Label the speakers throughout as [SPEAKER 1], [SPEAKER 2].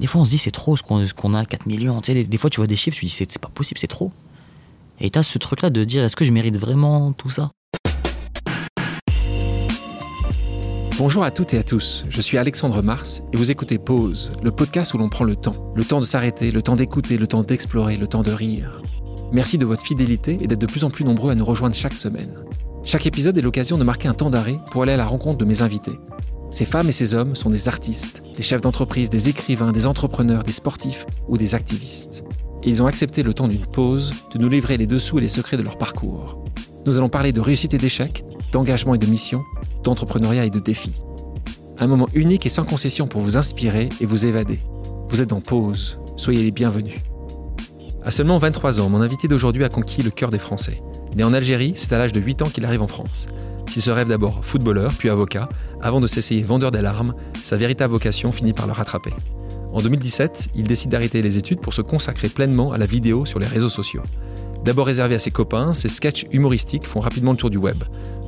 [SPEAKER 1] Des fois, on se dit, c'est trop ce qu'on ce qu'on a, 4 millions. Tu sais, les- des fois, tu vois des chiffres, tu dis, c'est c'est pas possible, c'est trop. Et t'as ce truc-là de dire, est-ce que je mérite vraiment tout ça
[SPEAKER 2] Bonjour à toutes et à tous, je suis Alexandre Mars et vous écoutez Pause, le podcast où l'on prend le temps. Le temps de s'arrêter, le temps d'écouter, le temps d'explorer, le temps de rire. Merci de votre fidélité et d'être de plus en plus nombreux à nous rejoindre chaque semaine. Chaque épisode est l'occasion de marquer un temps d'arrêt pour aller à la rencontre de mes invités. Ces femmes et ces hommes sont des artistes, des chefs d'entreprise, des écrivains, des entrepreneurs, des sportifs ou des activistes. Et ils ont accepté le temps d'une pause de nous livrer les dessous et les secrets de leur parcours. Nous allons parler de réussite et d'échec, d'engagement et de mission, d'entrepreneuriat et de défis. Un moment unique et sans concession pour vous inspirer et vous évader. Vous êtes en pause, soyez les bienvenus. À seulement 23 ans, mon invité d'aujourd'hui a conquis le cœur des Français. Né en Algérie, c'est à l'âge de 8 ans qu'il arrive en France. S'il se rêve d'abord footballeur, puis avocat, avant de s'essayer vendeur d'alarmes, sa véritable vocation finit par le rattraper. En 2017, il décide d'arrêter les études pour se consacrer pleinement à la vidéo sur les réseaux sociaux. D'abord réservé à ses copains, ses sketchs humoristiques font rapidement le tour du web.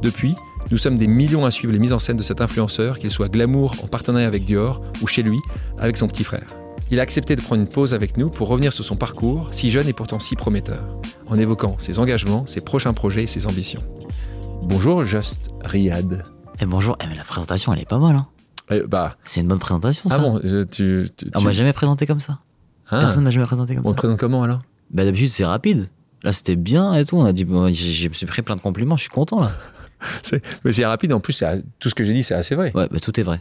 [SPEAKER 2] Depuis, nous sommes des millions à suivre les mises en scène de cet influenceur, qu'il soit glamour en partenariat avec Dior ou chez lui avec son petit frère. Il a accepté de prendre une pause avec nous pour revenir sur son parcours, si jeune et pourtant si prometteur, en évoquant ses engagements, ses prochains projets et ses ambitions. Bonjour Just Riyad.
[SPEAKER 1] Et bonjour, eh, mais la présentation, elle est pas mal. Hein.
[SPEAKER 2] Eh, bah,
[SPEAKER 1] C'est une bonne présentation, ça.
[SPEAKER 2] ah bon, je- tu... tu-
[SPEAKER 1] Ah, on
[SPEAKER 2] tu-
[SPEAKER 1] m'a jamais présenté comme ça.
[SPEAKER 2] Ah,
[SPEAKER 1] Personne m'a jamais présenté comme
[SPEAKER 2] on
[SPEAKER 1] ça.
[SPEAKER 2] te présente comment alors
[SPEAKER 1] Bah, d'habitude, c'est rapide. Là, c'était bien et tout. On a dit, bon, j'ai- je me suis pris plein de compliments, je suis content là.
[SPEAKER 2] C'est- Mais c'est rapide, en plus c'est à- tout ce que j'ai dit c'est assez vrai.
[SPEAKER 1] Ouais, bah, tout est vrai.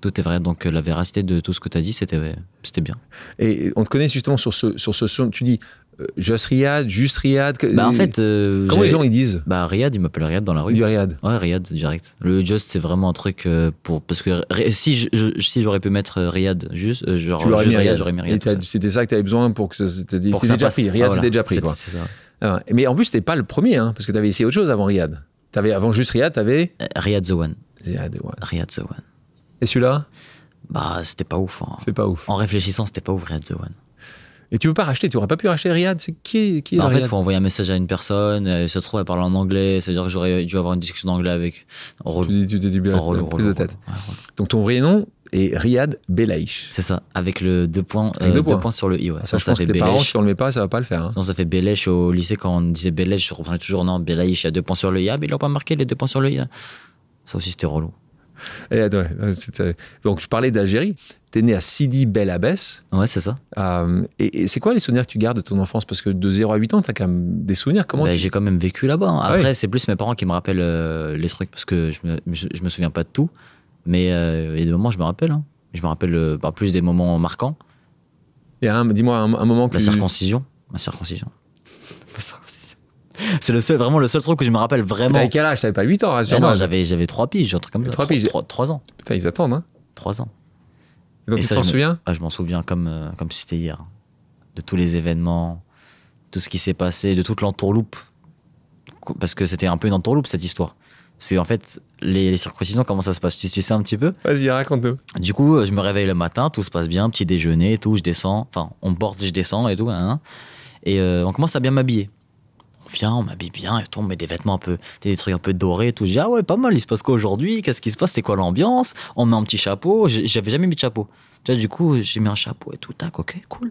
[SPEAKER 1] Tout est vrai. Donc, euh, la véracité de tout ce que t'as dit, c'était c'était bien.
[SPEAKER 2] Et on te connaît justement sur ce... Sur ce son- tu dis euh, Just Riyad, Just Riyad... que-
[SPEAKER 1] Bah, en fait. euh,
[SPEAKER 2] Comment les
[SPEAKER 1] j'avais-
[SPEAKER 2] gens ils disent
[SPEAKER 1] Bah, Riyad, il m'appelle Riyad dans la rue.
[SPEAKER 2] Du Riyad
[SPEAKER 1] Ouais, Riyad, direct. Le Just, c'est vraiment un truc euh, pour. Parce que Ri- si je- je- si j'aurais pu mettre euh, Riyad, juste, euh, genre,
[SPEAKER 2] Tu l'aurais
[SPEAKER 1] juste
[SPEAKER 2] mis Riyad.
[SPEAKER 1] j'aurais mis
[SPEAKER 2] Et
[SPEAKER 1] Riyad.
[SPEAKER 2] t'as-
[SPEAKER 1] tout ça.
[SPEAKER 2] C'était ça que tu avais besoin pour que ça. C'était
[SPEAKER 1] Pour que
[SPEAKER 2] c'était
[SPEAKER 1] ça
[SPEAKER 2] déjà
[SPEAKER 1] passe.
[SPEAKER 2] pris. Riyad,
[SPEAKER 1] Ah, voilà.
[SPEAKER 2] c'était déjà pris.
[SPEAKER 1] C'est-
[SPEAKER 2] Quoi.
[SPEAKER 1] c'est ça.
[SPEAKER 2] Ah, mais en plus, t'es pas le premier, hein, parce que tu avais essayé autre chose avant Riyad. T'avais- avant juste Riyad, tu avais.
[SPEAKER 1] Euh, Riyad the One.
[SPEAKER 2] Riyad, ouais.
[SPEAKER 1] Riyad the One.
[SPEAKER 2] Et celui-là,
[SPEAKER 1] Bah, c'était pas ouf. hein.
[SPEAKER 2] c'est pas ouf.
[SPEAKER 1] En réfléchissant, c'était pas ouf, Riyad the One.
[SPEAKER 2] Et tu veux pas racheter, tu aurais pas pu racheter Riyad. C'est qui, est- qui est
[SPEAKER 1] Bah, en
[SPEAKER 2] dans
[SPEAKER 1] fait,
[SPEAKER 2] Riyad
[SPEAKER 1] faut envoyer un message à une personne, euh, ça se trouve, elle parle en anglais, c'est-à-dire que j'aurais dû avoir une discussion d'anglais avec. En relou.
[SPEAKER 2] Tu- Tu t'es dit bien
[SPEAKER 1] En relou,
[SPEAKER 2] prise de
[SPEAKER 1] relou,
[SPEAKER 2] tête.
[SPEAKER 1] relou. Ouais, relou.
[SPEAKER 2] Donc ton vrai nom est Riyad Belaïch.
[SPEAKER 1] C'est ça, avec le deux points,
[SPEAKER 2] Avec
[SPEAKER 1] euh,
[SPEAKER 2] deux
[SPEAKER 1] deux
[SPEAKER 2] points. Ah,
[SPEAKER 1] points sur le i, ouais.
[SPEAKER 2] Ça,
[SPEAKER 1] Ça,
[SPEAKER 2] je
[SPEAKER 1] ça
[SPEAKER 2] pense que
[SPEAKER 1] fait
[SPEAKER 2] tes parents,
[SPEAKER 1] Belaïch.
[SPEAKER 2] si on le met pas, ça va pas le faire. hein.
[SPEAKER 1] Sinon, ça fait Bélèche au lycée. Quand on disait Bélèche, je reprenais toujours non, Belaïch, il y a deux points sur le IA, mais ils l'ont pas marqué, les deux points sur le IA. Ça aussi, c'était relou.
[SPEAKER 2] Riyad, ouais, euh, c'est- euh, Donc je parlais d'Algérie. T'es né à Sidi Bel Abbès.
[SPEAKER 1] Ouais, c'est ça.
[SPEAKER 2] Euh, et et c'est quoi les souvenirs que tu gardes de ton enfance Parce que de 0 à 8 ans, t'as quand même des souvenirs. Comment
[SPEAKER 1] Ben,
[SPEAKER 2] tu-
[SPEAKER 1] J'ai quand même vécu là-bas. hein.
[SPEAKER 2] Ah
[SPEAKER 1] Après, c'est plus mes parents qui me rappellent euh, les trucs parce que je me, je, je me souviens pas de tout. Mais euh, il y a des moments, je me rappelle. hein. Je me rappelle euh, bah, plus des moments marquants.
[SPEAKER 2] Et un- Dis-moi un, un moment que.
[SPEAKER 1] La circoncision. La circoncision. La circoncision. C'est le seul, vraiment le seul truc que je me rappelle vraiment.
[SPEAKER 2] T'avais quel âge T'avais pas 8 ans,
[SPEAKER 1] Eh
[SPEAKER 2] rassure-moi.
[SPEAKER 1] non, j'avais j'avais trois piges, un truc comme ça.
[SPEAKER 2] Trois
[SPEAKER 1] Trois-
[SPEAKER 2] piges.
[SPEAKER 1] trois- trois ans.
[SPEAKER 2] Putain, ils attendent, hein.
[SPEAKER 1] Trois ans.
[SPEAKER 2] Et donc,
[SPEAKER 1] Et
[SPEAKER 2] tu
[SPEAKER 1] ça,
[SPEAKER 2] t'en
[SPEAKER 1] je me-
[SPEAKER 2] souviens
[SPEAKER 1] Ah, je m'en souviens comme, euh, comme si c'était hier. De tous les événements, tout ce qui s'est passé, de toute l'entourloupe. Co- Parce que c'était un peu une entourloupe cette histoire. Parce qu'en fait, les, les circoncisions, comment ça se passe Tu tu sais un petit peu
[SPEAKER 2] Vas-y, raconte-nous.
[SPEAKER 1] Du coup, euh, je me réveille le matin, tout se passe bien, petit déjeuner et tout, je descends. Enfin, on porte, je descends et tout. hein, hein. et euh, on commence à bien m'habiller. On vient, on m'habille bien, et tout, on met des vêtements un peu, tu sais, des trucs un peu dorés et tout. Je dis, ah ouais, pas mal, il se passe quoi aujourd'hui Qu'est-ce qui se passe C'est quoi l'ambiance On met un petit chapeau, J- j'avais jamais mis de chapeau. Tu vois, du coup, j'ai mis un chapeau et tout, tac, ok, cool.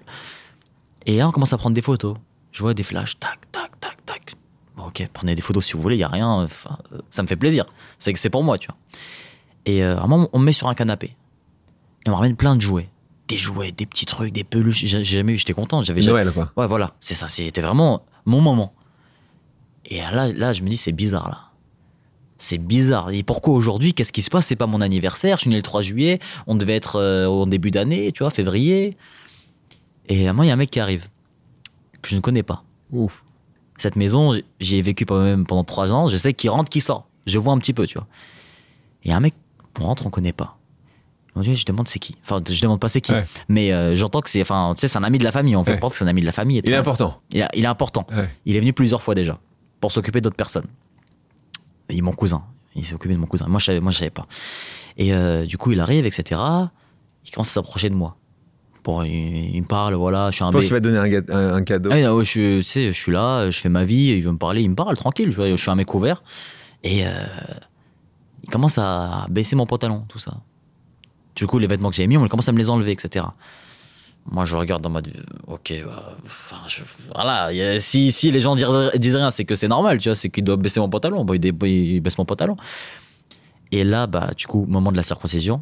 [SPEAKER 1] Et là, on commence à prendre des photos. Je vois des flashs, tac, tac, tac, tac. Bon, ok, prenez des photos si vous voulez, il n'y a rien, enfin, euh, ça me fait plaisir. C'est que c'est pour moi, tu vois. Et euh, à un moment, on me met sur un canapé. Et on me ramène plein de jouets. Des jouets, des petits trucs, des peluches. J'ai j'ai jamais eu, j'étais content, j'avais jamais.
[SPEAKER 2] Noël, quoi.
[SPEAKER 1] Ouais, voilà, c'est ça, c'était vraiment mon moment. Et là, là je me dis, c'est bizarre, là. C'est bizarre. Et pourquoi aujourd'hui Qu'est-ce qui se passe C'est pas mon anniversaire, je suis né le 3 juillet, on devait être euh, au début d'année, tu vois, février. Et à moi, il y a un mec qui arrive, que je ne connais pas.
[SPEAKER 2] Ouf.
[SPEAKER 1] Cette maison, j- j'y ai vécu pendant- même pendant 3 ans, je sais qui rentre, qui sort. Je vois un petit peu, tu vois. Et un mec, on rentre, on connaît pas. Mon Dieu, je demande c'est qui. Enfin, je demande pas c'est qui.
[SPEAKER 2] Ouais.
[SPEAKER 1] Mais euh, j'entends que c'est. Enfin, tu sais, c'est un ami de la famille. On fait
[SPEAKER 2] Ouais.
[SPEAKER 1] comprendre que c'est un ami de la famille. et
[SPEAKER 2] Il est
[SPEAKER 1] tout.
[SPEAKER 2] important.
[SPEAKER 1] Il, a- il est important.
[SPEAKER 2] Ouais.
[SPEAKER 1] Il est venu plusieurs fois déjà pour s'occuper d'autres personnes. Il est mon cousin. Il s'est occupé de mon cousin. Moi, je savais, moi, je savais pas. Et euh, du coup, il arrive, etc. Il commence à s'approcher de moi. Bon, il, il me parle, voilà, je suis un
[SPEAKER 2] Je pense
[SPEAKER 1] bé-
[SPEAKER 2] qu'il va te donner un, ga- un- un cadeau.
[SPEAKER 1] ah oui, ah ouais, je, suis- tu sais, je suis là, je fais ma vie, il veut me parler, il me parle tranquille, tu vois, je suis un mec ouvert. Et euh, il commence à baisser mon pantalon, tout ça. Du coup, les vêtements que j'avais mis, on commence à me les enlever, etc. Moi, je regarde en mode, ok, bah, enfin, je- voilà. y a- si, si les gens disent, disent rien, c'est que c'est normal, tu vois, c'est qu'ils doivent baisser mon pantalon. Bah, ils, dé- ils baissent mon pantalon. Et là, bah, du coup, moment de la circoncision.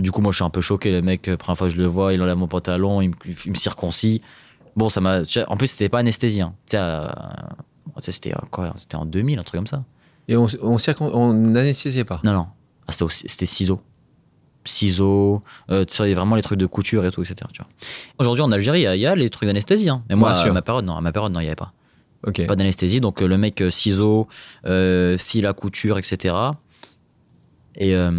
[SPEAKER 1] Du coup, moi, je suis un peu choqué. Le mec, euh, première fois que je le vois, il enlève mon pantalon, il me, il me circoncit. Bon, ça m'a. tu sais, En plus, c'était pas anesthésien. Tu sais, euh, tu sais, c'était euh, quoi C'était en 2000, un truc comme ça.
[SPEAKER 2] Et on, on, circon- on n'anesthésiait pas.
[SPEAKER 1] Non, non. Ah, c'était, aussi- c'était ciseaux. Ciseaux, euh, tu sais, vraiment les trucs de couture et tout, etc. tu vois. Aujourd'hui, en Algérie, il y a- il y, a les trucs d'anesthésie. hein. Mais moi,
[SPEAKER 2] Bien sûr.
[SPEAKER 1] à ma période, non, à ma période, non, il n'y avait pas.
[SPEAKER 2] Ok.
[SPEAKER 1] Pas d'anesthésie. Donc, euh, le mec, euh, ciseaux, euh, fil à couture, etc. Et euh,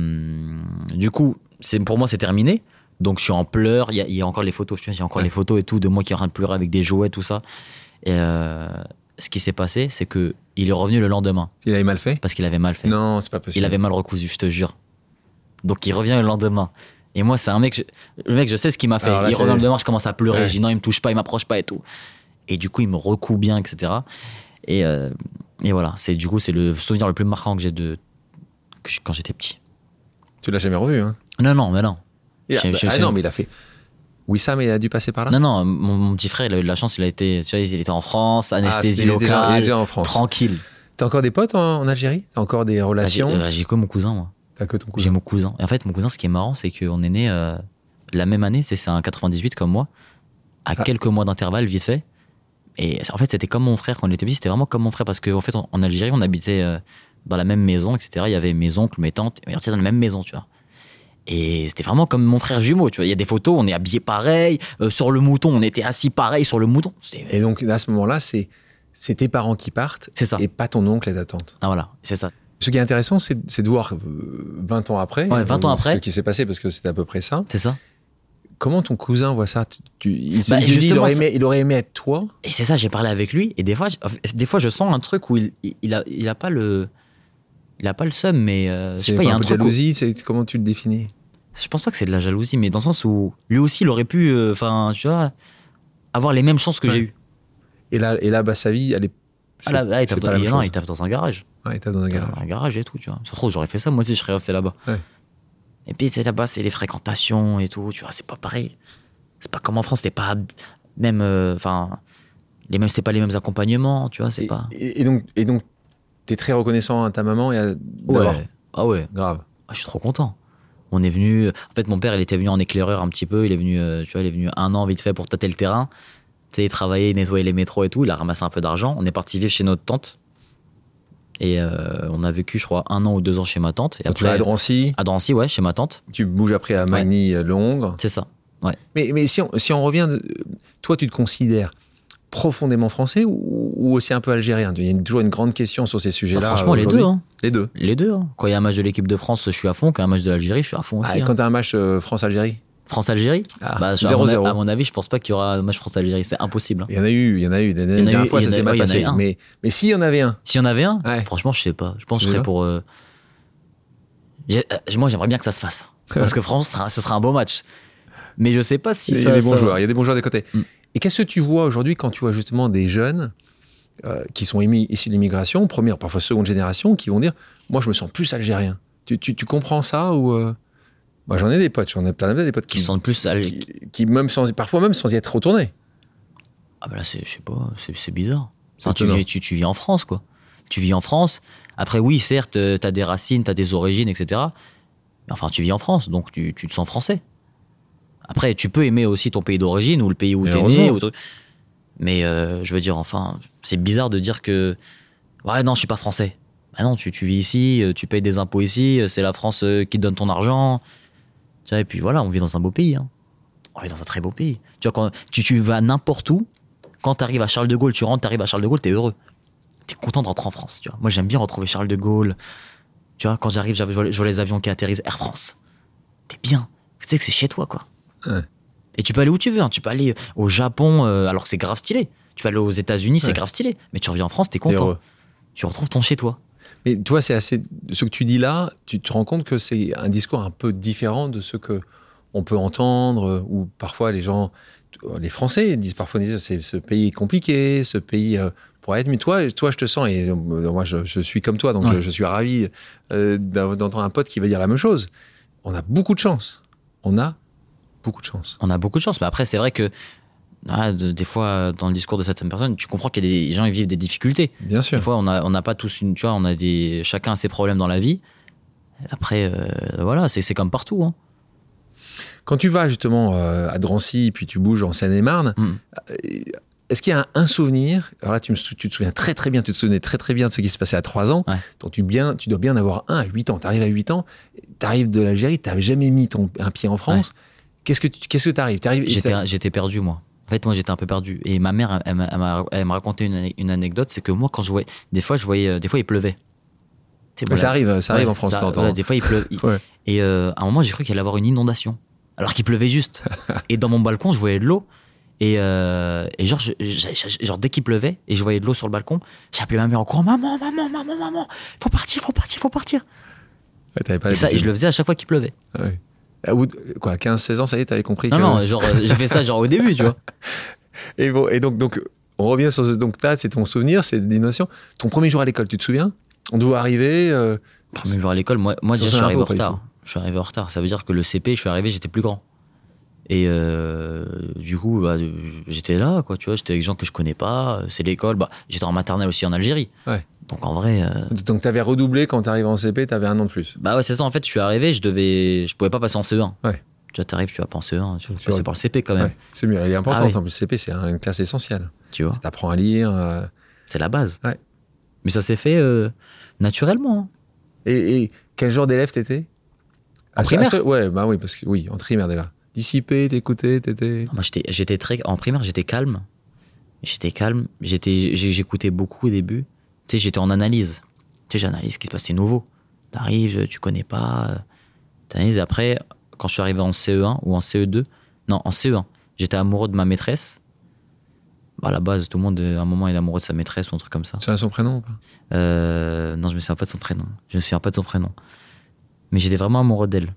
[SPEAKER 1] du coup, c'est, pour moi, c'est terminé. Donc, je suis en pleurs. Il y a, il y a encore les photos, tu vois, il y a encore
[SPEAKER 2] Ouais.
[SPEAKER 1] les photos et tout de moi qui est en train de pleurer avec des jouets, tout ça. Et euh, ce qui s'est passé, c'est que il est revenu le lendemain
[SPEAKER 2] Il avait mal fait
[SPEAKER 1] parce qu'il avait mal fait.
[SPEAKER 2] Non, c'est pas possible.
[SPEAKER 1] Il avait mal recousu, je te jure. Donc il revient le lendemain. Et moi, c'est un mec, je- le mec, je sais ce qu'il m'a fait.
[SPEAKER 2] Alors là,
[SPEAKER 1] il
[SPEAKER 2] c'est-
[SPEAKER 1] revient le lendemain, je commence à pleurer.
[SPEAKER 2] Ouais.
[SPEAKER 1] Je dis non, il me touche pas, il m'approche pas et tout. Et du coup, il me recoue bien, etc. Et, euh, et voilà, c'est du coup, c'est le souvenir le plus marquant que j'ai de que je- quand j'étais petit.
[SPEAKER 2] Tu l'as jamais revu. Hein.
[SPEAKER 1] Non, non, mais non.
[SPEAKER 2] Il a-
[SPEAKER 1] Je- je
[SPEAKER 2] ah
[SPEAKER 1] sais.
[SPEAKER 2] non, mais il a fait. Oui, ça, mais il a dû passer par là.
[SPEAKER 1] Non, non, mon, mon petit frère, il a eu de la chance, il a été, tu vois, il était en France,
[SPEAKER 2] Ah,
[SPEAKER 1] anesthésie
[SPEAKER 2] c'était déjà- il est
[SPEAKER 1] locale,
[SPEAKER 2] déjà en France.
[SPEAKER 1] tranquille.
[SPEAKER 2] T'as encore des potes en, en Algérie T'as encore
[SPEAKER 1] Ah,
[SPEAKER 2] des
[SPEAKER 1] J'ai
[SPEAKER 2] relations
[SPEAKER 1] euh, j'ai que mon cousin, moi.
[SPEAKER 2] T'as que ton
[SPEAKER 1] J'ai
[SPEAKER 2] cousin.
[SPEAKER 1] mon cousin. Et en fait, mon cousin, ce qui est marrant, c'est qu'on est né euh, la même année, c'est c'est un 98 comme moi, à
[SPEAKER 2] Ah.
[SPEAKER 1] quelques mois d'intervalle, vite fait. Et en fait, c'était comme mon frère quand on était petit, c'était vraiment comme mon frère parce qu'en fait, en en Algérie, on habitait euh, dans la même maison, etc. Il y avait mes oncles, mes tantes, mais on était dans la même maison, tu vois. Et c'était vraiment comme mon frère jumeau, tu vois. Il y a des photos, on est habillés pareil, euh, sur le mouton, on était assis pareil sur le mouton. C'était-
[SPEAKER 2] Et donc, à ce moment-là, c'est c'est tes parents qui partent
[SPEAKER 1] C'est ça.
[SPEAKER 2] et pas ton oncle et ta tante.
[SPEAKER 1] Ah voilà, c'est ça.
[SPEAKER 2] Ce qui est intéressant, c'est c'est de voir euh, 20 ans après,
[SPEAKER 1] Ouais, 20 ans
[SPEAKER 2] euh,
[SPEAKER 1] après.
[SPEAKER 2] ce qui s'est passé, parce que c'est à peu près ça.
[SPEAKER 1] C'est ça.
[SPEAKER 2] Comment ton cousin voit ça Tu- tu- il, se-
[SPEAKER 1] Bah,
[SPEAKER 2] il te dit, il
[SPEAKER 1] justement,
[SPEAKER 2] aurait
[SPEAKER 1] ça-
[SPEAKER 2] aimé, il aurait aimé être toi
[SPEAKER 1] Et c'est ça, j'ai parlé avec lui, et des fois, je, des fois, je sens un truc où il, il, il a, il a pas le. Il a pas le seum, mais euh, je sais
[SPEAKER 2] C'est
[SPEAKER 1] pas, il y a
[SPEAKER 2] un
[SPEAKER 1] un
[SPEAKER 2] peu de
[SPEAKER 1] truc. où-
[SPEAKER 2] jalousie, c'est- comment tu le définis
[SPEAKER 1] je pense pas que c'est de la jalousie, mais dans le sens où lui aussi, il aurait pu, euh, enfin, tu vois, avoir les mêmes chances que
[SPEAKER 2] Ouais.
[SPEAKER 1] j'ai eues.
[SPEAKER 2] Et là, et là bah, sa vie, elle est.
[SPEAKER 1] Ah là, là, il
[SPEAKER 2] c'est
[SPEAKER 1] tape
[SPEAKER 2] pas
[SPEAKER 1] dans,
[SPEAKER 2] la
[SPEAKER 1] il-
[SPEAKER 2] même
[SPEAKER 1] non,
[SPEAKER 2] chose.
[SPEAKER 1] il tape dans un garage.
[SPEAKER 2] Ouais, il tape dans un garage.
[SPEAKER 1] Dans un garage et tout, tu vois. Ça se trouve, j'aurais fait ça, moi aussi, je serais resté là-bas.
[SPEAKER 2] Ouais.
[SPEAKER 1] Et puis, tu sais, là-bas, c'est les fréquentations et tout, tu vois, c'est pas pareil. C'est pas comme en France, c'est pas. Même. euh, Enfin. les mêmes, c'est pas les mêmes accompagnements, tu vois, c'est
[SPEAKER 2] Et,
[SPEAKER 1] pas.
[SPEAKER 2] et- et donc, et donc, t'es très reconnaissant à ta maman et à d'avoir-
[SPEAKER 1] Ouais. Ah ouais.
[SPEAKER 2] grave.
[SPEAKER 1] Ah, je suis trop content. On est venu. En fait, mon père, il était venu en éclaireur un petit peu. Il est venu, euh, tu vois, il est venu un an vite fait pour tâter le terrain. Tu sais, travailler, nettoyer les métros et tout. Il a ramassé un peu d'argent. On est parti vivre chez notre tante. Et euh, on a vécu, je crois, un an ou deux ans chez ma tante. Et
[SPEAKER 2] tu vas à
[SPEAKER 1] après,
[SPEAKER 2] Drancy,
[SPEAKER 1] à Drancy, ouais, chez ma tante.
[SPEAKER 2] tu bouges après à Magny, euh, Londres.
[SPEAKER 1] C'est ça.
[SPEAKER 2] Mais, mais si, on, si on revient, de- toi, tu te considères profondément français ou, ou aussi un peu algérien Il y a une- toujours une grande question sur ces
[SPEAKER 1] Ah,
[SPEAKER 2] sujets-là.
[SPEAKER 1] franchement, les
[SPEAKER 2] aujourd'hui.
[SPEAKER 1] deux, hein.
[SPEAKER 2] Les deux.
[SPEAKER 1] Les deux. hein. Quand il y a un match de l'équipe de France, je suis à fond. Quand il y a un match de l'Algérie, je suis à fond
[SPEAKER 2] Ah,
[SPEAKER 1] aussi.
[SPEAKER 2] et
[SPEAKER 1] hein.
[SPEAKER 2] quand tu as un match euh, France-Algérie
[SPEAKER 1] France-Algérie,
[SPEAKER 2] Ah,
[SPEAKER 1] bah, je- à,
[SPEAKER 2] 0-0.
[SPEAKER 1] mon, à mon avis, je pense pas qu'il y aura un match France-Algérie. C'est impossible. hein.
[SPEAKER 2] Il y en a eu, il y en a eu. La
[SPEAKER 1] en a
[SPEAKER 2] dernière
[SPEAKER 1] eu,
[SPEAKER 2] fois,
[SPEAKER 1] il y
[SPEAKER 2] ça
[SPEAKER 1] en a-
[SPEAKER 2] s'est
[SPEAKER 1] ouais,
[SPEAKER 2] mal
[SPEAKER 1] il y en a
[SPEAKER 2] passé.
[SPEAKER 1] un.
[SPEAKER 2] Mais, mais s'il y en avait un,
[SPEAKER 1] S'il y en avait un,
[SPEAKER 2] Ouais.
[SPEAKER 1] franchement, je sais pas. Je pense que
[SPEAKER 2] Tu
[SPEAKER 1] je
[SPEAKER 2] sais
[SPEAKER 1] serais
[SPEAKER 2] pas
[SPEAKER 1] pour. euh, j'ai- euh, Moi, j'aimerais bien que ça se fasse. Parce que France, ça- ce sera un beau match. Mais je sais pas si
[SPEAKER 2] il y
[SPEAKER 1] ça.
[SPEAKER 2] a des bons
[SPEAKER 1] ça-
[SPEAKER 2] joueurs, il y a des bons joueurs des côtés.
[SPEAKER 1] Mm.
[SPEAKER 2] Et qu'est-ce que tu vois aujourd'hui quand tu vois justement des jeunes euh, qui sont émis- issus de l'immigration, première, parfois seconde génération, qui vont dire Moi, je me sens plus algérien. Tu, tu- tu comprends ça ou. euh, Moi, j'en ai des potes, j'en ai plein des potes
[SPEAKER 1] Qui sont plus. à-
[SPEAKER 2] qui, qui même sans, parfois même sans y être retourné.
[SPEAKER 1] Ah, bah là, c'est- je sais pas, c'est c'est bizarre.
[SPEAKER 2] C'est
[SPEAKER 1] Enfin, tu,
[SPEAKER 2] étonnant.
[SPEAKER 1] vis, tu, tu vis en France, quoi. Tu vis en France. Après, oui, certes, euh, t'as des racines, t'as des origines, etc. Mais enfin, tu vis en France, donc tu, tu te sens français. Après, tu peux aimer aussi ton pays d'origine ou le pays où
[SPEAKER 2] Mais
[SPEAKER 1] t'es né.
[SPEAKER 2] heureusement.
[SPEAKER 1] Ou... truc. Mais euh, je veux dire, enfin, c'est bizarre de dire que. Ouais, non, je suis pas français. Bah non, tu, tu vis ici, euh, tu payes des impôts ici, euh, c'est la France euh, qui te donne ton argent. Tu vois, et puis voilà, on vit dans un beau pays. hein. On vit dans un très beau pays. Tu vois, quand tu, tu vas n'importe où, quand tu arrives à Charles de Gaulle, tu rentres, tu arrives à Charles de Gaulle, t'es heureux. T'es content de rentrer en France. Tu vois. Moi, j'aime bien retrouver Charles de Gaulle. Tu vois, quand j'arrive, j'arrive- je vois, je vois les avions qui atterrissent Air France. T'es bien. Tu sais que c'est chez toi, quoi.
[SPEAKER 2] Ouais.
[SPEAKER 1] Et tu peux aller où tu veux. hein. Tu peux aller au Japon, euh, alors que c'est grave stylé. Tu peux aller aux États-Unis, c'est
[SPEAKER 2] Ouais.
[SPEAKER 1] grave stylé. Mais tu reviens en France, t'es
[SPEAKER 2] T'es
[SPEAKER 1] content.
[SPEAKER 2] heureux.
[SPEAKER 1] Tu retrouves ton chez toi.
[SPEAKER 2] Mais toi, c'est assez. Ce que tu dis là, tu te rends compte que c'est un discours un peu différent de ce que on peut entendre, euh, ou parfois les gens, les Français disent parfois disent, c'est ce pays est compliqué, ce pays euh, pourrait être. Mais toi, toi, je te sens et euh, moi, je, je suis comme toi, donc
[SPEAKER 1] Ouais.
[SPEAKER 2] je, je suis ravi euh, d'av- d'entendre un pote qui va dire la même chose. On a beaucoup de chance. on a beaucoup de chance.
[SPEAKER 1] On a beaucoup de chance. Mais après, c'est vrai que ah, de- des fois, dans le discours de certaines personnes, tu comprends qu'il y a des gens qui vivent des difficultés.
[SPEAKER 2] Bien
[SPEAKER 1] Des
[SPEAKER 2] sûr.
[SPEAKER 1] fois, on n'a on n'a pas tous une. Tu vois, on a des, chacun a ses problèmes dans la vie. Après, euh, voilà, c'est c'est comme partout. hein.
[SPEAKER 2] Quand tu vas justement euh, à Drancy, puis tu bouges en Seine-et-Marne,
[SPEAKER 1] Mm.
[SPEAKER 2] euh, est-ce qu'il y a un, un souvenir Alors là, tu, me sou- tu te souviens très très bien, tu te souvenais très très bien de ce qui se passait à 3 ans.
[SPEAKER 1] Ouais.
[SPEAKER 2] Donc tu, bien, tu dois bien avoir un à 8 ans. Tu arrives à 8 ans, tu arrives de l'Algérie, tu n'as jamais mis ton, un pied en France. Qu'est-ce que tu qu'est-ce que t'arrives T'arrives-
[SPEAKER 1] J'étais j'étais perdu, moi. En fait, moi, j'étais un peu perdu. Et ma mère, elle, m'a- elle m'a- elle m'a raconté une, une anecdote c'est que moi, quand je voyais. Des fois, je voyais. euh, Des fois, il pleuvait. Tu sais,
[SPEAKER 2] Mais
[SPEAKER 1] voilà.
[SPEAKER 2] Ah, Ça arrive, ça arrive
[SPEAKER 1] Ouais,
[SPEAKER 2] en France,
[SPEAKER 1] ça-
[SPEAKER 2] t'entends.
[SPEAKER 1] ouais, des fois, il pleut. il-
[SPEAKER 2] Ouais.
[SPEAKER 1] Et euh, à un moment, j'ai cru qu'il allait avoir une inondation. Alors qu'il pleuvait juste. et dans mon balcon, je voyais de l'eau. Et, euh, et genre, je- je- je- genre, dès qu'il pleuvait et je voyais de l'eau sur le balcon, j'appelais ma mère en courant Maman, maman, maman, maman, faut partir, faut partir, faut partir.
[SPEAKER 2] Ouais, t'avais pas
[SPEAKER 1] et, ça, et
[SPEAKER 2] l'habitude.
[SPEAKER 1] je le faisais à chaque fois qu'il pleuvait.
[SPEAKER 2] Ah ouais. Au bout de- Quoi, 15-16 ans, ça y est, t'avais compris
[SPEAKER 1] Non,
[SPEAKER 2] que-
[SPEAKER 1] non, genre, euh, j'ai fait ça genre au début, tu vois.
[SPEAKER 2] Et, bon, et donc, donc, on revient sur ce. Donc, là, c'est ton souvenir, c'est des notions. Ton premier jour à l'école, tu te souviens On doit arriver. euh,
[SPEAKER 1] Premier jour à l'école, moi, moi
[SPEAKER 2] Sur
[SPEAKER 1] déjà, je suis
[SPEAKER 2] son
[SPEAKER 1] arrivé en
[SPEAKER 2] impôt, pas du
[SPEAKER 1] retard. Je suis arrivé en retard. Ça veut dire que le CP, je suis arrivé, j'étais plus grand. Et euh, du coup, bah, euh, j'étais là, quoi. Tu vois, j'étais avec des gens que je connais pas. euh, C'est l'école. Bah, j'étais en maternelle aussi en Algérie.
[SPEAKER 2] Ouais.
[SPEAKER 1] Donc en vrai, euh,
[SPEAKER 2] donc, t'avais redoublé quand t'arrivais en CP, t'avais un an de plus.
[SPEAKER 1] bah ouais, c'est ça. En fait, je suis arrivé, je devais, je pouvais pas passer en CE1.
[SPEAKER 2] Ouais.
[SPEAKER 1] Tu vois, t'arrives, tu vas pas en CE1. Tu vas
[SPEAKER 2] Tu
[SPEAKER 1] passer
[SPEAKER 2] vois.
[SPEAKER 1] par le CP quand même.
[SPEAKER 2] Ouais, c'est mieux, elle est importante.
[SPEAKER 1] Ah oui.
[SPEAKER 2] En plus, CP, c'est un- une classe essentielle.
[SPEAKER 1] Tu vois,
[SPEAKER 2] T'apprends à lire. euh,
[SPEAKER 1] c'est la base.
[SPEAKER 2] Ouais.
[SPEAKER 1] Mais ça s'est fait euh, naturellement. hein.
[SPEAKER 2] et, et quel genre d'élève t'étais
[SPEAKER 1] En
[SPEAKER 2] À ce- à
[SPEAKER 1] primaire
[SPEAKER 2] ce- Ouais, bah oui, parce que oui, en primaire déjà. Dissipé, t'écoutais, t'étais.
[SPEAKER 1] Moi, j'étais, j'étais très, en primaire, j'étais calme. J'étais calme. J'étais, j'ai- j'écoutais beaucoup au début. Tu sais, j'étais en analyse. Tu sais, j'analyse ce qui se passe, c'est nouveau. T'arrives, tu connais pas. euh, T'analyses. Après, quand je suis arrivé en CE1 ou en CE2, non, en CE1, j'étais amoureux de ma maîtresse. Bah, à la base, tout le monde, euh, à un moment, est amoureux de sa maîtresse ou un truc comme ça.
[SPEAKER 2] Tu as son prénom ou pas
[SPEAKER 1] Euh, non, je me souviens pas de son prénom. Je me souviens pas de son prénom. Mais j'étais vraiment amoureux d'elle.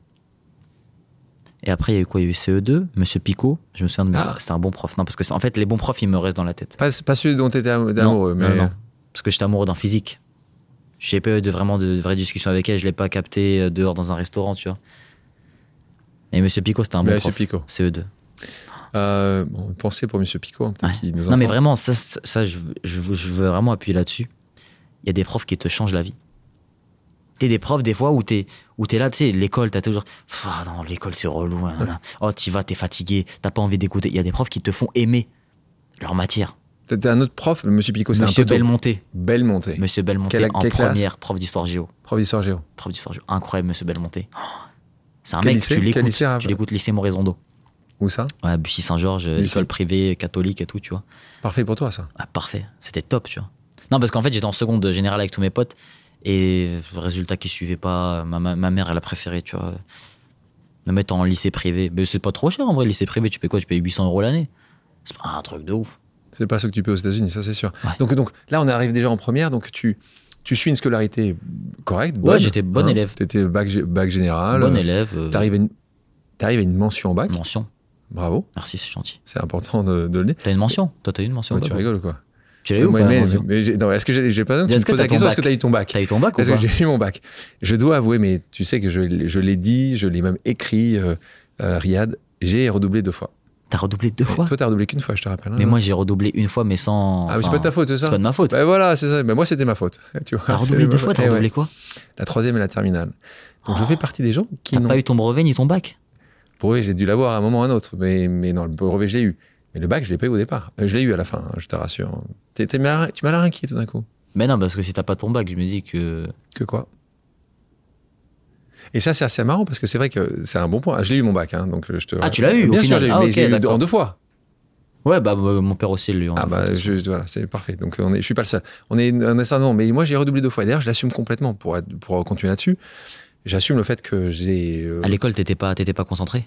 [SPEAKER 1] Et après, il y a eu quoi Il y a eu CE2, Monsieur Picot. Je me souviens de.
[SPEAKER 2] Ah.
[SPEAKER 1] C'était un bon prof. Non, parce que c'est- en fait, les bons profs, ils me restent dans la tête.
[SPEAKER 2] pas, pas celui dont t'étais am- amoureux,
[SPEAKER 1] non,
[SPEAKER 2] mais.
[SPEAKER 1] non. Parce que j'étais amoureux d'un physique. J'ai pas eu de, vraiment de, de vraies discussions avec elle. Je l'ai pas capté euh, dehors dans un restaurant, tu vois. Et Monsieur Picot, c'était un bon
[SPEAKER 2] Monsieur
[SPEAKER 1] prof. E
[SPEAKER 2] Picot.
[SPEAKER 1] CE2.
[SPEAKER 2] Euh, bon, pensez pour Monsieur Picot, hein, peut-être
[SPEAKER 1] Ouais.
[SPEAKER 2] qu'il nous
[SPEAKER 1] Non, mais
[SPEAKER 2] entend.
[SPEAKER 1] vraiment, ça, ça ça, je, veux- je, veux- je veux vraiment appuyer là-dessus. Il y a des profs qui te changent la vie. T'es des profs, des fois, où t'es, où t'es là, tu sais, l'école, t'as toujours. Pff, Ah non, l'école, c'est relou. hein, nanana. Oh, t'y vas, t'es fatigué, t'as pas envie d'écouter. Il y a des profs qui te font aimer leur matière.
[SPEAKER 2] T'étais un autre prof, Monsieur Picot, c'est un
[SPEAKER 1] Monsieur
[SPEAKER 2] peu. tôt.
[SPEAKER 1] Belmonté.
[SPEAKER 2] Belmonté.
[SPEAKER 1] Monsieur Belmonté,
[SPEAKER 2] Quelle-
[SPEAKER 1] en
[SPEAKER 2] quelle classe
[SPEAKER 1] première, prof d'histoire géo.
[SPEAKER 2] Prof d'histoire géo.
[SPEAKER 1] Prof d'histoire géo. Incroyable, monsieur Belmonté. Oh, c'est un
[SPEAKER 2] Quel
[SPEAKER 1] mec,
[SPEAKER 2] lycée
[SPEAKER 1] tu
[SPEAKER 2] Quel
[SPEAKER 1] l'écoutes.
[SPEAKER 2] lycée,
[SPEAKER 1] tu l'écoutes, lycée Moraison
[SPEAKER 2] Où ça
[SPEAKER 1] Ouais, Bussy Saint-Georges,
[SPEAKER 2] Bussy.
[SPEAKER 1] école privée, catholique et tout, tu vois.
[SPEAKER 2] Parfait pour toi, ça.
[SPEAKER 1] Ah, parfait. C'était top, tu vois. Non, parce qu'en fait, j'étais en seconde générale avec tous mes potes. Et résultat qui suivait pas, ma, ma- ma mère, elle a préféré, tu vois, me mettre en lycée privé. Mais c'est pas trop cher en vrai, lycée privé, tu payes quoi Tu payes 800 euros l'année. C'est pas un truc de ouf.
[SPEAKER 2] C'est pas ce que tu payes aux États-Unis, ça c'est sûr.
[SPEAKER 1] Ouais.
[SPEAKER 2] Donc, donc là, on arrive déjà en première, donc tu, tu suis une scolarité correcte.
[SPEAKER 1] Ouais,
[SPEAKER 2] bonne, hein.
[SPEAKER 1] j'étais bon élève.
[SPEAKER 2] T'étais bac, gé- bac général.
[SPEAKER 1] bon
[SPEAKER 2] euh,
[SPEAKER 1] élève, euh,
[SPEAKER 2] T'arrives à, une- t'arrives à une mention en bac.
[SPEAKER 1] mention.
[SPEAKER 2] Bravo,
[SPEAKER 1] Merci, c'est gentil.
[SPEAKER 2] c'est important de, de le dire.
[SPEAKER 1] T'as une mention Toi, t'as eu une mention
[SPEAKER 2] Ouais,
[SPEAKER 1] ou
[SPEAKER 2] tu
[SPEAKER 1] pas
[SPEAKER 2] rigoles ou quoi
[SPEAKER 1] Tu l'as eu ou
[SPEAKER 2] Moi,
[SPEAKER 1] pas, la
[SPEAKER 2] mais,
[SPEAKER 1] mention
[SPEAKER 2] mais j'ai- non, est-ce que j'ai j'ai pas besoin de
[SPEAKER 1] Est-ce
[SPEAKER 2] me
[SPEAKER 1] que
[SPEAKER 2] poser
[SPEAKER 1] t'as
[SPEAKER 2] la
[SPEAKER 1] ton
[SPEAKER 2] question
[SPEAKER 1] bac
[SPEAKER 2] Est-ce que t'as eu ton bac
[SPEAKER 1] T'as eu ton bac ou
[SPEAKER 2] Parce
[SPEAKER 1] pas
[SPEAKER 2] que j'ai eu mon bac. Je dois avouer, mais tu sais que je, l'ai- je l'ai dit, je l'ai même écrit, euh, euh, Riyad, j'ai redoublé deux fois.
[SPEAKER 1] T'as redoublé deux fois
[SPEAKER 2] Toi, t'as redoublé qu'une fois, je te rappelle. hein.
[SPEAKER 1] Mais moi, j'ai redoublé une fois, mais sans.
[SPEAKER 2] ah, mais c'est
[SPEAKER 1] enfin,
[SPEAKER 2] pas de ta faute, c'est ça
[SPEAKER 1] c'est pas de ma faute.
[SPEAKER 2] Ben voilà, c'est ça. Ben moi, c'était ma faute. Tu vois,
[SPEAKER 1] T'as
[SPEAKER 2] c'est
[SPEAKER 1] redoublé
[SPEAKER 2] ma
[SPEAKER 1] deux
[SPEAKER 2] faute.
[SPEAKER 1] fois, t'as
[SPEAKER 2] Eh ouais.
[SPEAKER 1] redoublé quoi
[SPEAKER 2] La troisième et la terminale. Donc, je
[SPEAKER 1] Oh.
[SPEAKER 2] fais partie des gens qui
[SPEAKER 1] T'as
[SPEAKER 2] n'ont
[SPEAKER 1] pas eu ton brevet ni ton bac
[SPEAKER 2] Brevet, j'ai dû l'avoir à un moment ou à un autre, mais, mais non, le brevet, je l'ai eu. Mais le bac, je l'ai pas eu au départ. Euh, Je l'ai eu à la fin, hein, je te rassure. T'es- t'es malin- tu m'as l'air inquiet tout d'un coup.
[SPEAKER 1] Mais non, parce que si t'as pas ton bac, je me dis que.
[SPEAKER 2] Que quoi Et ça, c'est assez marrant parce que c'est vrai que c'est un bon point. Ah, Je l'ai eu mon bac, hein, donc euh, je te.
[SPEAKER 1] Ah, tu l'as eu,
[SPEAKER 2] Bien
[SPEAKER 1] au
[SPEAKER 2] sûr,
[SPEAKER 1] final.
[SPEAKER 2] je l'ai eu,
[SPEAKER 1] Ah,
[SPEAKER 2] mais
[SPEAKER 1] ok,
[SPEAKER 2] je l'ai eu
[SPEAKER 1] d'accord.
[SPEAKER 2] en deux fois.
[SPEAKER 1] Ouais, bah euh, mon père aussi, lui. on
[SPEAKER 2] Ah
[SPEAKER 1] a fait
[SPEAKER 2] bah
[SPEAKER 1] attention.
[SPEAKER 2] je, voilà, c'est parfait. Donc on est, je suis pas le seul. On est un assez nombre, mais moi j'ai redoublé deux fois. D'ailleurs, je l'assume complètement pour être- pour continuer là-dessus. J'assume le fait que j'ai. euh,
[SPEAKER 1] À l'école, t'étais pas, t'étais pas concentré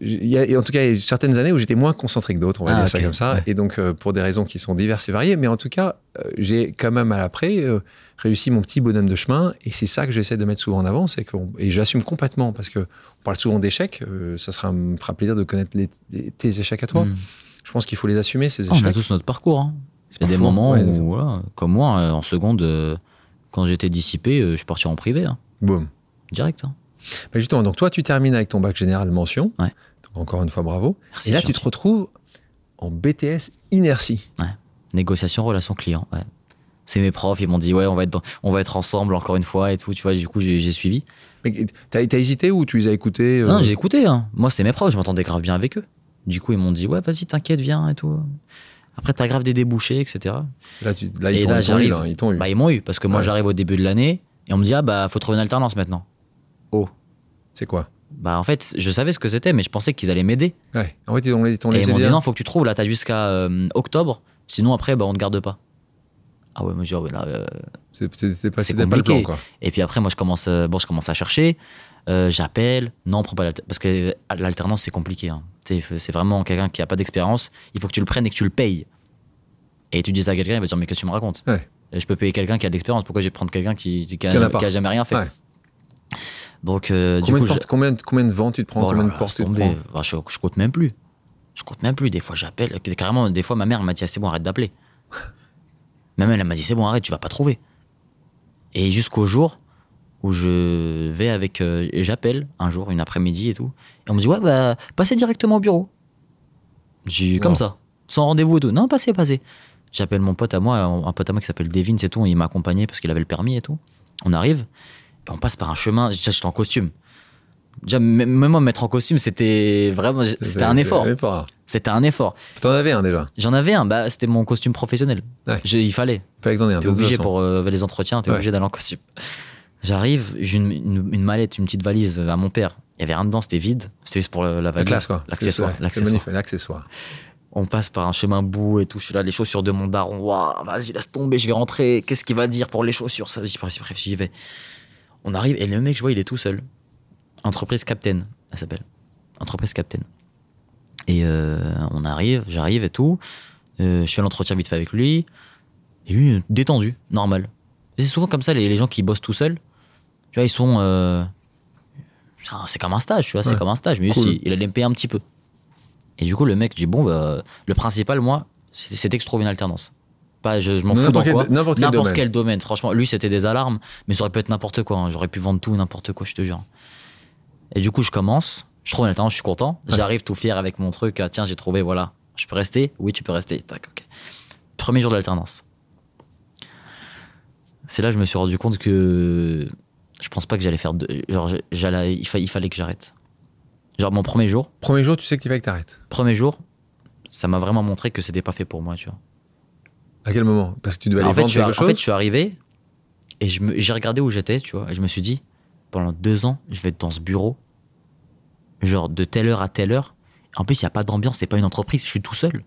[SPEAKER 2] j'ai- il y a- et en tout cas, il y a eu certaines années où j'étais moins concentré que d'autres, on va
[SPEAKER 1] Ah,
[SPEAKER 2] dire
[SPEAKER 1] ok,
[SPEAKER 2] ça comme ça.
[SPEAKER 1] ouais.
[SPEAKER 2] Et donc euh, pour des raisons qui sont diverses et variées, mais en tout cas, euh, j'ai quand même à l'après euh, réussi mon petit bonhomme de chemin. Et c'est ça que j'essaie de mettre souvent en avant, c'est que et j'assume complètement parce que on parle souvent d'échecs. euh, ça sera me fera plaisir de connaître les- les- tes échecs à toi.
[SPEAKER 1] Hmm.
[SPEAKER 2] Je pense qu'il faut les assumer ces
[SPEAKER 1] Ah, On a
[SPEAKER 2] échecs.
[SPEAKER 1] tous notre parcours. Hein.
[SPEAKER 2] C'est
[SPEAKER 1] Il y a des
[SPEAKER 2] parfois-
[SPEAKER 1] moments
[SPEAKER 2] ouais,
[SPEAKER 1] où, voilà, comme moi, euh, en seconde, euh, quand j'étais dissipé, euh, je suis parti en privé, hein,
[SPEAKER 2] Boum.
[SPEAKER 1] direct. hein.
[SPEAKER 2] Bah, justement, donc toi, tu termines avec ton bac général mention.
[SPEAKER 1] Ouais.
[SPEAKER 2] Donc, encore une fois, bravo.
[SPEAKER 1] Merci,
[SPEAKER 2] Et là,
[SPEAKER 1] gentil.
[SPEAKER 2] tu te retrouves en BTS inertie.
[SPEAKER 1] Négociation, relation client. ouais. C'est mes profs, ils m'ont dit ouais, on va être, dans- on va être ensemble encore une fois et tout. Tu vois, du coup, j'ai j'ai suivi.
[SPEAKER 2] Mais t'as t'as hésité ou tu les as écoutés euh,
[SPEAKER 1] Non, j'ai écouté. hein. Moi, c'était mes profs, je m'entendais grave bien avec eux. Du coup, ils m'ont dit ouais, vas-y, t'inquiète, viens et tout. Après, t'as grave des débouchés, etc.
[SPEAKER 2] Là, tu- là,
[SPEAKER 1] Et
[SPEAKER 2] ils t'ont-
[SPEAKER 1] là,
[SPEAKER 2] ils t'ont eu.
[SPEAKER 1] j'arrive.
[SPEAKER 2] là, ils t'ont eu.
[SPEAKER 1] Bah, ils m'ont eu parce que moi,
[SPEAKER 2] Mmh. Ouais.
[SPEAKER 1] j'arrive au début de l'année et on me dit ah bah faut trouver une alternance maintenant.
[SPEAKER 2] C'est quoi
[SPEAKER 1] Bah, en fait, je savais ce que c'était, mais je pensais qu'ils allaient m'aider.
[SPEAKER 2] Ouais. En fait, ils ont les, ils ont
[SPEAKER 1] Et
[SPEAKER 2] les
[SPEAKER 1] ils m'ont
[SPEAKER 2] aidés,
[SPEAKER 1] dit
[SPEAKER 2] hein.
[SPEAKER 1] non, faut que tu trouves là, t'as jusqu'à euh, octobre, sinon après, bah on te garde pas. Ah ouais, moi je dis, ah ouais, là, euh.
[SPEAKER 2] C'est- c'est- c'est pas,
[SPEAKER 1] C'est
[SPEAKER 2] c'était pas le plan,
[SPEAKER 1] compliqué.
[SPEAKER 2] quoi.
[SPEAKER 1] Et puis après, moi je commence, euh, bon, je commence à chercher, euh, j'appelle, non, prends pas l'alternance. Parce que l'alternance c'est compliqué. hein. T'sais, f- C'est vraiment quelqu'un qui a pas d'expérience, il faut que tu le prennes et que tu le payes. Et tu dis ça à quelqu'un, il va dire, mais qu'est-ce que tu me racontes
[SPEAKER 2] Ouais.
[SPEAKER 1] Je peux payer quelqu'un qui a de l'expérience, pourquoi je vais prendre quelqu'un qui, qui, a,
[SPEAKER 2] Qui en a
[SPEAKER 1] jamais,
[SPEAKER 2] pas.
[SPEAKER 1] qui a jamais rien fait
[SPEAKER 2] Ouais.
[SPEAKER 1] Donc, euh, du
[SPEAKER 2] Combien,
[SPEAKER 1] coup,
[SPEAKER 2] de
[SPEAKER 1] je-
[SPEAKER 2] portes- combien, de- combien de vents tu te prends
[SPEAKER 1] Oh là
[SPEAKER 2] Combien de
[SPEAKER 1] là,
[SPEAKER 2] portes tu te
[SPEAKER 1] laisse
[SPEAKER 2] prends
[SPEAKER 1] tomber. Enfin, bah, je, je compte même plus. Je compte même plus. Des fois, j'appelle. Carrément, des fois, ma mère m'a dit Ah, c'est bon, arrête d'appeler. Même elle elle m'a dit c'est bon, arrête, tu vas pas trouver. Et jusqu'au jour où je vais avec. euh, et j'appelle un jour, une après-midi et tout. Et on me dit ouais, bah, passez directement au bureau. J'ai
[SPEAKER 2] Wow.
[SPEAKER 1] comme ça, sans rendez-vous et tout. Non, passez, passez. J'appelle mon pote à moi, un un pote à moi qui s'appelle Devin, c'est tout. Il m'a accompagné parce qu'il avait le permis et tout. On arrive, et on passe par un chemin. Déjà, J'étais en costume. Déjà, m- même moi, me mettre en costume, c'était vraiment. C'était un effort.
[SPEAKER 2] C'est un effort.
[SPEAKER 1] C'était un effort.
[SPEAKER 2] T'en avais un déjà.
[SPEAKER 1] J'en avais un, bah, c'était mon costume professionnel.
[SPEAKER 2] Ouais.
[SPEAKER 1] J'ai- Il fallait.
[SPEAKER 2] Fallait que t'en aies un.
[SPEAKER 1] T'es
[SPEAKER 2] de toute
[SPEAKER 1] obligé
[SPEAKER 2] façon.
[SPEAKER 1] pour euh, les entretiens, t'es
[SPEAKER 2] Ouais.
[SPEAKER 1] obligé d'aller en costume. J'arrive, j'ai une, une- une mallette, une petite valise euh, à mon père. Il y avait rien dedans, c'était vide. C'était juste pour le- la
[SPEAKER 2] La
[SPEAKER 1] valise.
[SPEAKER 2] classe, quoi.
[SPEAKER 1] L'accessoire.
[SPEAKER 2] C'est- c'est
[SPEAKER 1] l'accessoire.
[SPEAKER 2] magnifique, L'accessoire.
[SPEAKER 1] On passe par un chemin boue et tout. Je suis là, les chaussures de mon daron. Waouh, vas-y, laisse tomber, je vais rentrer. Qu'est-ce qu'il va dire pour les chaussures Ça, vas-y, bref, bref, j'y vais. On arrive et le mec, je vois, il est tout seul. Entreprise Captain, elle s'appelle. Entreprise Captain. Et euh, on arrive, j'arrive et tout. Euh, je fais l'entretien vite fait avec lui. Et lui, euh, détendu, normal. Et C'est souvent comme ça, les, les gens qui bossent tout seuls, tu vois, ils sont. euh, ça, c'est comme un stage, tu vois,
[SPEAKER 2] Ouais.
[SPEAKER 1] c'est comme un stage. Mais lui,
[SPEAKER 2] Cool.
[SPEAKER 1] si, il allait me payer un petit peu. Et du coup, le mec dit bon, bah, le principal, moi, c'est- c'était que je trouve une alternance. Pas, je, je m'en fous dans
[SPEAKER 2] N'importe
[SPEAKER 1] quoi.
[SPEAKER 2] quel- n'importe quel
[SPEAKER 1] N'importe
[SPEAKER 2] domaine.
[SPEAKER 1] quel, domaine. Franchement, lui, c'était des alarmes, mais ça aurait pu être n'importe quoi. hein. J'aurais pu vendre tout, et n'importe quoi, je te jure. Et du coup, je commence. Je trouve une alternance, je suis content.
[SPEAKER 2] Ouais.
[SPEAKER 1] J'arrive tout fier avec mon truc. Ah, tiens, j'ai trouvé, voilà. Je peux rester Oui, tu peux rester. Tac, ok. Premier jour de l'alternance. C'est là que je me suis rendu compte que je pense pas que j'allais faire. deux- Genre, j'allais, il fa- il fallait que j'arrête. Genre, mon premier jour,
[SPEAKER 2] Premier jour, tu sais qu'il fallait que t'arrêtes.
[SPEAKER 1] premier jour, ça m'a vraiment montré que c'était pas fait pour moi, tu vois.
[SPEAKER 2] À quel moment Parce que tu devais aller
[SPEAKER 1] en, fait,
[SPEAKER 2] vendre
[SPEAKER 1] je suis,
[SPEAKER 2] quelque
[SPEAKER 1] arri- en fait, je
[SPEAKER 2] chose.
[SPEAKER 1] suis arrivé et je me- j'ai regardé où j'étais, tu vois, et je me suis dit, pendant deux ans, je vais être dans ce bureau, genre de telle heure à telle heure. En plus, il n'y a pas d'ambiance, c'est pas une entreprise, je suis tout seul.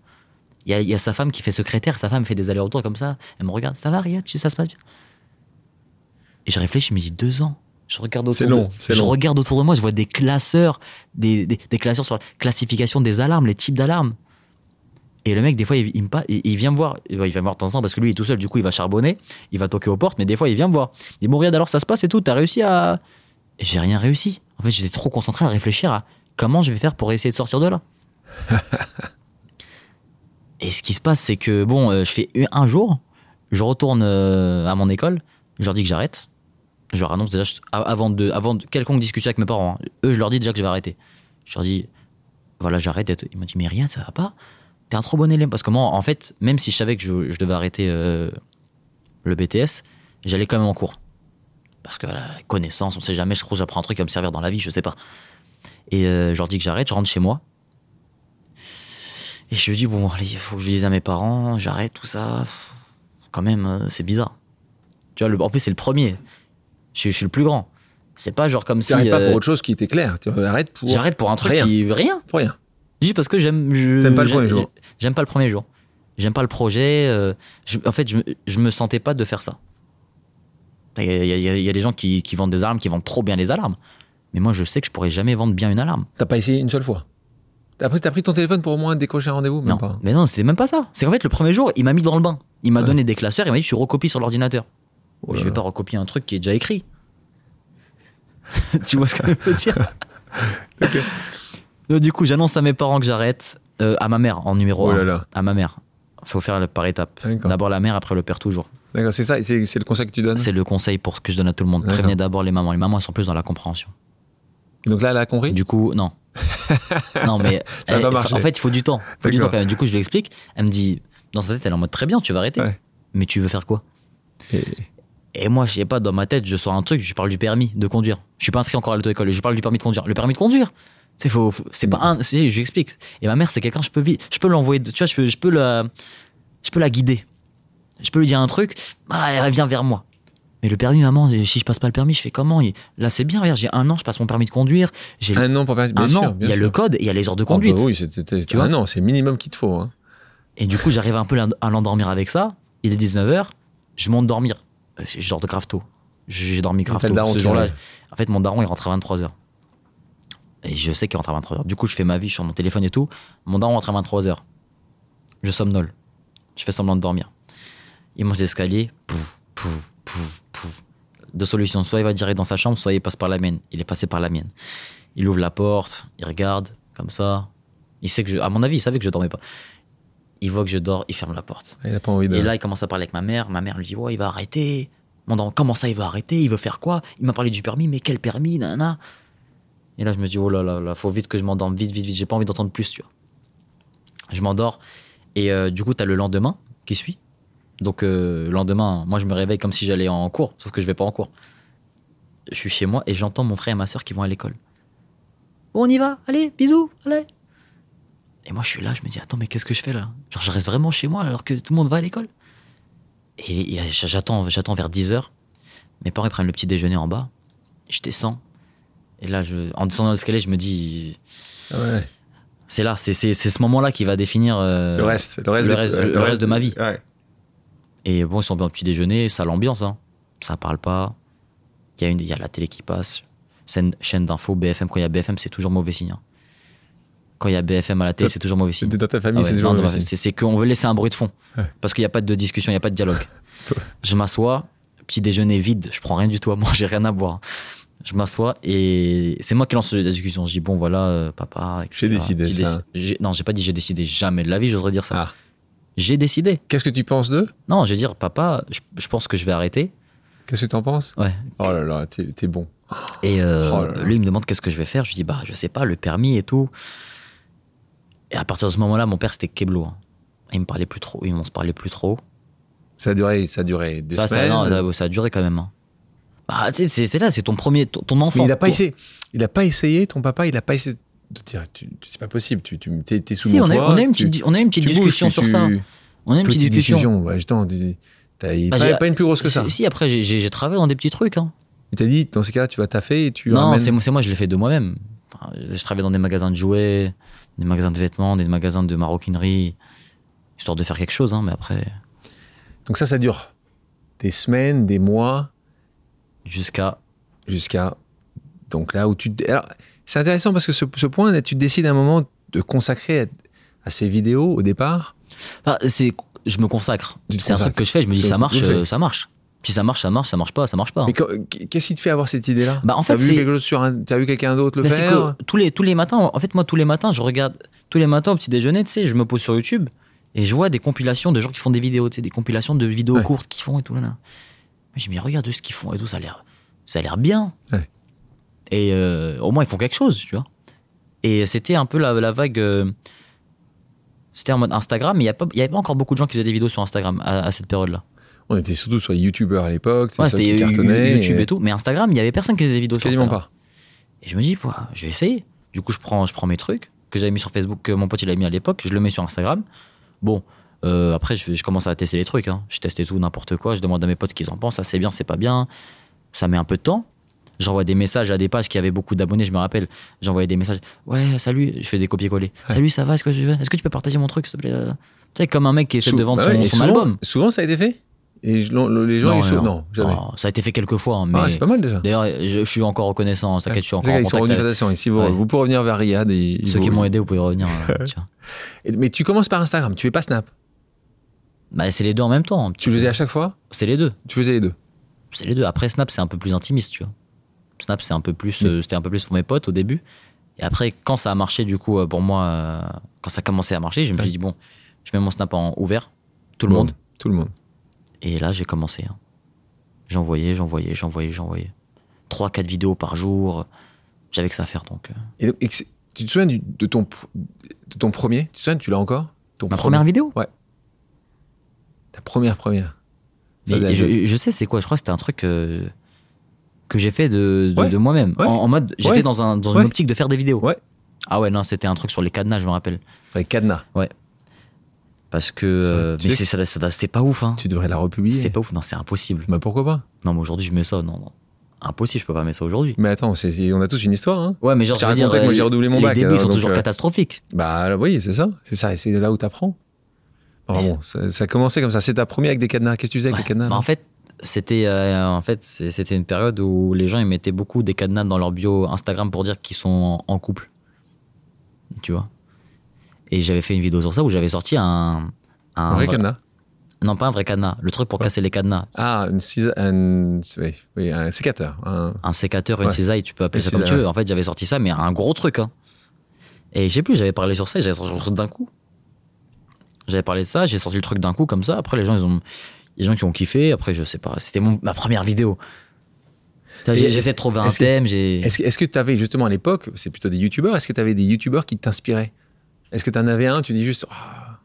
[SPEAKER 1] Il y a, il y a sa femme qui fait secrétaire, sa femme fait des allers-retours comme ça, elle me regarde, ça va, Riyad, tu- ça se passe bien. Et je réfléchis, je me dis, deux ans. Je regarde
[SPEAKER 2] C'est
[SPEAKER 1] autour
[SPEAKER 2] long,
[SPEAKER 1] de,
[SPEAKER 2] c'est
[SPEAKER 1] je
[SPEAKER 2] long.
[SPEAKER 1] regarde autour de moi, je vois des classeurs, des, des- des classeurs sur la classification des alarmes, les types d'alarmes. Et le mec, des fois, il, il me pa- il- il vient me voir. Il va il va me voir de temps en temps parce que lui, il est tout seul. Du coup, il va charbonner. Il va toquer aux portes. Mais des fois, il vient me voir. Il dit Bon, regarde, alors ça se passe et tout. T'as réussi à. Et J'ai rien réussi. En fait, j'étais trop concentré à réfléchir à comment je vais faire pour essayer de sortir de là. et ce qui se passe, c'est que, bon, euh, je fais un- un jour. Je retourne euh, à mon école. Je leur dis que j'arrête. Je leur annonce déjà, je- a- avant de, avant de quelconque discussion avec mes parents, hein. eux, je leur dis déjà que je vais arrêter. Je leur dis Voilà, j'arrête. et tout. Ils m'ont dit Mais rien, ça va pas t'es un trop bon élève. Parce que moi, en fait, même si je savais que je, je devais arrêter euh, le BTS, j'allais quand même en cours. Parce que voilà, connaissance, on sait jamais, je trouve que j'apprends un truc qui va me servir dans la vie, je sais pas. Et euh, je leur dis que j'arrête, je rentre chez moi. Et je lui dis, bon, allez, il faut que je dise à mes parents, j'arrête tout ça. Quand même, euh, c'est bizarre. Tu vois, le, en plus, c'est le premier. Je, je suis le plus grand. C'est pas genre comme
[SPEAKER 2] Tu
[SPEAKER 1] si.
[SPEAKER 2] n'arrêtes pas
[SPEAKER 1] euh,
[SPEAKER 2] pour autre chose qui était claire. Tu arrêtes pour.
[SPEAKER 1] J'arrête pour un truc
[SPEAKER 2] Rien.
[SPEAKER 1] qui. Rien.
[SPEAKER 2] Pour rien.
[SPEAKER 1] Juste parce que j'aime. je-
[SPEAKER 2] T'aimes pas le
[SPEAKER 1] j'aime-
[SPEAKER 2] premier jour.
[SPEAKER 1] J'aime pas le premier jour. J'aime pas le projet. euh, je- en fait, je, me- je me sentais pas de faire ça. Il y, a- il y a- il y a des gens qui, qui vendent des alarmes, qui vendent trop bien les alarmes. Mais moi, je sais que je pourrais jamais vendre bien une alarme.
[SPEAKER 2] T'as pas essayé une seule fois. Après, t'as pris ton téléphone pour au moins décrocher un rendez-vous Même
[SPEAKER 1] non,
[SPEAKER 2] pas.
[SPEAKER 1] mais non, c'était même pas ça. C'est qu'en fait, le premier jour, il m'a mis dans le bain. Il m'a
[SPEAKER 2] Ouais.
[SPEAKER 1] donné des classeurs, il m'a dit tu recopies sur l'ordinateur.
[SPEAKER 2] Oh
[SPEAKER 1] Mais
[SPEAKER 2] là
[SPEAKER 1] je vais
[SPEAKER 2] là.
[SPEAKER 1] pas recopier un truc qui est déjà écrit. tu vois ce que je veux dire Donc, Du coup, j'annonce à mes parents que j'arrête. euh, à ma mère, en numéro
[SPEAKER 2] Oh
[SPEAKER 1] un.
[SPEAKER 2] là là.
[SPEAKER 1] à ma mère. Faut faire le- par étapes.
[SPEAKER 2] D'accord. Ah
[SPEAKER 1] D'abord la mère, après le père toujours.
[SPEAKER 2] D'accord, c'est ça, c'est c'est le conseil que tu donnes.
[SPEAKER 1] C'est le conseil pour ce que je donne à tout le monde.
[SPEAKER 2] D'accord.
[SPEAKER 1] Prévenez d'abord les mamans. Les mamans, elles sont plus dans la compréhension.
[SPEAKER 2] Donc là, elle a compris
[SPEAKER 1] Du coup, non. non, mais.
[SPEAKER 2] Ça va pas
[SPEAKER 1] eh,
[SPEAKER 2] marcher.
[SPEAKER 1] En fait, il faut du temps. Il faut du
[SPEAKER 2] D'accord.
[SPEAKER 1] temps quand même. Du coup, je lui explique. Elle me dit, dans sa tête, elle est en mode très bien, tu vas arrêter.
[SPEAKER 2] Ouais.
[SPEAKER 1] Mais tu veux faire quoi
[SPEAKER 2] Et-
[SPEAKER 1] Et moi, je sais pas, dans ma tête, je sors un truc, je parle du permis de conduire. Je suis pas inscrit encore à l'auto-école, je parle du permis de conduire. Le permis de conduire c'est faux, faut- c'est pas un, si, je lui explique. Et ma mère, c'est quelqu'un, je peux vi- je peux l'envoyer, de- tu vois, je peux, je peux la, je peux la guider. Je peux lui dire un truc, ah, elle vient vers moi. Mais le permis, maman, si je passe pas le permis, je fais comment Il- Là, c'est bien, regarde, j'ai un an, je passe mon permis de conduire, j'ai
[SPEAKER 2] Un an pour permettre.
[SPEAKER 1] un
[SPEAKER 2] Ah, bien
[SPEAKER 1] an,
[SPEAKER 2] sûr, bien
[SPEAKER 1] il y a
[SPEAKER 2] sûr.
[SPEAKER 1] le code, et il y a les heures de
[SPEAKER 2] Ah bah
[SPEAKER 1] conduite.
[SPEAKER 2] oui, c'est- c'est- c'est
[SPEAKER 1] Tu vois
[SPEAKER 2] un an, c'est le minimum qu'il te faut. hein.
[SPEAKER 1] Et du coup, j'arrive un peu l'end- à l'endormir avec ça. Il est 19h, je monte dormir. Euh, Je dors de grave tôt. J'ai dormi grave
[SPEAKER 2] T'as le
[SPEAKER 1] tôt.
[SPEAKER 2] daron
[SPEAKER 1] Ce
[SPEAKER 2] qui
[SPEAKER 1] jour-là,
[SPEAKER 2] arrive.
[SPEAKER 1] en fait, mon daron, il rentre à 23h. Et je sais qu'il rentre à 23h. Du coup, je fais ma vie, je suis sur mon téléphone et tout. Mon daron rentre à 23h. Je somnole. Je fais semblant de dormir. Il monte l'escalier. Pouf, pouf, pouf, pouf. Deux solutions. Soit il va direct dans sa chambre, soit il passe par la mienne. Il est passé par la mienne. Il ouvre la porte, il regarde, comme ça. Il sait que je. À mon avis, il savait que je dormais pas. Il voit que je dors, il ferme la porte.
[SPEAKER 2] Il n'a pas envie de.
[SPEAKER 1] Et là, il commence à parler avec ma mère. Ma mère lui dit Ouais, il va arrêter. Mon daron, comment ça, il va arrêter Il veut faire quoi Il m'a parlé du permis, mais quel permis Nana. Et là, je me dis Oh là là là, faut vite que je m'endorme, vite, vite, vite. J'ai pas envie d'entendre plus, tu vois. Je m'endors. Et euh, du coup, t'as le lendemain qui suit. Donc, euh, le lendemain, moi, je me réveille comme si j'allais en cours, sauf que je vais pas en cours. Je suis chez moi et j'entends mon frère et ma soeur qui vont à l'école. Bon, on y va, allez, bisous, allez. Et moi, je suis là, je me dis Attends, mais qu'est-ce que je fais là Genre, je reste vraiment chez moi alors que tout le monde va à l'école et, et j'attends, j'attends vers 10h. Mes parents ils prennent le petit déjeuner en bas. Je descends. Et là, je, en descendant l'escalier, je me dis,
[SPEAKER 2] Ah ouais.
[SPEAKER 1] euh, c'est là, c'est, c'est, c'est ce moment-là qui va définir. euh,
[SPEAKER 2] le reste. Le reste,
[SPEAKER 1] le
[SPEAKER 2] des-
[SPEAKER 1] reste- le reste de ma vie.
[SPEAKER 2] Ouais.
[SPEAKER 1] Et bon, ils sont bien au petit déjeuner, ça l'ambiance. Hein. Ça parle pas. Il y, a une- il y a la télé qui passe. Scène- chaîne d'infos, BFM. Quand il y a BFM, c'est toujours mauvais signe. hein. Quand il y a BFM à la télé,
[SPEAKER 2] Toi,
[SPEAKER 1] c'est toujours mauvais signe.
[SPEAKER 2] T'es dans ta famille,
[SPEAKER 1] Ah ouais,
[SPEAKER 2] c'est
[SPEAKER 1] non,
[SPEAKER 2] toujours.
[SPEAKER 1] non,
[SPEAKER 2] le
[SPEAKER 1] c'est-
[SPEAKER 2] signe.
[SPEAKER 1] c'est c'est qu'on veut laisser un bruit de fond.
[SPEAKER 2] Ouais.
[SPEAKER 1] Parce qu'il n'y a pas de discussion, il n'y a pas de dialogue. je m'assois, petit déjeuner vide, je prends rien du tout à moi, j'ai rien à boire. Je m'assois et c'est moi qui lance la discussion. Je dis, bon, voilà, euh, papa, etc.
[SPEAKER 2] J'ai décidé
[SPEAKER 1] J'ai
[SPEAKER 2] ça.
[SPEAKER 1] déci- j'ai- Non, j'ai pas dit j'ai décidé jamais de la vie, j'oserais dire ça.
[SPEAKER 2] Ah.
[SPEAKER 1] J'ai décidé.
[SPEAKER 2] Qu'est-ce que tu penses d'eux
[SPEAKER 1] Non, j'ai dit, papa, je, je pense que je vais arrêter.
[SPEAKER 2] Qu'est-ce que t'en penses
[SPEAKER 1] Ouais.
[SPEAKER 2] Oh là là, t'es t'es bon.
[SPEAKER 1] Et euh,
[SPEAKER 2] Oh là là.
[SPEAKER 1] lui, il me demande qu'est-ce que je vais faire. Je lui dis, bah, je sais pas, le permis et tout. Et à partir de ce moment-là, mon père, c'était Keblo. hein. Il me parlait plus trop, on se parlait plus trop.
[SPEAKER 2] Ça a duré, ça a duré des
[SPEAKER 1] Ça, ça-
[SPEAKER 2] semaines. euh.
[SPEAKER 1] non, ça, ça a duré quand même. hein. Bah, tu sais, c'est c'est là, c'est ton premier, ton, ton enfant.
[SPEAKER 2] Mais il n'a pas
[SPEAKER 1] Ton-
[SPEAKER 2] essayé. Il n'a pas essayé. Ton papa, il n'a pas essayé de dire, tu- tu- c'est pas possible. Tu, tu t'es, t'es sous
[SPEAKER 1] Si,
[SPEAKER 2] mon
[SPEAKER 1] on a,
[SPEAKER 2] toit,
[SPEAKER 1] on a une
[SPEAKER 2] tu-
[SPEAKER 1] petite, di- on a une
[SPEAKER 2] tu
[SPEAKER 1] petite
[SPEAKER 2] bouges,
[SPEAKER 1] discussion
[SPEAKER 2] tu-
[SPEAKER 1] sur
[SPEAKER 2] tu-
[SPEAKER 1] ça. On a une
[SPEAKER 2] petite
[SPEAKER 1] petite discussion.
[SPEAKER 2] Ouais, je t'en dis. T'as,
[SPEAKER 1] Bah,
[SPEAKER 2] pas,
[SPEAKER 1] j'ai-
[SPEAKER 2] pas une plus grosse que ça.
[SPEAKER 1] Si, si, après, j'ai- j'ai j'ai travaillé dans des petits trucs. hein.
[SPEAKER 2] Il t'a dit, dans ces cas-là, tu vas taffer et tu
[SPEAKER 1] Non,
[SPEAKER 2] ramènes.
[SPEAKER 1] c'est moi- c'est moi, je l'ai fait de moi-même. Enfin, je travaillais dans des magasins de jouets, des magasins de vêtements, des magasins de maroquinerie, histoire de faire quelque chose, hein, mais après,
[SPEAKER 2] Donc ça, ça dure des semaines, des mois,
[SPEAKER 1] jusqu'à.
[SPEAKER 2] jusqu'à donc là où tu. Alors, c'est intéressant parce que ce, ce point, là, tu décides à un moment de consacrer à, à ces vidéos au départ.
[SPEAKER 1] Enfin, c'est- je me consacre.
[SPEAKER 2] Tu te
[SPEAKER 1] C'est un
[SPEAKER 2] consacres.
[SPEAKER 1] truc que je fais, je me dis,
[SPEAKER 2] Tu-
[SPEAKER 1] ça marche,
[SPEAKER 2] tu le fais.
[SPEAKER 1] euh, ça marche. Si ça marche, ça marche, ça marche pas, ça marche pas. hein.
[SPEAKER 2] Mais quand- qu'est-ce qui te fait avoir cette idée-là
[SPEAKER 1] Bah, en
[SPEAKER 2] T'as
[SPEAKER 1] fait,
[SPEAKER 2] vu
[SPEAKER 1] c'est-
[SPEAKER 2] quelque chose sur un- t'as vu quelqu'un d'autre le
[SPEAKER 1] Bah, c'est
[SPEAKER 2] faire
[SPEAKER 1] que tous les, tous les matins, en fait, moi, tous les matins, je regarde, tous les matins au petit déjeuner, tu sais, je me pose sur YouTube et je vois des compilations de gens qui font des vidéos, tu sais, des compilations de vidéos
[SPEAKER 2] Ouais.
[SPEAKER 1] courtes qu'ils font et tout. Là, là. Mais je me dis, regarde ce qu'ils font et tout, ça a l'air, ça a l'air bien.
[SPEAKER 2] Ouais.
[SPEAKER 1] Et euh, au moins, ils font quelque chose, tu vois. Et c'était un peu la, la vague. euh, c'était en mode Instagram, mais il n'y avait, pas encore beaucoup de gens qui faisaient des vidéos sur Instagram à, à cette période-là.
[SPEAKER 2] On était surtout sur les youtubeurs à l'époque, c'est
[SPEAKER 1] Ouais,
[SPEAKER 2] ça qui
[SPEAKER 1] c'était
[SPEAKER 2] cartonnait,
[SPEAKER 1] YouTube et tout, mais Instagram, il n'y avait personne qui faisait des vidéos sur
[SPEAKER 2] Quasiment
[SPEAKER 1] Instagram.
[SPEAKER 2] pas.
[SPEAKER 1] Et je me dis, Pouah, je vais essayer. Du coup, je prends, je prends mes trucs que j'avais mis sur Facebook, que mon pote il a mis à l'époque, je le mets sur Instagram. Bon, euh, après, je, je commence à tester les trucs. hein. Je teste et tout, n'importe quoi. Je demande à mes potes ce qu'ils en pensent. Ça, c'est bien, c'est pas bien. Ça met un peu de temps. J'envoie des messages à des pages qui avaient beaucoup d'abonnés, je me rappelle. J'envoyais des messages. Ouais, salut, je fais des copier-coller.
[SPEAKER 2] Ouais.
[SPEAKER 1] Salut, ça va Est-ce que, tu veux Est-ce que tu peux partager mon truc, s'il te plaît euh Tu sais, comme un mec qui essaie
[SPEAKER 2] Sou-
[SPEAKER 1] de vendre
[SPEAKER 2] bah ouais,
[SPEAKER 1] son,
[SPEAKER 2] et
[SPEAKER 1] son
[SPEAKER 2] souvent-
[SPEAKER 1] album.
[SPEAKER 2] Souvent, ça a été fait Et je- l'on- le- les gens,
[SPEAKER 1] Non,
[SPEAKER 2] ils sont.
[SPEAKER 1] non.
[SPEAKER 2] Non, jamais.
[SPEAKER 1] Oh, ça a été fait quelques fois, hein, mais
[SPEAKER 2] Ah, c'est pas mal déjà.
[SPEAKER 1] d'ailleurs, je, je suis encore reconnaissant. T'inquiète, je suis
[SPEAKER 2] C'est
[SPEAKER 1] encore
[SPEAKER 2] vrai,
[SPEAKER 1] en
[SPEAKER 2] ils sont
[SPEAKER 1] contact.
[SPEAKER 2] revenus
[SPEAKER 1] avec-
[SPEAKER 2] Fondation. Et si vous,
[SPEAKER 1] Ouais.
[SPEAKER 2] vous pouvez revenir vers Riyad, et,
[SPEAKER 1] Ceux qui m'ont aidé, vous pouvez revenir. euh, tu vois.
[SPEAKER 2] Mais tu commences par Instagram, tu fais pas Snap.
[SPEAKER 1] Bah, c'est les deux en même temps. un petit
[SPEAKER 2] Tu le
[SPEAKER 1] peu.
[SPEAKER 2] faisais à chaque fois
[SPEAKER 1] C'est les deux.
[SPEAKER 2] Tu faisais les deux.
[SPEAKER 1] C'est les deux. Après, Snap, c'est un peu plus intimiste, tu vois. Snap, c'est un peu plus. euh, C'était un peu plus pour mes potes au début. Et après, quand ça a marché, du coup, euh, pour moi, euh, quand ça a commencé à marcher, je me
[SPEAKER 2] Ouais.
[SPEAKER 1] suis dit, bon, je mets mon Snap en ouvert, tout le
[SPEAKER 2] Bon,
[SPEAKER 1] monde.
[SPEAKER 2] Tout le monde.
[SPEAKER 1] Et là, j'ai commencé. hein. J'envoyais, j'envoyais, j'envoyais, j'envoyais. 3-4 vidéos par jour. j'avais que ça à faire donc. euh.
[SPEAKER 2] Et donc, et que c'est- tu te souviens du- de, ton, pr- de ton premier Tu te souviens, tu l'as encore Ton
[SPEAKER 1] Ma
[SPEAKER 2] premier-
[SPEAKER 1] première vidéo
[SPEAKER 2] Ta première première. Ça
[SPEAKER 1] Mais
[SPEAKER 2] faisait la
[SPEAKER 1] je, je sais c'est quoi, je crois que c'était un truc euh, que j'ai fait de, de,
[SPEAKER 2] Ouais.
[SPEAKER 1] de moi-même.
[SPEAKER 2] Ouais.
[SPEAKER 1] En, en mode, j'étais
[SPEAKER 2] Ouais.
[SPEAKER 1] dans, un, dans
[SPEAKER 2] Ouais.
[SPEAKER 1] une optique de faire des vidéos.
[SPEAKER 2] Ouais.
[SPEAKER 1] Ah ouais, non, c'était un truc sur les cadenas, je me rappelle.
[SPEAKER 2] Avec cadenas.
[SPEAKER 1] Parce que. euh,
[SPEAKER 2] Tu
[SPEAKER 1] mais
[SPEAKER 2] sais
[SPEAKER 1] c'est ça, ça- c'est pas ouf, hein.
[SPEAKER 2] Tu devrais la republier.
[SPEAKER 1] C'est pas ouf, non, c'est impossible.
[SPEAKER 2] Bah pourquoi pas
[SPEAKER 1] Non, mais aujourd'hui, je mets ça, non, non. Impossible, je peux pas mettre ça aujourd'hui.
[SPEAKER 2] Mais attends, c'est- on a tous une histoire. Hein
[SPEAKER 1] Ouais, mais genre,
[SPEAKER 2] J'ai
[SPEAKER 1] je veux dire.
[SPEAKER 2] raconté que moi,
[SPEAKER 1] euh,
[SPEAKER 2] j'ai redoublé mon
[SPEAKER 1] les
[SPEAKER 2] bac,
[SPEAKER 1] débuts,
[SPEAKER 2] alors,
[SPEAKER 1] ils sont
[SPEAKER 2] donc,
[SPEAKER 1] toujours
[SPEAKER 2] euh,
[SPEAKER 1] catastrophiques.
[SPEAKER 2] Bah oui, c'est ça. C'est ça. Et c'est là où t'apprends. Enfin,
[SPEAKER 1] Mais
[SPEAKER 2] bon, ça, ça commençait comme ça. C'est ta première avec des cadenas. Qu'est-ce que tu faisais avec
[SPEAKER 1] Ouais.
[SPEAKER 2] les cadenas
[SPEAKER 1] Bah, en fait, c'était euh, en fait c'est- c'était une période où les gens ils mettaient beaucoup des cadenas dans leur bio Instagram pour dire qu'ils sont en, en couple. Tu vois. Et j'avais fait une vidéo sur ça où j'avais sorti un un
[SPEAKER 2] Un vrai
[SPEAKER 1] vrai-
[SPEAKER 2] cadenas.
[SPEAKER 1] non pas un vrai cadenas, le truc pour
[SPEAKER 2] Ouais.
[SPEAKER 1] casser les cadenas,
[SPEAKER 2] Ah, une cisa- un, oui, oui, un sécateur. Un...
[SPEAKER 1] un sécateur, une
[SPEAKER 2] Ouais.
[SPEAKER 1] cisaille, tu peux appeler ça
[SPEAKER 2] Une
[SPEAKER 1] comme tu
[SPEAKER 2] cisaille,
[SPEAKER 1] veux. En fait, j'avais sorti ça mais un gros truc hein. Et je sais plus, j'avais parlé sur ça, et j'avais sorti le truc d'un coup. J'avais parlé de ça, j'ai sorti le truc d'un coup comme ça, après les gens ils ont les gens qui ont kiffé, après je sais pas, c'était mon- ma première vidéo. Tu vois,
[SPEAKER 2] Et-
[SPEAKER 1] j'ai- J'essaie de trouver un
[SPEAKER 2] est-ce que-
[SPEAKER 1] thème, j'ai
[SPEAKER 2] Est-ce que- est-ce que tu avais justement à l'époque, c'est plutôt des youtubeurs, est-ce que tu avais des youtubeurs qui t'inspiraient Est-ce que tu en avais un, tu dis juste. Ah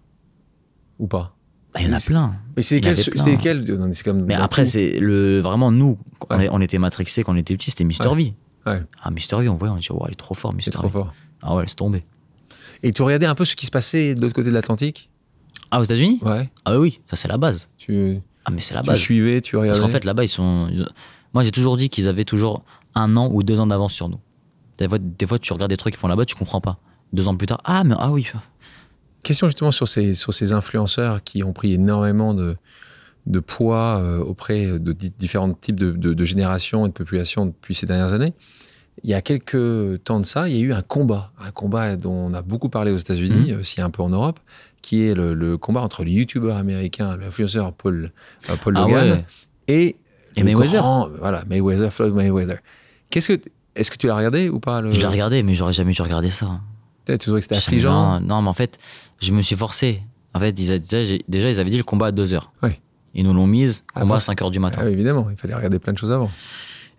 [SPEAKER 2] ou pas
[SPEAKER 1] Ah, Il y en a
[SPEAKER 2] C'est-
[SPEAKER 1] plein.
[SPEAKER 2] Mais c'est
[SPEAKER 1] Il y en
[SPEAKER 2] lesquels,
[SPEAKER 1] avait
[SPEAKER 2] ceux-
[SPEAKER 1] plein.
[SPEAKER 2] c'est lesquels Non, mais c'est comme
[SPEAKER 1] Mais
[SPEAKER 2] dans
[SPEAKER 1] après,
[SPEAKER 2] tout.
[SPEAKER 1] c'est le vraiment nous, on,
[SPEAKER 2] Ouais.
[SPEAKER 1] est- on était matrixés quand on était petits, c'était Mister V.
[SPEAKER 2] Ouais.
[SPEAKER 1] Ah, Mister V, on voyait, on disait, Ouah, il est trop fort, Mister
[SPEAKER 2] c'est trop
[SPEAKER 1] V.
[SPEAKER 2] fort.
[SPEAKER 1] Ah ouais, laisse tomber.
[SPEAKER 2] Et tu regardais un peu ce qui se passait de l'autre côté de l'Atlantique
[SPEAKER 1] Ah, aux États-Unis
[SPEAKER 2] Ouais.
[SPEAKER 1] Ah oui, ça c'est la base.
[SPEAKER 2] Tu,
[SPEAKER 1] Ah, mais c'est la
[SPEAKER 2] tu
[SPEAKER 1] base.
[SPEAKER 2] suivais, tu
[SPEAKER 1] Parce
[SPEAKER 2] regardais.
[SPEAKER 1] qu'en fait, là-bas, ils sont. ils ont- Moi, j'ai toujours dit qu'ils avaient toujours un an ou deux ans d'avance sur nous. Des fois, des fois, tu regardes des trucs qu'ils font là-bas, tu comprends pas. Deux ans plus tard, ah, mais ah oui.
[SPEAKER 2] Question justement sur ces, sur ces influenceurs qui ont pris énormément de, de poids euh, auprès de di- différents types de, de- de générations et de populations depuis ces dernières années. Il y a quelques temps de ça, il y a eu un combat, un combat dont on a beaucoup parlé aux États-Unis,
[SPEAKER 1] Mmh.
[SPEAKER 2] aussi un peu en Europe, qui est le, le combat entre le youtubeur américain, l'influenceur Paul, euh, Paul
[SPEAKER 1] Ah
[SPEAKER 2] Logan,
[SPEAKER 1] ouais.
[SPEAKER 2] et,
[SPEAKER 1] Et
[SPEAKER 2] le
[SPEAKER 1] Mayweather.
[SPEAKER 2] grand- voilà, Mayweather, Floyd Mayweather. Qu'est-ce que t- est-ce que tu l'as regardé ou pas le...
[SPEAKER 1] Je l'ai regardé, mais j'aurais jamais dû regarder ça.
[SPEAKER 2] Tu trouvais que c'était
[SPEAKER 1] J'ai-
[SPEAKER 2] euh, affligeant
[SPEAKER 1] Non, non, mais en fait, je me suis forcé. En fait, ils avaient- déjà, j'ai- déjà, ils avaient dit le combat à 2 heures.
[SPEAKER 2] Ouais.
[SPEAKER 1] Ils nous l'ont mise,
[SPEAKER 2] Ah,
[SPEAKER 1] combat à
[SPEAKER 2] bon.
[SPEAKER 1] 5 heures du matin.
[SPEAKER 2] Ah oui, Évidemment, il fallait regarder plein de choses avant.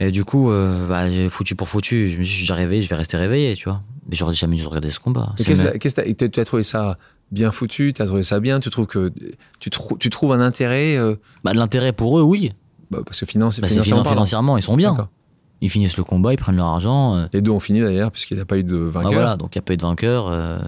[SPEAKER 1] Et du coup, euh, bah, j'ai foutu pour foutu. Je me suis dit, j'ai réveillé, je vais rester réveillé, tu vois. Mais j'aurais jamais dû regarder ce combat.
[SPEAKER 2] Mais
[SPEAKER 1] C'est
[SPEAKER 2] qu'est-ce
[SPEAKER 1] même-
[SPEAKER 2] que- qu'est-ce que t'as- t'as- tu as trouvé ça bien foutu, tu as trouvé ça bien, tu trouves que tu, trou- tu trouves un intérêt euh,
[SPEAKER 1] bah, de l'intérêt pour eux, oui.
[SPEAKER 2] bah, parce que finance,
[SPEAKER 1] Bah, c'est
[SPEAKER 2] financièrement
[SPEAKER 1] finan-
[SPEAKER 2] parlant.
[SPEAKER 1] financièrement, ils sont bien.
[SPEAKER 2] D'accord.
[SPEAKER 1] Ils finissent le combat, ils prennent leur argent. euh,
[SPEAKER 2] Les deux ont fini d'ailleurs puisqu'il n'y a pas eu de
[SPEAKER 1] bah,
[SPEAKER 2] vainqueur.
[SPEAKER 1] voilà, donc il n'y a pas eu de vainqueur. euh.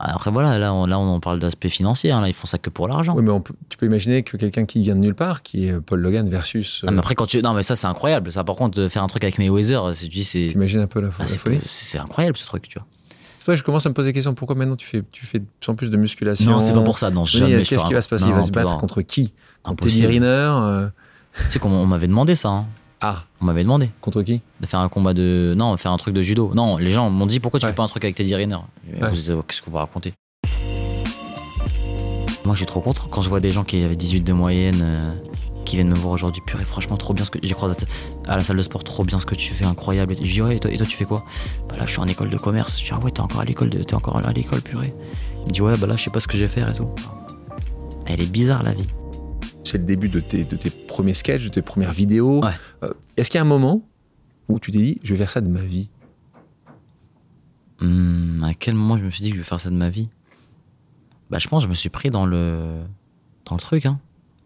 [SPEAKER 1] Après, voilà, là, on, là, on en parle d'aspect financier. hein. Là, ils font ça que pour l'argent.
[SPEAKER 2] Oui, mais on peut- tu peux imaginer que quelqu'un qui vient de nulle part, qui est Paul Logan versus.
[SPEAKER 1] Ah, mais
[SPEAKER 2] euh,
[SPEAKER 1] après, quand tu. Non, mais ça, c'est incroyable. Ça, par contre, de faire un truc avec Mayweather, euh, c'est- tu dis, c'est.
[SPEAKER 2] euh, T'imagines un peu la, fo-
[SPEAKER 1] Ah,
[SPEAKER 2] la
[SPEAKER 1] c'est-
[SPEAKER 2] folie.
[SPEAKER 1] c'est incroyable ce truc, tu vois.
[SPEAKER 2] C'est pour ça que je commence à me poser des questions. Pourquoi maintenant tu fais, tu fais de plus en plus de musculation
[SPEAKER 1] Non, c'est pas pour ça, non.
[SPEAKER 2] Je me dis,
[SPEAKER 1] jamais je
[SPEAKER 2] Qu'est-ce
[SPEAKER 1] ferai
[SPEAKER 2] qui
[SPEAKER 1] un-
[SPEAKER 2] va se passer Il
[SPEAKER 1] Non,
[SPEAKER 2] va se
[SPEAKER 1] on peut
[SPEAKER 2] battre
[SPEAKER 1] pas.
[SPEAKER 2] contre qui Contre Teddy
[SPEAKER 1] Impossible.
[SPEAKER 2] Riner euh,
[SPEAKER 1] Tu sais qu'on on m'avait demandé ça. hein.
[SPEAKER 2] Ah,
[SPEAKER 1] On m'avait demandé.
[SPEAKER 2] contre qui
[SPEAKER 1] de faire un combat de non faire un truc de judo non les gens m'ont dit pourquoi tu
[SPEAKER 2] Ouais.
[SPEAKER 1] fais pas un truc avec Teddy Riner Et
[SPEAKER 2] Ouais.
[SPEAKER 1] vous dites, oh, qu'est-ce que vous racontez moi je suis trop content quand je vois des gens qui avaient 18 de moyenne euh, qui viennent me voir aujourd'hui purée franchement trop bien ce que j'ai croisé à la salle de sport trop bien ce que tu fais incroyable et je dis ouais et toi, et toi, tu fais quoi bah là je suis en école de commerce je dis ah ouais t'es encore à l'école de- t'es encore à l'école purée il me dit ouais bah là je sais pas ce que je vais faire et tout elle est bizarre la vie
[SPEAKER 2] c'est le début de tes, de tes premiers sketchs, de tes premières vidéos.
[SPEAKER 1] Ouais.
[SPEAKER 2] Euh, Est-ce qu'il y a un moment où tu t'es dit, je vais faire ça de ma vie
[SPEAKER 1] Hmm, à quel moment je me suis dit que je vais faire ça de ma vie Bah, je pense que je me suis pris dans le dans le truc. Hein.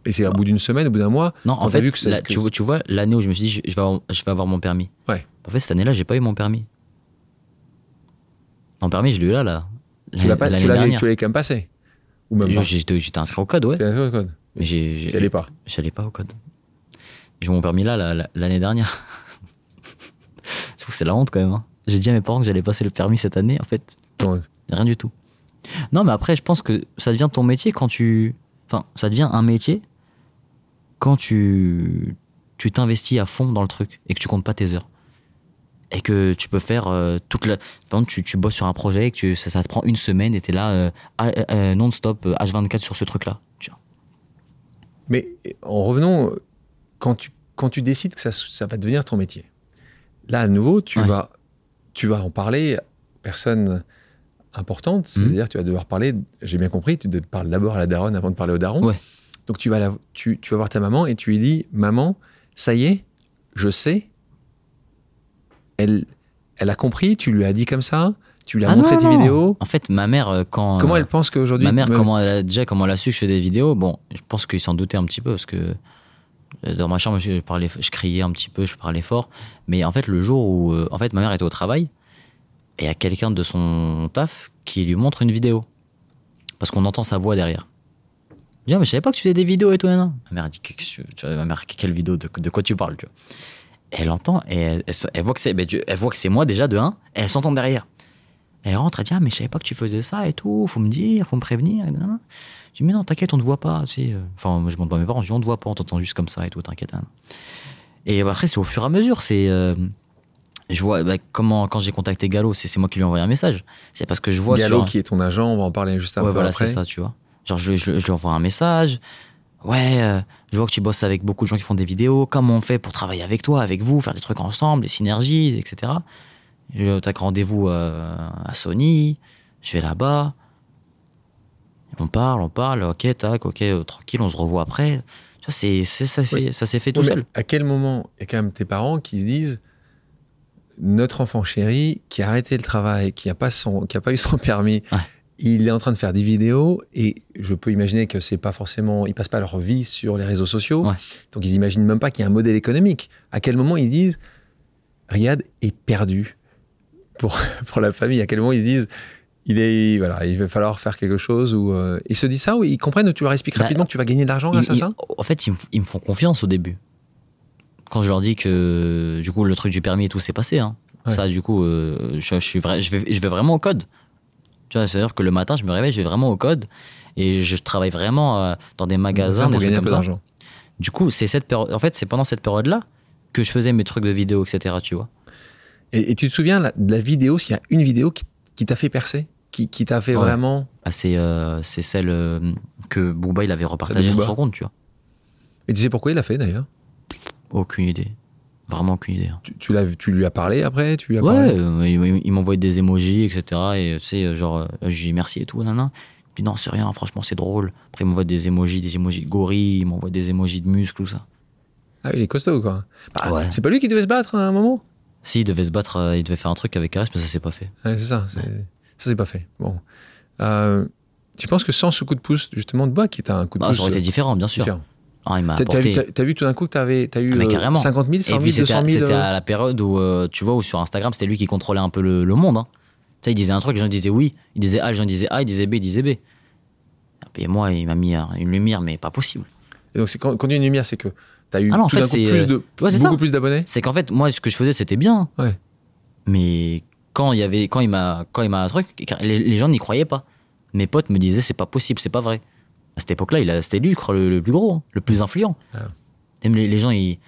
[SPEAKER 2] Et c'est au
[SPEAKER 1] Bah.
[SPEAKER 2] bout d'une semaine, au bout d'un mois
[SPEAKER 1] Non,
[SPEAKER 2] Quand
[SPEAKER 1] en
[SPEAKER 2] t'as
[SPEAKER 1] fait,
[SPEAKER 2] vu que ça-
[SPEAKER 1] la-
[SPEAKER 2] que-
[SPEAKER 1] tu vois, tu vois, l'année où je me suis dit, je, je vais, avoir, je vais avoir mon permis.
[SPEAKER 2] Ouais.
[SPEAKER 1] En fait, cette année-là, j'ai pas eu mon permis. Mon permis, je l'ai eu là, là.
[SPEAKER 2] Tu l'as pas- tu
[SPEAKER 1] L'année
[SPEAKER 2] l'avais-
[SPEAKER 1] dernière.
[SPEAKER 2] tu l'avais quand même passé Ou même
[SPEAKER 1] Je-
[SPEAKER 2] pas
[SPEAKER 1] J'étais j'étais inscrit au code, ouais.
[SPEAKER 2] T'es inscrit au code
[SPEAKER 1] Mais j'ai-
[SPEAKER 2] Tu y allais
[SPEAKER 1] j'ai-
[SPEAKER 2] pas.
[SPEAKER 1] j'allais pas au code. J'ai eu mon permis là, là, là, l'année dernière. je trouve que c'est la honte quand même. hein. J'ai dit à mes parents que j'allais passer le permis cette année. En fait,
[SPEAKER 2] Non,
[SPEAKER 1] Rien du tout. Non, mais après, je pense que ça devient ton métier quand tu. Enfin, ça devient un métier quand tu. Tu t'investis à fond dans le truc et que tu comptes pas tes heures. Et que tu peux faire euh, toute la. Par exemple, tu, tu bosses sur un projet et que tu- ça, ça te prend une semaine et t'es là euh, ah, euh, euh, non-stop euh, H24 sur ce truc-là. Tu vois.
[SPEAKER 2] Mais en revenant, euh, quand tu, quand tu décides que ça, ça va devenir ton métier, là, à nouveau, tu,
[SPEAKER 1] Ouais.
[SPEAKER 2] vas, tu vas en parler à personne importante,
[SPEAKER 1] Mhm.
[SPEAKER 2] c'est-à-dire tu vas devoir parler, j'ai bien compris, tu de- parles d'abord à la daronne avant de parler au daron.
[SPEAKER 1] Ouais.
[SPEAKER 2] Donc tu vas, la- tu, tu vas voir ta maman et tu lui dis Maman, ça y est, je sais, elle, Elle a compris, tu lui as dit comme ça, tu lui as
[SPEAKER 1] Ah
[SPEAKER 2] montré
[SPEAKER 1] non,
[SPEAKER 2] tes
[SPEAKER 1] non.
[SPEAKER 2] vidéos.
[SPEAKER 1] En fait, ma mère, euh, quand.
[SPEAKER 2] Comment
[SPEAKER 1] euh,
[SPEAKER 2] elle pense qu'aujourd'hui.
[SPEAKER 1] Ma mère,
[SPEAKER 2] tu me-
[SPEAKER 1] comment elle a, déjà, comment elle a su que je fais des vidéos Bon, je pense qu'il s'en doutait un petit peu parce que euh, dans ma chambre, je, parlais, je criais un petit peu, je parlais fort. Mais en fait, le jour où. euh, En fait, ma mère était au travail et il y a quelqu'un de son taf qui lui montre une vidéo. Parce qu'on entend sa voix derrière. Je dis, Ah, mais je savais pas que tu faisais des vidéos et tout, nan, nan. Ma mère elle dit, Qu'est-ce que tu- tu vois, ma mère, quelle vidéo de, de quoi tu parles, tu vois Elle entend et elle, elle se- elle voit que c'est, ben, Dieu, elle voit que c'est moi déjà de 1 et elle s'entend derrière. Elle rentre, elle dit, ah, mais je savais pas que tu faisais ça et tout, faut me dire, faut me prévenir. et nan, nan. Je dis, mais non, t'inquiète, on te voit pas. tu sais. euh, Enfin, moi, je montre pas à mes parents, je dis, on te voit pas, on t'entend juste comme ça et tout, t'inquiète. nan, nan. Et après, c'est au fur et à mesure, c'est. euh, je vois bah, comment, quand j'ai contacté Gallo, c'est, c'est moi qui lui ai envoyé un message. C'est parce que je vois
[SPEAKER 2] Gallo,
[SPEAKER 1] sur-
[SPEAKER 2] qui est ton agent, on va en parler juste un
[SPEAKER 1] ouais,
[SPEAKER 2] peu
[SPEAKER 1] voilà,
[SPEAKER 2] après.
[SPEAKER 1] c'est ça, tu vois. Genre, je, je, je lui envoie un message. Ouais, euh, je vois que tu bosses avec beaucoup de gens qui font des vidéos. Comment on fait pour travailler avec toi, avec vous, faire des trucs ensemble, des synergies, etc. Je- T'as que rendez-vous euh, à Sony. Je vais là-bas. On parle, on parle. Ok, tac, ok, euh, tranquille, on se revoit après. Tu vois, c'est, c'est- ça, fait, ça s'est fait tout
[SPEAKER 2] Oui, mais
[SPEAKER 1] seul.
[SPEAKER 2] À quel moment il y a quand même tes parents qui se disent notre enfant chéri qui a arrêté le travail, qui n'a pas, son- qui a pas eu son permis,
[SPEAKER 1] Ouais.
[SPEAKER 2] il est en train de faire des vidéos et je peux imaginer que c'est pas forcément, ils passent pas leur vie sur les réseaux sociaux,
[SPEAKER 1] Ouais.
[SPEAKER 2] donc ils imaginent même pas qu'il y a un modèle économique. À quel moment ils se disent Riyad est perdu pour, pour la famille À quel moment ils se disent il est voilà, il va falloir faire quelque chose ou euh, ils se disent ça ou ils comprennent ou tu leur expliques
[SPEAKER 1] Bah,
[SPEAKER 2] rapidement que tu vas gagner de l'argent
[SPEAKER 1] Ils-
[SPEAKER 2] grâce à
[SPEAKER 1] ils-
[SPEAKER 2] ça
[SPEAKER 1] En fait, ils, me f- ils me font confiance au début. Quand je leur dis que du coup le truc du permis et tout s'est passé, hein.
[SPEAKER 2] Ouais.
[SPEAKER 1] ça du coup euh, je, je suis vrai, je, vais, je vais vraiment au code. Tu vois, c'est-à-dire que le matin je me réveille, je vais vraiment au code et je travaille vraiment euh, dans des magasins, des
[SPEAKER 2] pour
[SPEAKER 1] trucs
[SPEAKER 2] gagner un
[SPEAKER 1] comme
[SPEAKER 2] peu
[SPEAKER 1] ça.
[SPEAKER 2] d'argent.
[SPEAKER 1] Du coup, c'est cette période, en fait, c'est pendant cette période-là que je faisais mes trucs de vidéo, etc. Tu vois.
[SPEAKER 2] Et, et tu te souviens la- de la vidéo, s'il y a une vidéo qui, qui t'a fait percer Qui, qui t'a fait
[SPEAKER 1] Ouais.
[SPEAKER 2] vraiment.
[SPEAKER 1] Ah, c'est euh, c'est celle euh, que Booba il avait repartagée sur
[SPEAKER 2] Booba.
[SPEAKER 1] son compte, tu vois.
[SPEAKER 2] Et tu sais pourquoi il l'a fait d'ailleurs
[SPEAKER 1] Aucune idée, vraiment aucune idée. hein.
[SPEAKER 2] tu, tu l'as, tu lui as parlé après tu lui as
[SPEAKER 1] Ouais,
[SPEAKER 2] parlé
[SPEAKER 1] euh, il, il- il m'envoyait des emojis, etc. Et tu sais, euh, genre, euh, je dis merci et tout, nanana. Puis non, c'est rien, franchement, c'est drôle. Après, il m'envoie des emojis, des emojis de gorille, il m'envoie des emojis de muscles, tout ça.
[SPEAKER 2] Ah, il est costaud quoi. Bah,
[SPEAKER 1] Ouais.
[SPEAKER 2] C'est pas lui qui devait se battre à un moment
[SPEAKER 1] Si, il devait se battre, euh, il devait faire un truc avec Karis, mais ça s'est pas fait.
[SPEAKER 2] Ouais, C'est ça, c'est, ça c'est pas fait. Bon. Euh, tu penses que sans ce coup de pouce, justement, de bas, qui était un coup de
[SPEAKER 1] Bah,
[SPEAKER 2] pouce.
[SPEAKER 1] ça aurait été
[SPEAKER 2] euh,
[SPEAKER 1] différent, bien sûr.
[SPEAKER 2] différent.
[SPEAKER 1] Ah, il m'a
[SPEAKER 2] T'as, t'as vu,
[SPEAKER 1] apporté.
[SPEAKER 2] t'as- t'as vu tout d'un coup que t'avais, t'as eu
[SPEAKER 1] Ah, mais
[SPEAKER 2] euh,
[SPEAKER 1] carrément.
[SPEAKER 2] 50 000, 100
[SPEAKER 1] Et
[SPEAKER 2] 000,
[SPEAKER 1] puis, c'était
[SPEAKER 2] 200
[SPEAKER 1] à,
[SPEAKER 2] 000.
[SPEAKER 1] c'était
[SPEAKER 2] euh,
[SPEAKER 1] à la période où, euh, tu vois, où sur Instagram, c'était lui qui contrôlait un peu le, le monde. hein. Tu sais, il disait un truc, les gens disaient oui. Il disait A, les gens disaient A, il disait B, il disait B. Et moi, il m'a mis euh, une lumière, mais pas possible.
[SPEAKER 2] Et donc, c'est, quand, quand il y a une lumière, c'est que t'as eu
[SPEAKER 1] Ah non, en
[SPEAKER 2] tout
[SPEAKER 1] fait,
[SPEAKER 2] d'un coup
[SPEAKER 1] c'est,
[SPEAKER 2] plus de,
[SPEAKER 1] ouais, c'est
[SPEAKER 2] beaucoup
[SPEAKER 1] ça.
[SPEAKER 2] plus d'abonnés.
[SPEAKER 1] c'est qu'en fait moi ce que je faisais c'était bien
[SPEAKER 2] Ouais.
[SPEAKER 1] mais quand il y avait quand il m'a quand il m'a un truc les, les gens n'y croyaient pas mes potes me disaient c'est pas possible c'est pas vrai à cette époque là il a- c'était lui je crois, le, le plus gros hein, le plus influent
[SPEAKER 2] Ah.
[SPEAKER 1] Même les, les gens ils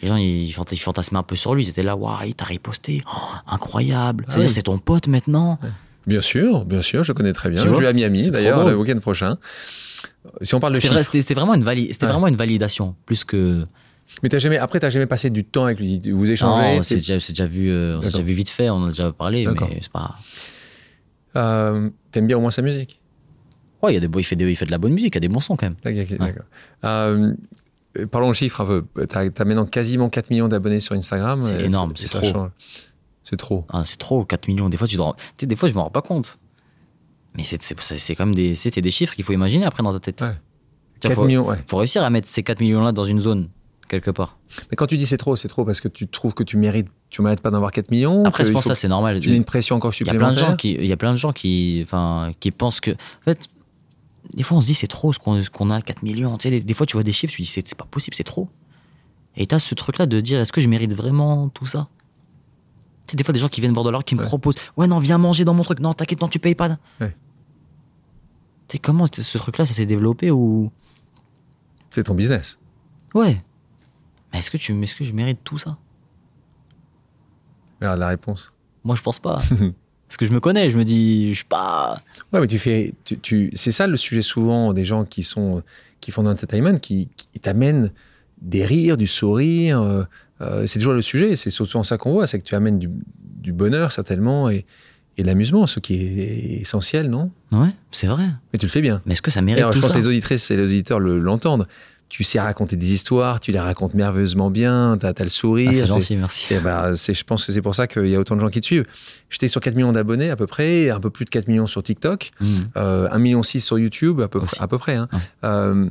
[SPEAKER 1] les gens ils, fant- ils fantasmaient un peu sur lui ils étaient là waouh il t'a riposté Oh, incroyable
[SPEAKER 2] Ah
[SPEAKER 1] c'est à dire
[SPEAKER 2] oui.
[SPEAKER 1] c'est ton pote maintenant
[SPEAKER 2] Bien sûr, bien sûr, je connais très bien.
[SPEAKER 1] Tu
[SPEAKER 2] Je
[SPEAKER 1] vois,
[SPEAKER 2] vais à Miami
[SPEAKER 1] c'est trop
[SPEAKER 2] d'ailleurs
[SPEAKER 1] drôle.
[SPEAKER 2] le week-end prochain. Si on parle de
[SPEAKER 1] C'était
[SPEAKER 2] chiffres,
[SPEAKER 1] vrai- c'était c'était vraiment une vali- c'était
[SPEAKER 2] Ouais.
[SPEAKER 1] vraiment une validation plus que
[SPEAKER 2] mais t'as jamais, après t'as jamais passé du temps avec lui, vous échangez.
[SPEAKER 1] Non, oh, c'est
[SPEAKER 2] t'es-
[SPEAKER 1] déjà, c'est déjà vu euh, on s'est
[SPEAKER 2] D'accord.
[SPEAKER 1] déjà vu vite fait on en a déjà parlé
[SPEAKER 2] D'accord.
[SPEAKER 1] mais c'est pas
[SPEAKER 2] euh, T'aimes bien au moins sa musique.
[SPEAKER 1] ouais il y a des beaux- il fait des- il fait de la bonne musique il y a des bons sons quand même
[SPEAKER 2] D'accord. ok, d'accord. Euh, parlons de chiffres un peu. T'as as maintenant quasiment 4 millions d'abonnés sur Instagram.
[SPEAKER 1] C'est
[SPEAKER 2] Euh,
[SPEAKER 1] énorme, c'est
[SPEAKER 2] ça
[SPEAKER 1] trop.
[SPEAKER 2] change. C'est trop.
[SPEAKER 1] Ah, c'est trop, 4 millions. Des fois, tu te rends- tu sais, des fois je m'en rends pas compte. Mais c'est- c'est c'est- c'est quand même des, c'était des chiffres qu'il faut imaginer après dans ta tête.
[SPEAKER 2] Ouais.
[SPEAKER 1] Tu vois,
[SPEAKER 2] 4
[SPEAKER 1] faut,
[SPEAKER 2] millions, ouais.
[SPEAKER 1] faut réussir à mettre ces 4 millions-là dans une zone, quelque part.
[SPEAKER 2] Mais quand tu dis c'est trop, c'est trop parce que tu trouves que tu mérites, tu mérites pas d'en avoir 4 millions.
[SPEAKER 1] Après,
[SPEAKER 2] que
[SPEAKER 1] je
[SPEAKER 2] euh, il
[SPEAKER 1] pense
[SPEAKER 2] faut
[SPEAKER 1] ça, c'est normal.
[SPEAKER 2] que Tu mets une pression encore
[SPEAKER 1] Il y a plein
[SPEAKER 2] supplémentaire.
[SPEAKER 1] de gens qui, il y a plein de gens qui, enfin, qui pensent que, en fait, des fois on se dit c'est trop ce qu'on, ce qu'on a 4 millions. Tu sais, les- des fois tu vois des chiffres, tu dis c'est, c'est pas possible, c'est trop. Et t'as ce truc-là de dire est-ce que je mérite vraiment tout ça Tu sais, des fois des gens qui viennent voir de l'or qui me
[SPEAKER 2] Ouais.
[SPEAKER 1] proposent ouais non viens manger dans mon truc, non t'inquiète non tu payes pas.
[SPEAKER 2] Ouais.
[SPEAKER 1] Tu sais comment t- ce truc-là ça s'est développé ou
[SPEAKER 2] C'est ton business.
[SPEAKER 1] ouais. Mais est-ce que tu, est-ce que je mérite tout ça
[SPEAKER 2] Regarde Ah, la réponse.
[SPEAKER 1] Moi je pense pas. Parce que je me connais, je me dis je suis pas.
[SPEAKER 2] Ouais, mais tu fais, tu, tu- c'est ça le sujet souvent des gens qui sont, qui font de l'entertainment, qui, qui t'amènent des rires, du sourire. euh, euh, c'est toujours le sujet. C'est surtout en ça qu'on voit, c'est que tu amènes du, du bonheur certainement et, et de l'amusement, ce qui est essentiel, non
[SPEAKER 1] Ouais, c'est vrai.
[SPEAKER 2] Mais tu le fais bien.
[SPEAKER 1] Mais est-ce que ça mérite
[SPEAKER 2] D'ailleurs, je
[SPEAKER 1] tout
[SPEAKER 2] pense
[SPEAKER 1] ça
[SPEAKER 2] que les auditrices et les auditeurs le- l'entendent. tu sais raconter des histoires, tu les racontes merveilleusement bien, t'as as le sourire.
[SPEAKER 1] Ah, c'est
[SPEAKER 2] t'es-
[SPEAKER 1] gentil, merci.
[SPEAKER 2] t'es- bah, c'est- je pense que c'est pour ça qu'il y a autant de gens qui te suivent. J'étais sur 4 millions d'abonnés à peu près, un peu plus de 4 millions sur TikTok,
[SPEAKER 1] Mhm.
[SPEAKER 2] euh, 1,6 million sur YouTube à peu,
[SPEAKER 1] Aussi.
[SPEAKER 2] à peu près. hein.
[SPEAKER 1] Ouais.
[SPEAKER 2] Euh,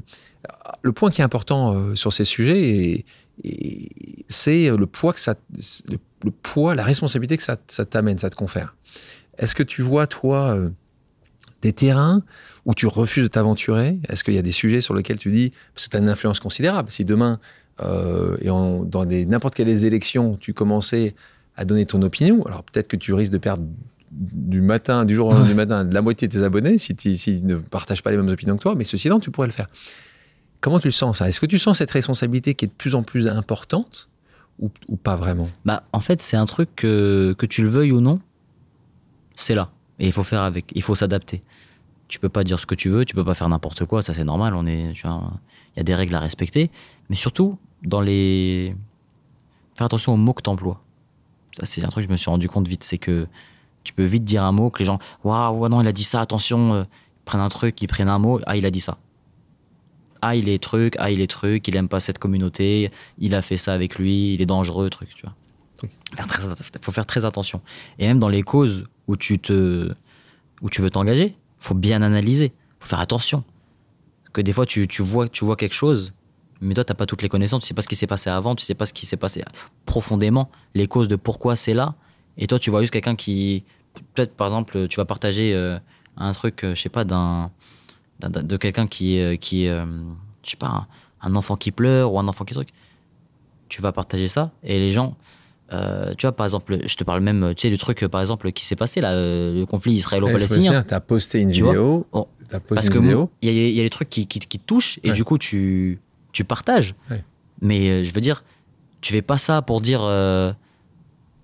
[SPEAKER 2] le point qui est important euh, sur ces sujets, et- et c'est le poids que ça, le, le poids, la responsabilité que ça, ça t'amène, ça te confère. Est-ce que tu vois toi euh, des terrains où tu refuses de t'aventurer Est-ce qu'il y a des sujets sur lesquels tu dis parce que tu as une influence considérable Si demain euh, et en- dans des- n'importe quelles élections, tu commençais à donner ton opinion, alors peut-être que tu risques de perdre du matin, du jour au lendemain du matin, la moitié de tes abonnés si tu- s'ils ne partagent pas les mêmes opinions que toi, mais ceci étant, tu pourrais le faire. Comment tu le sens ça Est-ce que tu sens cette responsabilité qui est de plus en plus importante ou, ou pas vraiment
[SPEAKER 1] Bah, en fait, c'est un truc que, que tu le veuilles ou non, c'est là. Et il faut faire avec, il faut s'adapter. Tu peux pas dire ce que tu veux, tu peux pas faire n'importe quoi, ça c'est normal, on est, tu vois, il y a des règles à respecter. Mais surtout, dans les. Faire attention aux mots que t'emploies. Ça, c'est un truc que je me suis rendu compte vite, c'est que tu peux vite dire un mot que les gens. Waouh, ouais, non, il a dit ça, attention, euh, ils prennent un truc, ils prennent un mot, ah, il a dit ça. Ah, il est truc, ah, il est truc, il aime pas cette communauté, il a fait ça avec lui, il est dangereux, truc, tu vois faire très atta- faut faire très attention. Et même dans les causes où tu te, où tu veux t'engager, faut bien analyser, faut faire attention. Que des fois tu, tu vois, tu vois quelque chose, mais toi t'as pas toutes les connaissances, tu sais pas ce qui s'est passé avant, tu sais pas ce qui s'est passé profondément, les causes de pourquoi c'est là. Et toi tu vois juste quelqu'un qui, peut-être par exemple, tu vas partager euh, un truc, euh, je sais pas, d'un, d'un- d'un- de quelqu'un qui, est, euh, qui, est, euh, je sais pas, un, un enfant qui pleure ou un enfant qui truc. Tu vas partager ça et les gens, euh, tu vois, par exemple, je te parle même, tu sais, du truc, euh, par exemple, qui s'est passé, là, euh, le conflit israélo-palestinien.
[SPEAKER 2] Tu as Eh, posté une
[SPEAKER 1] Tu
[SPEAKER 2] vidéo,
[SPEAKER 1] vois Oh.
[SPEAKER 2] tu as posté
[SPEAKER 1] Parce
[SPEAKER 2] une
[SPEAKER 1] que
[SPEAKER 2] vidéo,
[SPEAKER 1] mon- il y, a- il y a les trucs qui, qui, qui te touchent et
[SPEAKER 2] Ouais.
[SPEAKER 1] du coup, tu, tu partages.
[SPEAKER 2] Ouais.
[SPEAKER 1] Mais euh, je veux dire, tu fais pas ça pour dire. euh,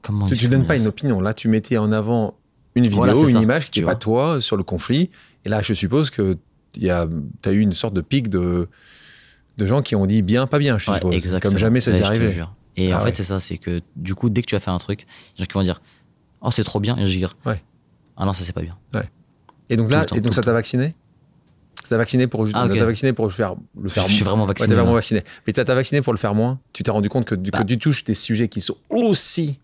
[SPEAKER 1] comment
[SPEAKER 2] tu, tu
[SPEAKER 1] comment
[SPEAKER 2] donnes pas
[SPEAKER 1] dire
[SPEAKER 2] une
[SPEAKER 1] ça
[SPEAKER 2] opinion. Là, tu mettais en avant une vidéo,
[SPEAKER 1] Voilà, c'est
[SPEAKER 2] une
[SPEAKER 1] ça,
[SPEAKER 2] image qui
[SPEAKER 1] tu
[SPEAKER 2] n'est pas
[SPEAKER 1] vois.
[SPEAKER 2] toi sur le conflit. Et là, je suppose que tu as eu une sorte de pic de, de gens qui ont dit bien, pas bien, je
[SPEAKER 1] Ouais,
[SPEAKER 2] suppose.
[SPEAKER 1] exactement.
[SPEAKER 2] Comme jamais ça
[SPEAKER 1] Ouais,
[SPEAKER 2] s'est
[SPEAKER 1] je te
[SPEAKER 2] arrivé.
[SPEAKER 1] jure. Et
[SPEAKER 2] Ah
[SPEAKER 1] en fait,
[SPEAKER 2] ouais.
[SPEAKER 1] c'est ça, c'est que du coup, dès que tu as fait un truc, les gens qui vont dire Oh, c'est trop bien, et je vais dire
[SPEAKER 2] Ouais.
[SPEAKER 1] Ah non, ça c'est pas bien.
[SPEAKER 2] Et donc
[SPEAKER 1] Tout
[SPEAKER 2] là,
[SPEAKER 1] le temps,
[SPEAKER 2] et donc
[SPEAKER 1] tout
[SPEAKER 2] ça
[SPEAKER 1] le
[SPEAKER 2] t'a vacciné Ça t'a vacciné pour juste-
[SPEAKER 1] Ah, ok.
[SPEAKER 2] ça t'a vacciné pour le faire le faire
[SPEAKER 1] je suis vraiment
[SPEAKER 2] Ouais,
[SPEAKER 1] vacciné.
[SPEAKER 2] t'es vraiment
[SPEAKER 1] là.
[SPEAKER 2] vacciné. Mais t'as t'as vacciné pour le faire moins. Tu t'es rendu compte que du,
[SPEAKER 1] Bah.
[SPEAKER 2] que tu touches des sujets qui sont aussi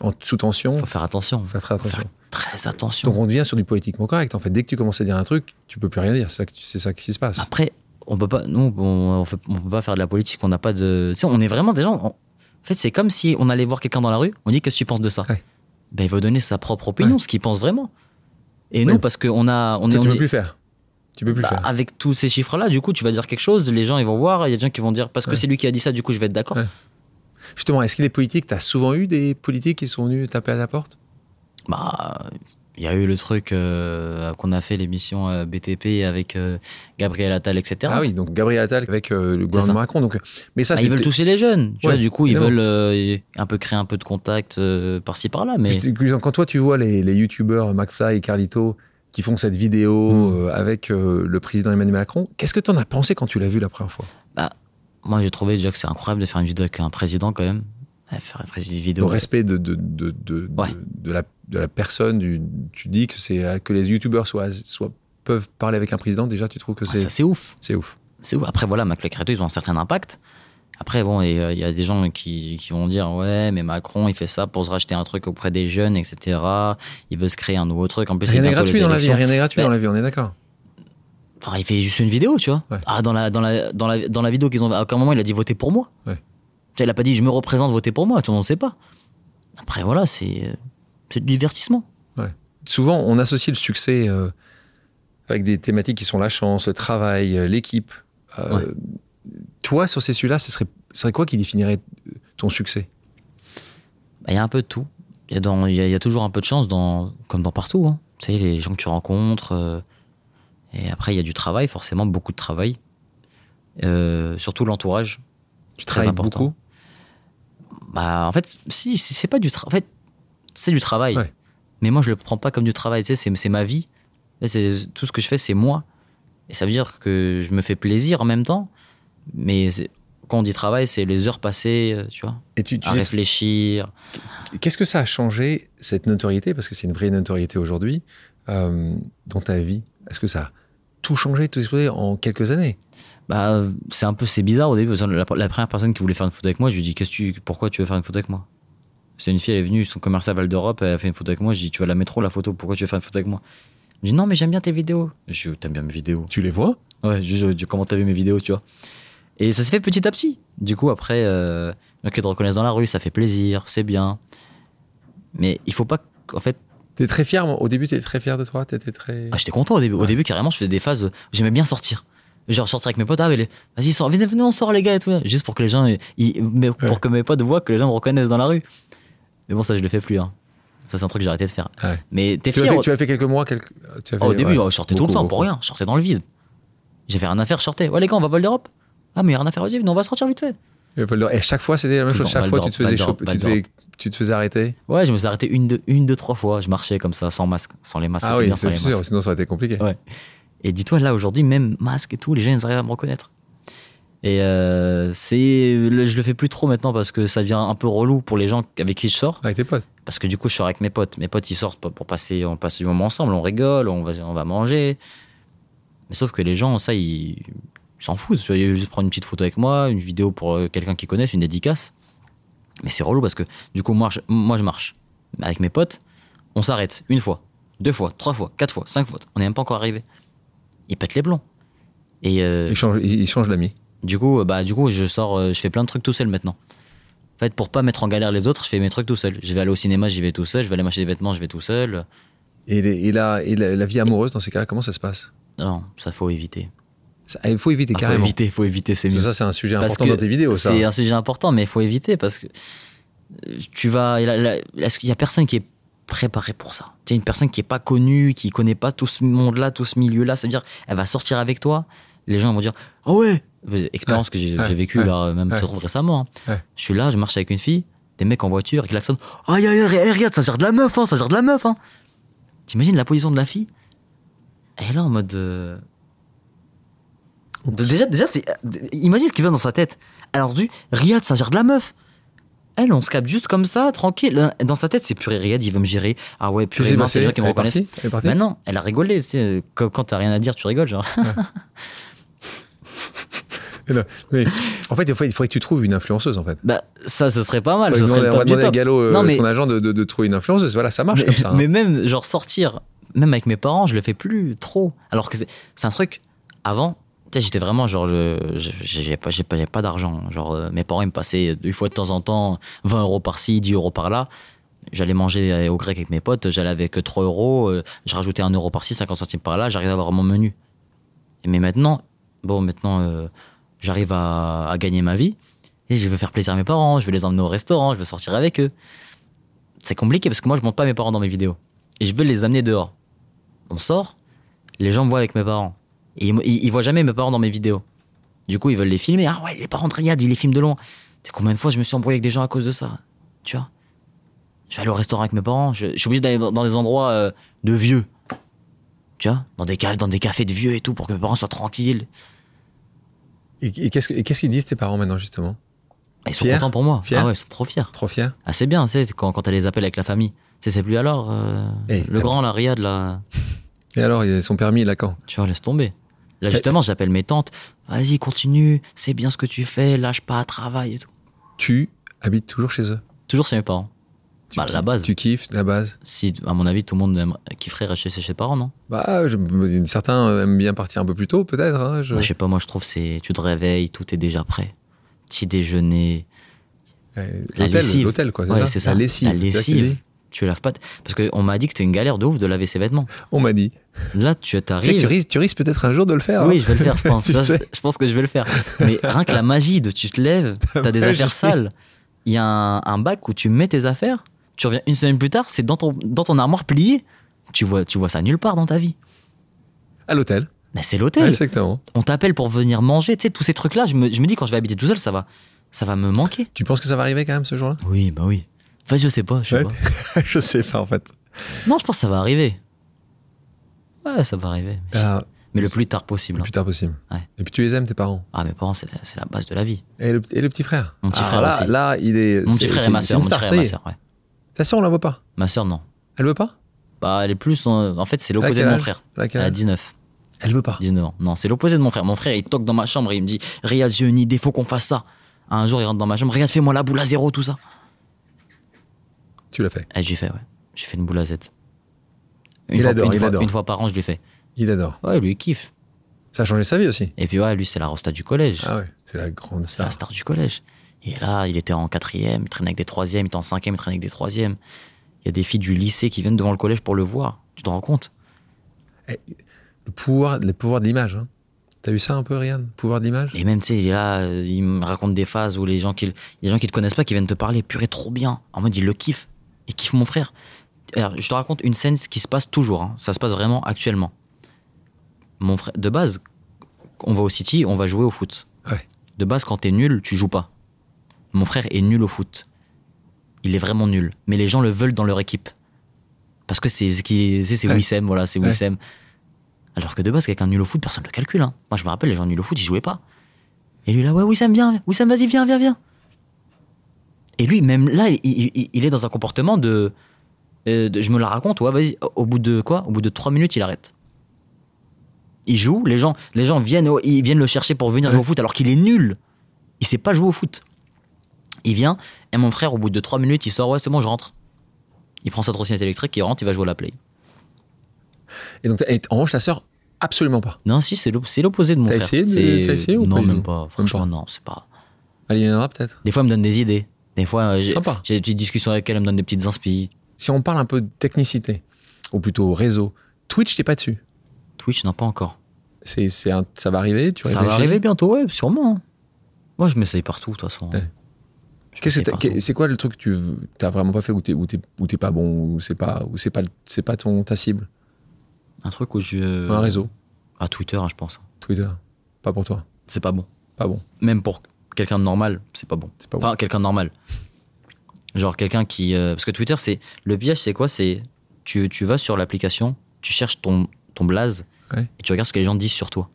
[SPEAKER 2] en sous tension.
[SPEAKER 1] Faut faire attention,
[SPEAKER 2] Faut faire très attention.
[SPEAKER 1] très attention.
[SPEAKER 2] Donc on devient sur du politiquement correct. En fait, dès que tu commences à dire un truc, tu peux plus rien dire. C'est ça, que tu- c'est ça qui se passe.
[SPEAKER 1] Après, on peut pas, nous, on, on fait- on peut pas faire de la politique. On n'a pas de, tu sais, on est vraiment des gens. on- en fait, c'est comme si on allait voir quelqu'un dans la rue, on dit qu'est-ce que tu penses de ça.
[SPEAKER 2] Ouais.
[SPEAKER 1] Ben, il faut donner sa propre opinion, ce qu'il pense vraiment. Et nous,
[SPEAKER 2] Oui.
[SPEAKER 1] parce qu'on a, on
[SPEAKER 2] Tu-
[SPEAKER 1] est,
[SPEAKER 2] tu
[SPEAKER 1] on
[SPEAKER 2] peux
[SPEAKER 1] est-
[SPEAKER 2] plus faire. Tu peux plus
[SPEAKER 1] bah,
[SPEAKER 2] faire.
[SPEAKER 1] avec tous ces chiffres-là, du coup, tu vas dire quelque chose, les gens ils vont voir, il y a des gens qui vont dire parce que
[SPEAKER 2] Ouais.
[SPEAKER 1] c'est lui qui a dit ça, du coup, je vais être d'accord.
[SPEAKER 2] Ouais. Justement, est-ce que les politiques, t'as souvent eu des politiques qui sont venus taper à la porte
[SPEAKER 1] Bah, il y a eu le truc euh, qu'on a fait l'émission euh, BTP avec euh, Gabriel Attal, etc.
[SPEAKER 2] Ah oui, donc Gabriel Attal avec euh, le gouvernement
[SPEAKER 1] ça.
[SPEAKER 2] Macron. Donc, mais ça,
[SPEAKER 1] Bah,
[SPEAKER 2] c'est-
[SPEAKER 1] ils veulent toucher les jeunes. Tu
[SPEAKER 2] Ah, Ouais,
[SPEAKER 1] vois, du coup, ils
[SPEAKER 2] évidemment.
[SPEAKER 1] veulent euh, un peu créer un peu de contact euh, par-ci par-là. Mais
[SPEAKER 2] Juste, Guillaume, Quand toi, tu vois les, les youtubeurs McFly et Carlito qui font cette vidéo
[SPEAKER 1] Mm.
[SPEAKER 2] euh, avec euh, le président Emmanuel Macron, qu'est-ce que t'en as pensé quand tu l'as vu la première fois
[SPEAKER 1] moi, j'ai trouvé déjà que c'est incroyable de faire une vidéo avec un président quand même. Ouais, Faire une pré- une
[SPEAKER 2] Au
[SPEAKER 1] vidéo.
[SPEAKER 2] respect de, de, de, de, de-
[SPEAKER 1] Ouais.
[SPEAKER 2] de la, de la personne, du- tu dis que, c'est euh, que les youtubeurs soient, soient, peuvent parler avec un président, déjà, tu trouves que
[SPEAKER 1] Ouais,
[SPEAKER 2] c'est
[SPEAKER 1] Ah, ça, c'est ouf.
[SPEAKER 2] c'est ouf.
[SPEAKER 1] C'est ouf. Après, voilà, Macron et Créteil, ils ont un certain impact. Après, bon, et, euh, il y a des gens qui, qui vont dire Ouais, mais Macron, il fait ça pour se racheter un truc auprès des jeunes, etc. Il veut se créer un nouveau truc. En plus, c'est
[SPEAKER 2] Rien n'est
[SPEAKER 1] bientôt les
[SPEAKER 2] gratuit dans la vie,
[SPEAKER 1] élections.
[SPEAKER 2] rien n'est gratuit
[SPEAKER 1] Ouais.
[SPEAKER 2] dans la vie, on est d'accord.
[SPEAKER 1] Enfin, il fait juste une vidéo, tu vois.
[SPEAKER 2] Ouais.
[SPEAKER 1] Ah, dans la, dans, la, dans, la, dans la vidéo qu'ils ont. À aucun moment, il a dit votez pour moi.
[SPEAKER 2] Ouais.
[SPEAKER 1] Tu sais, Il a pas dit je me représente, votez pour moi. Tout le monde ne sait pas. Après, voilà, c'est euh, c'est du divertissement.
[SPEAKER 2] Souvent, on associe le succès euh, avec des thématiques qui sont la chance, le travail, euh, l'équipe. Euh,
[SPEAKER 1] Ouais.
[SPEAKER 2] Toi, sur ces sujets-là, ce serait, ce serait quoi qui définirait ton succès
[SPEAKER 1] Bah, Il y a un peu de tout. Il y, a dans- il y a- il y a toujours un peu de chance, dans, comme dans partout. hein. Tu sais, les gens que tu rencontres. euh, et après, il y a du travail, forcément, beaucoup de travail. Euh, surtout l'entourage.
[SPEAKER 2] Tu
[SPEAKER 1] Très
[SPEAKER 2] travailles
[SPEAKER 1] important.
[SPEAKER 2] beaucoup
[SPEAKER 1] Bah, en fait, si, si, c'est pas du travail. En fait, c'est du travail.
[SPEAKER 2] Ouais.
[SPEAKER 1] Mais moi, je le prends pas comme du travail. Tu sais, c'est, c'est ma vie. Là, c'est- tout ce que je fais, c'est moi. Et ça veut dire que je me fais plaisir en même temps. Mais c'est- quand on dit travail, c'est les heures passées, euh, tu vois,
[SPEAKER 2] Et tu, tu
[SPEAKER 1] à
[SPEAKER 2] dis-
[SPEAKER 1] réfléchir.
[SPEAKER 2] qu'est-ce que ça a changé, cette notoriété, parce que c'est une vraie notoriété aujourd'hui, euh, dans ta vie Est-ce que ça tout changé, tout explosé en quelques années.
[SPEAKER 1] Bah, c'est un peu c'est bizarre au début. parce que La, la première personne qui voulait faire une photo avec moi, je lui dis Qu'est-ce que tu, pourquoi tu veux faire une photo avec moi C'est une fille, elle est venue, son commerce à Val d'Europe, elle a fait une photo avec moi. Je dis Tu vas la métro la photo Pourquoi tu veux faire une photo avec moi Je dis Non, mais j'aime bien tes vidéos. Je dis oh, T'aimes bien mes vidéos
[SPEAKER 2] Tu les vois
[SPEAKER 1] Ouais, je, je- je- comment t'as vu mes vidéos, tu vois. Et ça s'est fait petit à petit. Du coup, après, euh, ok, te reconnaissent dans la rue, ça fait plaisir, c'est bien. Mais il faut pas. qu'- En fait,
[SPEAKER 2] T'es très fier, moi. au début, t'étais très fier de toi, t'étais très.
[SPEAKER 1] ah, j'étais content au début.
[SPEAKER 2] Ouais.
[SPEAKER 1] Au début, carrément, je faisais des phases. euh, J'aimais bien sortir. Genre, sortir avec mes potes, ah, mais les- vas-y, sors, venez, venez, on sort, les gars, et tout. Juste pour que les gens. ils- ils- mais
[SPEAKER 2] Ouais.
[SPEAKER 1] Pour que mes potes voient que les gens me reconnaissent dans la rue. Mais bon, ça, je le fais plus. hein. Ça, c'est un truc que j'ai arrêté de faire.
[SPEAKER 2] Ouais.
[SPEAKER 1] Mais t'es
[SPEAKER 2] tu, as
[SPEAKER 1] fier.
[SPEAKER 2] fait, tu as fait quelques mois, quelques. tu as
[SPEAKER 1] Ah, au
[SPEAKER 2] fait-
[SPEAKER 1] début,
[SPEAKER 2] ouais.
[SPEAKER 1] je sortais tout
[SPEAKER 2] Beaucoup,
[SPEAKER 1] le temps
[SPEAKER 2] beaucoup.
[SPEAKER 1] pour rien. Je sortais dans le vide. J'avais rien à faire, je sortais. Ouais, les gars, on va vol d'Europe. Ah, mais y a rien à faire, vas-y, venez, on va sortir vite fait.
[SPEAKER 2] Et Val-d'Europe- et chaque fois, c'était la même
[SPEAKER 1] Tout
[SPEAKER 2] chose.
[SPEAKER 1] le temps,
[SPEAKER 2] Chaque fois, tu
[SPEAKER 1] Val-d'Europe,
[SPEAKER 2] te faisais
[SPEAKER 1] Val-d'Europe,
[SPEAKER 2] choper- tu te fais- tu te faisais arrêter.
[SPEAKER 1] Ouais, je me suis arrêté une, deux, une, deux, trois fois. Je marchais comme ça, sans masque, sans les masques.
[SPEAKER 2] Ah
[SPEAKER 1] c'était
[SPEAKER 2] oui,
[SPEAKER 1] bien sans
[SPEAKER 2] c'est
[SPEAKER 1] les
[SPEAKER 2] sûr,
[SPEAKER 1] masques.
[SPEAKER 2] sinon ça aurait été compliqué.
[SPEAKER 1] Ouais. Et dis-toi, là, aujourd'hui, même masque et tout, les gens, ils arrivent à me reconnaître. Et euh, c'est, le- je le fais plus trop maintenant parce que ça devient un peu relou pour les gens avec qui je sors.
[SPEAKER 2] Avec tes potes.
[SPEAKER 1] Parce que du coup, je sors avec mes potes. Mes potes, ils sortent pour, pour passer, on passe du moment ensemble, on rigole, on va, on va manger. Mais sauf que les gens, ça, ils ils s'en foutent. Tu vois, Ils veulent juste prendre une petite photo avec moi, une vidéo pour euh, quelqu'un qui connaissent, une dédicace. Mais c'est relou parce que du coup, moi, je, moi, je marche. Mais Avec mes potes, on s'arrête une fois, deux fois, trois fois, quatre fois, cinq fois. On n'est même pas encore arrivé. Ils pètent les plombs. Et euh,
[SPEAKER 2] Ils changent, ils ils changent d'amis.
[SPEAKER 1] du coup, euh, bah, du coup, je sors, euh, je fais plein de trucs tout seul maintenant. En fait, pour pas mettre en galère les autres, je fais mes trucs tout seul. Je vais aller au cinéma, j'y vais tout seul. Je vais aller m'acheter des vêtements, je vais tout seul.
[SPEAKER 2] Et, les- et la, et la, la vie amoureuse, dans ces cas-là, comment ça se passe
[SPEAKER 1] Non, ça faut éviter.
[SPEAKER 2] Ça- Il faut éviter
[SPEAKER 1] Ah, faut
[SPEAKER 2] carrément.
[SPEAKER 1] éviter, faut éviter, c'est
[SPEAKER 2] Parce que
[SPEAKER 1] mieux.
[SPEAKER 2] ça, c'est un sujet
[SPEAKER 1] Parce
[SPEAKER 2] important
[SPEAKER 1] que
[SPEAKER 2] dans tes vidéos, ça.
[SPEAKER 1] C'est un sujet important, mais il faut éviter parce que euh, tu vas. et là- là- Est-ce qu'il y a personne qui est préparée pour ça Tu sais, une personne qui est pas connue, qui connaît pas tout ce monde-là, tout ce milieu-là, c'est-à-dire, elle va sortir avec toi. Les gens vont dire Ah ouais Euh, Expérience que j'ai
[SPEAKER 2] ouais,
[SPEAKER 1] j'ai vécue,
[SPEAKER 2] ouais,
[SPEAKER 1] là, euh, même
[SPEAKER 2] ouais.
[SPEAKER 1] te trouve récemment. hein.
[SPEAKER 2] Ouais.
[SPEAKER 1] Je suis là, je marche avec une fille, des mecs en voiture, qui klaxonnent Aïe, aïe, aïe, aïe, regarde, ça gère de la meuf, hein, ça gère de la meuf. Hein. T'imagines la position de la fille Elle est là en mode. euh, de- Déjà, déjà c'est- euh, imagine ce qui vient dans sa tête. Alors, du Riyad, ça gère de la meuf. Elle, on se capte juste comme ça, tranquille. Dans sa tête, c'est purée Riyad, il veut me gérer. Ah ouais,
[SPEAKER 2] Tu
[SPEAKER 1] purée,
[SPEAKER 2] sais,
[SPEAKER 1] mince, c'est les gens qui me
[SPEAKER 2] elle est
[SPEAKER 1] reconnaissent.
[SPEAKER 2] partie Elle est partie
[SPEAKER 1] Bah non, elle a rigolé. C'est, euh, quand quand t'as rien à dire, tu rigoles, genre.
[SPEAKER 2] Mais en fait, il faudrait, il faudrait que tu trouves une influenceuse, en fait.
[SPEAKER 1] Bah, ça, ce serait pas mal.
[SPEAKER 2] Faudrait
[SPEAKER 1] Ah, Ça
[SPEAKER 2] demander-
[SPEAKER 1] serait le
[SPEAKER 2] on va
[SPEAKER 1] top du
[SPEAKER 2] demander à
[SPEAKER 1] top.
[SPEAKER 2] Gallo, euh,
[SPEAKER 1] Non, mais-
[SPEAKER 2] ton agent, de, de- de trouver une influenceuse. Voilà, ça marche
[SPEAKER 1] mais,
[SPEAKER 2] comme ça. hein.
[SPEAKER 1] mais même, genre, sortir, même avec mes parents, je le fais plus trop. Alors que c'est c'est un truc, avant, tu sais, j'étais vraiment genre, le- je- j'ai pas, j'ai pas, j'avais pas d'argent. Genre, euh, mes parents, ils me passaient une fois de temps en temps 20 euros par-ci, 10 euros par-là. J'allais manger euh, au grec avec mes potes, j'allais avec 3 euros, euh, je rajoutais 1 euro par-ci, 50 centimes par-là, j'arrivais à avoir mon menu. Mais maintenant, bon, maintenant, euh, j'arrive à, à gagner ma vie. Et je veux faire plaisir à mes parents, je veux les emmener au restaurant, je veux sortir avec eux. C'est compliqué parce que moi, je montre pas mes parents dans mes vidéos. Et je veux les amener dehors. On sort, les gens me voient avec mes parents. Et ils, me- ils, ils voient jamais mes parents dans mes vidéos. Du coup, ils veulent les filmer. Ah ouais, les parents de Riyad, ils les filment de loin. C'est combien de fois je me suis embrouillé avec des gens à cause de ça Tu vois Je vais aller au restaurant avec mes parents. Je, je suis obligé d'aller dans, dans des endroits euh, de vieux. Tu vois dans des, caves, dans des cafés de vieux et tout pour que mes parents soient tranquilles.
[SPEAKER 2] Et, et qu'est-ce que- et qu'est-ce qu'ils disent tes parents maintenant, justement
[SPEAKER 1] Et ils sont
[SPEAKER 2] Fiers
[SPEAKER 1] contents pour moi.
[SPEAKER 2] Fiers
[SPEAKER 1] Ah ouais, ils sont trop fiers.
[SPEAKER 2] Trop fiers
[SPEAKER 1] Ah, c'est bien, c'est quand, quand elle les appelle avec la famille. Tu sais, c'est plus alors. euh,
[SPEAKER 2] Eh,
[SPEAKER 1] le
[SPEAKER 2] t'as-
[SPEAKER 1] grand, là, Riyad, là.
[SPEAKER 2] Et alors, ils sont permis, là, quand
[SPEAKER 1] Tu vois, laisse tomber. Là, justement, j'appelle mes tantes. Vas-y, continue. C'est bien ce que tu fais. Lâche pas, travaille et tout.
[SPEAKER 2] Tu habites toujours chez eux.
[SPEAKER 1] Toujours chez mes parents.
[SPEAKER 2] Tu
[SPEAKER 1] Bah, la
[SPEAKER 2] kiffes-
[SPEAKER 1] base.
[SPEAKER 2] Tu kiffes la base.
[SPEAKER 1] Si, à mon avis, tout le monde aimerait- kifferait rester chez ses parents, non
[SPEAKER 2] Bah, je- certains aiment bien partir un peu plus tôt, peut-être. hein, je-
[SPEAKER 1] Moi, Je sais pas, moi, je trouve c'est. Tu te réveilles, tout est déjà prêt. Petit déjeuner, La
[SPEAKER 2] Ouais, Euh, L'hôtel,
[SPEAKER 1] lessive.
[SPEAKER 2] l'hôtel, quoi.
[SPEAKER 1] Ouais, c'est ça.
[SPEAKER 2] La lessive.
[SPEAKER 1] La
[SPEAKER 2] c'est ça que tu
[SPEAKER 1] lessive.
[SPEAKER 2] dis
[SPEAKER 1] tu laves pas. t- Parce qu'on m'a dit que c'était une galère de ouf de laver ses vêtements.
[SPEAKER 2] On m'a dit.
[SPEAKER 1] Là, tu
[SPEAKER 2] Tu sais que tu
[SPEAKER 1] t'arrives.
[SPEAKER 2] risques, tu risques peut-être un jour de le faire.
[SPEAKER 1] Oui,
[SPEAKER 2] hein.
[SPEAKER 1] je vais le faire, je pense.
[SPEAKER 2] Tu
[SPEAKER 1] Ça, je,
[SPEAKER 2] sais.
[SPEAKER 1] je pense que je vais le faire. Mais rien que la magie de tu te lèves, t'as des
[SPEAKER 2] magie.
[SPEAKER 1] affaires sales. Il y a un, un bac où tu mets tes affaires, tu reviens une semaine plus tard, c'est dans ton, dans ton armoire pliée. Tu vois, tu vois ça nulle part dans ta vie.
[SPEAKER 2] hein, À l'hôtel.
[SPEAKER 1] Mais c'est l'hôtel.
[SPEAKER 2] Exactement.
[SPEAKER 1] On t'appelle pour venir manger, tu sais, tous ces trucs-là. Je me, je me dis, quand je vais habiter tout seul, ça va, ça va me manquer.
[SPEAKER 2] Tu penses que ça va arriver quand même ce jour-là
[SPEAKER 1] Oui, bah oui. Enfin, je sais pas, je sais
[SPEAKER 2] Ouais.
[SPEAKER 1] pas.
[SPEAKER 2] Je sais pas en fait.
[SPEAKER 1] Non, je pense que ça va arriver. Ouais, ça va arriver.
[SPEAKER 2] Ah,
[SPEAKER 1] Mais le plus tard possible.
[SPEAKER 2] le plus tard possible.
[SPEAKER 1] Ouais.
[SPEAKER 2] Et puis tu les aimes tes parents.
[SPEAKER 1] Ah, mes parents, c'est la, c'est la base de la vie.
[SPEAKER 2] Et le, et le petit frère.
[SPEAKER 1] Mon petit
[SPEAKER 2] Ah,
[SPEAKER 1] frère
[SPEAKER 2] là,
[SPEAKER 1] aussi.
[SPEAKER 2] là, il est.
[SPEAKER 1] Mon
[SPEAKER 2] c'est-
[SPEAKER 1] petit frère
[SPEAKER 2] c'est-
[SPEAKER 1] et ma
[SPEAKER 2] c'est
[SPEAKER 1] sœur.
[SPEAKER 2] une
[SPEAKER 1] Mon petit
[SPEAKER 2] star,
[SPEAKER 1] frère et ma
[SPEAKER 2] ça y est.
[SPEAKER 1] sœur, ouais.
[SPEAKER 2] Ta sœur, on la voit pas.
[SPEAKER 1] Ma sœur, non.
[SPEAKER 2] Elle veut pas
[SPEAKER 1] Bah, elle est plus. En, en fait, c'est l'opposé
[SPEAKER 2] Ah, quel
[SPEAKER 1] de mon
[SPEAKER 2] âge
[SPEAKER 1] frère.
[SPEAKER 2] Elle a quel
[SPEAKER 1] Elle a
[SPEAKER 2] âge
[SPEAKER 1] 19.
[SPEAKER 2] Elle veut pas.
[SPEAKER 1] 19 ans. Non, c'est l'opposé de mon frère. Mon frère, il toque dans ma chambre et il me dit Riyad, j'ai une idée, faut qu'on fasse ça. Un jour, il rentre dans ma chambre Riyad, fais-moi la boule à zéro, tout ça.
[SPEAKER 2] Tu l'as fait.
[SPEAKER 1] Et je lui fais, ouais. J'ai fait une boule à Z. Une,
[SPEAKER 2] Il
[SPEAKER 1] fois,
[SPEAKER 2] adore,
[SPEAKER 1] une
[SPEAKER 2] il
[SPEAKER 1] fois-
[SPEAKER 2] adore.
[SPEAKER 1] une fois par an, je lui fais.
[SPEAKER 2] Il adore.
[SPEAKER 1] Ouais, lui, il kiffe.
[SPEAKER 2] Ça a changé sa vie aussi.
[SPEAKER 1] Et puis, ouais, lui, c'est la rosta du collège.
[SPEAKER 2] Ah ouais, c'est la grande
[SPEAKER 1] C'est la
[SPEAKER 2] star.
[SPEAKER 1] star du collège. Et là, il était en quatrième, il traînait avec des troisièmes, il était en cinquième, il traînait avec des troisièmes. Il y a des filles du lycée qui viennent devant le collège pour le voir. Tu te rends compte
[SPEAKER 2] Le pouvoir, le pouvoir de l'image. Hein. T'as vu ça un peu, Ryan Pouvoir de l'image
[SPEAKER 1] Et même, tu sais, il est là, euh, il me raconte des phases où les gens qui, les gens qui te connaissent pas, qui viennent te parler, purée, trop bien. En mode, il le kiffe. Il kiffe mon frère. Alors, je te raconte une scène ce qui se passe toujours. hein. Ça se passe vraiment actuellement. Mon frère, de base, on va au City, on va jouer au foot.
[SPEAKER 2] Ouais.
[SPEAKER 1] De base, quand t'es nul, tu joues pas. Mon frère est nul au foot. Il est vraiment nul. Mais les gens le veulent dans leur équipe. Parce que c'est ce qui, c'est c'est
[SPEAKER 2] Ouais.
[SPEAKER 1] Wissem, voilà, c'est
[SPEAKER 2] Ouais.
[SPEAKER 1] Wissem. Alors que de base, quelqu'un nul au foot, personne ne le calcule. hein. Moi, je me rappelle, les gens nuls au foot, ils jouaient pas. Et lui, là, ouais, Wissem, viens, Wissem, vas-y, viens, viens, viens. Et lui, même là, il, il- il est dans un comportement de, euh, de- Je me la raconte, ouais, vas-y. Au bout de quoi Au bout de trois minutes, il arrête. Il joue, les gens, les gens viennent, au- ils viennent le chercher pour venir jouer au foot alors qu'il est nul. Il sait pas jouer au foot. Il vient, et mon frère, au bout de trois minutes, il sort, ouais, c'est bon, je rentre. Il prend sa trottinette électrique, il rentre, il va jouer à la play.
[SPEAKER 2] Et donc, t'as- et en revanche, ta sœur, absolument pas.
[SPEAKER 1] Non, si, c'est l'op- c'est l'opposé de mon
[SPEAKER 2] T'as
[SPEAKER 1] frère.
[SPEAKER 2] essayé de-
[SPEAKER 1] C'est-
[SPEAKER 2] t'as essayé ou pas
[SPEAKER 1] Non,
[SPEAKER 2] du tout
[SPEAKER 1] même pas. Franchement,
[SPEAKER 2] pas.
[SPEAKER 1] non, c'est pas.
[SPEAKER 2] Elle y viendra peut-être.
[SPEAKER 1] Des fois, elle me donne des idées. Des fois, euh, j'ai
[SPEAKER 2] Sympa.
[SPEAKER 1] j'ai des petites discussions avec elle, elle me donne des petites inspirations.
[SPEAKER 2] Si on parle un peu de technicité, ou plutôt réseau, Twitch, t'es pas dessus.
[SPEAKER 1] Twitch, non, pas encore.
[SPEAKER 2] C'est, c'est un- ça va arriver, tu
[SPEAKER 1] Ça va
[SPEAKER 2] réfléchis
[SPEAKER 1] arriver bientôt, ouais, sûrement. hein. Moi, je m'essaye partout, de toute façon. hein.
[SPEAKER 2] Ouais.
[SPEAKER 1] Je
[SPEAKER 2] Qu'est-ce que
[SPEAKER 1] m'essaye
[SPEAKER 2] t'as-
[SPEAKER 1] partout.
[SPEAKER 2] qu'est- c'est quoi le truc que tu v- t'as vraiment pas fait ou t'es, ou t'es, ou t'es pas bon ou c'est pas ou c'est pas c'est pas ton ta cible
[SPEAKER 1] Un truc où je.
[SPEAKER 2] un réseau
[SPEAKER 1] À Twitter, hein, je pense.
[SPEAKER 2] Twitter pas pour toi
[SPEAKER 1] C'est pas bon.
[SPEAKER 2] pas bon
[SPEAKER 1] Même pour quelqu'un de normal, c'est pas bon.
[SPEAKER 2] c'est pas bon
[SPEAKER 1] Enfin, quelqu'un de normal. Genre quelqu'un qui. euh, Parce que Twitter, c'est. Le piège, c'est quoi C'est. Tu, tu vas sur l'application, tu cherches ton, ton blaze,
[SPEAKER 2] Ouais.
[SPEAKER 1] et tu regardes ce que les gens disent sur toi.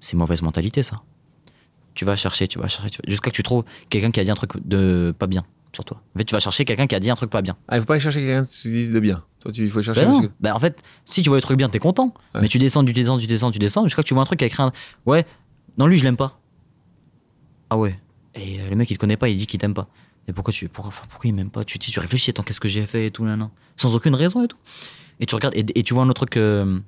[SPEAKER 1] C'est mauvaise mentalité, ça. Tu vas chercher, tu vas chercher, tu vas- jusqu'à que tu trouves quelqu'un qui a dit un truc de pas bien sur toi. En fait, tu vas chercher quelqu'un qui a dit un truc pas bien.
[SPEAKER 2] ah il faut pas aller chercher quelqu'un qui te dise de bien toi tu il faut chercher
[SPEAKER 1] Ben
[SPEAKER 2] parce
[SPEAKER 1] non.
[SPEAKER 2] que-
[SPEAKER 1] Ben en fait, si tu vois le truc bien, t'es content.
[SPEAKER 2] Ouais.
[SPEAKER 1] Mais tu descends, tu descends, tu descends, tu descends, jusqu'à que tu vois un truc qui a écrit un. Ouais, non, lui, je l'aime pas. Ah ouais. Et euh, le mec, il te connaît pas, il dit qu'il t'aime pas. Mais pourquoi tu. Pourquoi, enfin, pourquoi il m'aime pas Tu te dis, tu réfléchis, attends, qu'est-ce que j'ai fait et tout, là, Sans aucune raison et tout. Et tu regardes, et, et tu vois un autre truc. euh,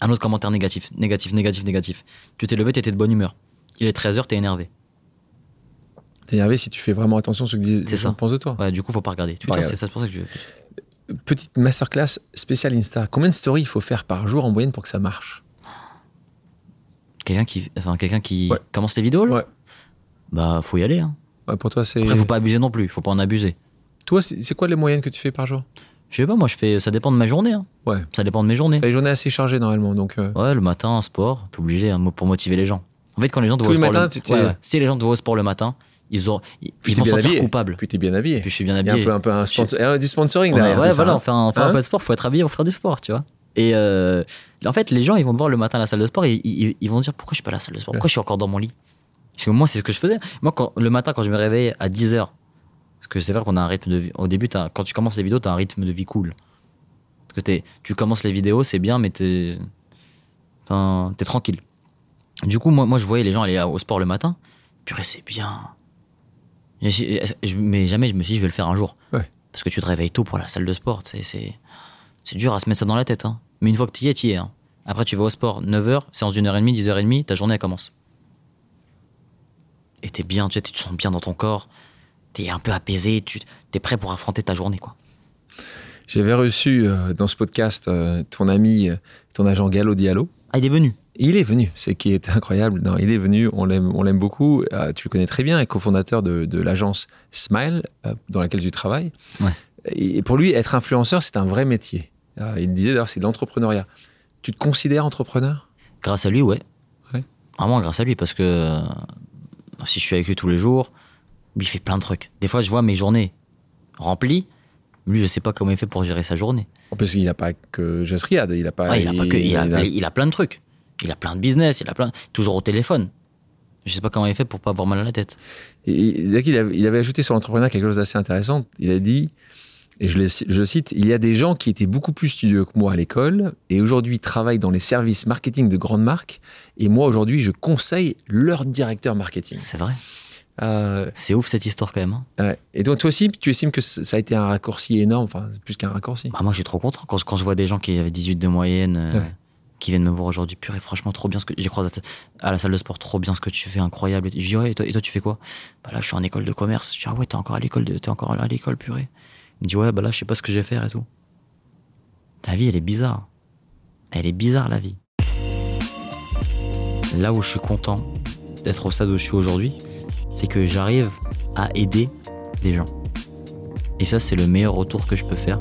[SPEAKER 1] un autre commentaire négatif, négatif, négatif, négatif. Tu t'es levé, t'étais de bonne humeur. Il est 13h, t'es énervé.
[SPEAKER 2] t'es énervé si tu fais vraiment attention à ce que dis-
[SPEAKER 1] C'est
[SPEAKER 2] les
[SPEAKER 1] ça.
[SPEAKER 2] gens pensent de toi
[SPEAKER 1] Ouais, du coup, faut pas regarder. Twitter,
[SPEAKER 2] regarder.
[SPEAKER 1] c'est ça, c'est pour ça que je.
[SPEAKER 2] petite masterclass spéciale Insta combien de stories il faut faire par jour en moyenne pour que ça marche
[SPEAKER 1] Quelqu'un qui, enfin, quelqu'un qui
[SPEAKER 2] Ouais.
[SPEAKER 1] commence les vidéos, là
[SPEAKER 2] Ouais.
[SPEAKER 1] Bah, faut y aller, hein.
[SPEAKER 2] Ouais, pour toi c'est
[SPEAKER 1] Après, faut pas abuser non plus, faut pas en abuser.
[SPEAKER 2] toi c'est, c'est quoi les moyennes que tu fais par jour
[SPEAKER 1] Je sais pas, moi, je fais. Ça dépend de ma journée. hein.
[SPEAKER 2] Ouais.
[SPEAKER 1] Ça dépend de mes journées.
[SPEAKER 2] Bah, les journées assez chargées normalement donc euh,
[SPEAKER 1] Ouais, le matin, sport, t'es obligé hein, mo- pour motiver les gens. En fait, quand les gens te
[SPEAKER 2] Tous
[SPEAKER 1] voient au
[SPEAKER 2] les
[SPEAKER 1] sport.
[SPEAKER 2] matins,
[SPEAKER 1] le...
[SPEAKER 2] tu t'es-
[SPEAKER 1] ouais, ouais. Si les gens te voient au sport le matin, ils, ont... ils
[SPEAKER 2] Puis
[SPEAKER 1] ils
[SPEAKER 2] t'es
[SPEAKER 1] vont se
[SPEAKER 2] bien
[SPEAKER 1] sentir
[SPEAKER 2] habillé.
[SPEAKER 1] coupables.
[SPEAKER 2] puis t'es bien habillé
[SPEAKER 1] Et puis je suis bien
[SPEAKER 2] il y a un
[SPEAKER 1] habillé.
[SPEAKER 2] peu un peu un
[SPEAKER 1] Je suis-
[SPEAKER 2] sponsor- euh, du sponsoring
[SPEAKER 1] On a-
[SPEAKER 2] derrière
[SPEAKER 1] ouais,
[SPEAKER 2] tout ça,
[SPEAKER 1] voilà,
[SPEAKER 2] hein.
[SPEAKER 1] on fait, un, on fait un
[SPEAKER 2] Hein
[SPEAKER 1] peu de sport, faut être habillé pour faire du sport, tu vois. Et euh, en fait, les gens, ils vont te voir le matin à la salle de sport et ils, ils- ils vont te dire pourquoi je suis pas à la salle de sport, pourquoi je suis encore dans mon lit. Parce que moi, c'est ce que je faisais. Moi, quand, le matin, quand je me réveillais à 10h, parce que c'est vrai qu'on a un rythme de vie. Au début, t'as- quand tu commences les vidéos, tu as un rythme de vie cool. Parce que t'es- tu commences les vidéos, c'est bien, mais t'es enfin, t'es tranquille. Du coup, moi, moi, je voyais les gens aller au sport le matin. Purée, c'est bien. Et j'ai- je- Mais jamais je me suis dit, je vais le faire un jour.
[SPEAKER 2] Ouais.
[SPEAKER 1] Parce que tu te réveilles tôt pour la salle de sport. tu sais, C'est c'est dur à se mettre ça dans la tête. hein. Mais une fois que tu y es, tu y es. hein. Après, tu vas au sport 9h, séance 1h30, 10h30, ta journée elle commence. Et t'es bien, tu, sais, tu te sens bien dans ton corps. T'es un peu apaisé, tu es prêt pour affronter ta journée. quoi.
[SPEAKER 2] J'avais reçu euh, dans ce podcast euh, ton ami, euh, ton agent Gallo Diallo.
[SPEAKER 1] Ah, il est venu.
[SPEAKER 2] Et Il est venu, c'est qui est incroyable. Non, il est venu, on l'aime, on l'aime beaucoup. Euh, tu le connais très bien, est cofondateur de, de l'agence Smile, euh, dans laquelle tu travailles.
[SPEAKER 1] Ouais.
[SPEAKER 2] Et, et pour lui, être influenceur, c'est un vrai métier. Euh, il disait d'ailleurs, c'est de l'entrepreneuriat. Tu te considères entrepreneur
[SPEAKER 1] Grâce à lui, ouais.
[SPEAKER 2] Ouais.
[SPEAKER 1] Vraiment grâce à lui, parce que euh, si je suis avec lui tous les jours, lui, il fait plein de trucs. Des fois, je vois mes journées remplies. Lui, je sais pas comment il fait pour gérer sa journée.
[SPEAKER 2] En plus, il n'a pas que Just Riyad, il n'a pas.
[SPEAKER 1] Ouais, il, a pas que- il a-
[SPEAKER 2] il a-
[SPEAKER 1] il a plein de trucs. Il a plein de business, il a plein. Toujours au téléphone. Je sais pas comment il fait pour pas avoir mal à la tête.
[SPEAKER 2] Et- et- dès qu'il avait- il avait ajouté sur l'entrepreneuriat quelque chose d'assez intéressant. Il a dit et je le, je le cite, il y a des gens qui étaient beaucoup plus studieux que moi à l'école et aujourd'hui travaillent dans les services marketing de grandes marques. Et moi, aujourd'hui, je conseille leur directeur marketing.
[SPEAKER 1] C'est vrai.
[SPEAKER 2] Euh,
[SPEAKER 1] C'est ouf cette histoire quand même. hein.
[SPEAKER 2] ouais. et donc, toi aussi, tu estimes que c- ça a été un raccourci énorme, enfin, c'est plus qu'un raccourci.
[SPEAKER 1] Bah, moi, je suis trop content quand je, quand je vois des gens qui avaient 18 de moyenne euh,
[SPEAKER 2] Ouais.
[SPEAKER 1] qui viennent me voir aujourd'hui. Purée, franchement, trop bien ce que j'ai croisé à, à la salle de sport, trop bien ce que tu fais, incroyable. Je dis, ouais, et toi, et toi, tu fais quoi Bah là, je suis en école de commerce. Je dis, ah ouais, t'es encore à l'école, de- t'es encore à l'école, purée. Il me dit, ouais, bah là, je sais pas ce que je vais faire et tout. Ta vie, elle est bizarre. Elle est bizarre, la vie. Là où je suis content d'être au stade où je suis aujourd'hui, c'est que j'arrive à aider des gens. Et ça, c'est le meilleur retour que je peux faire.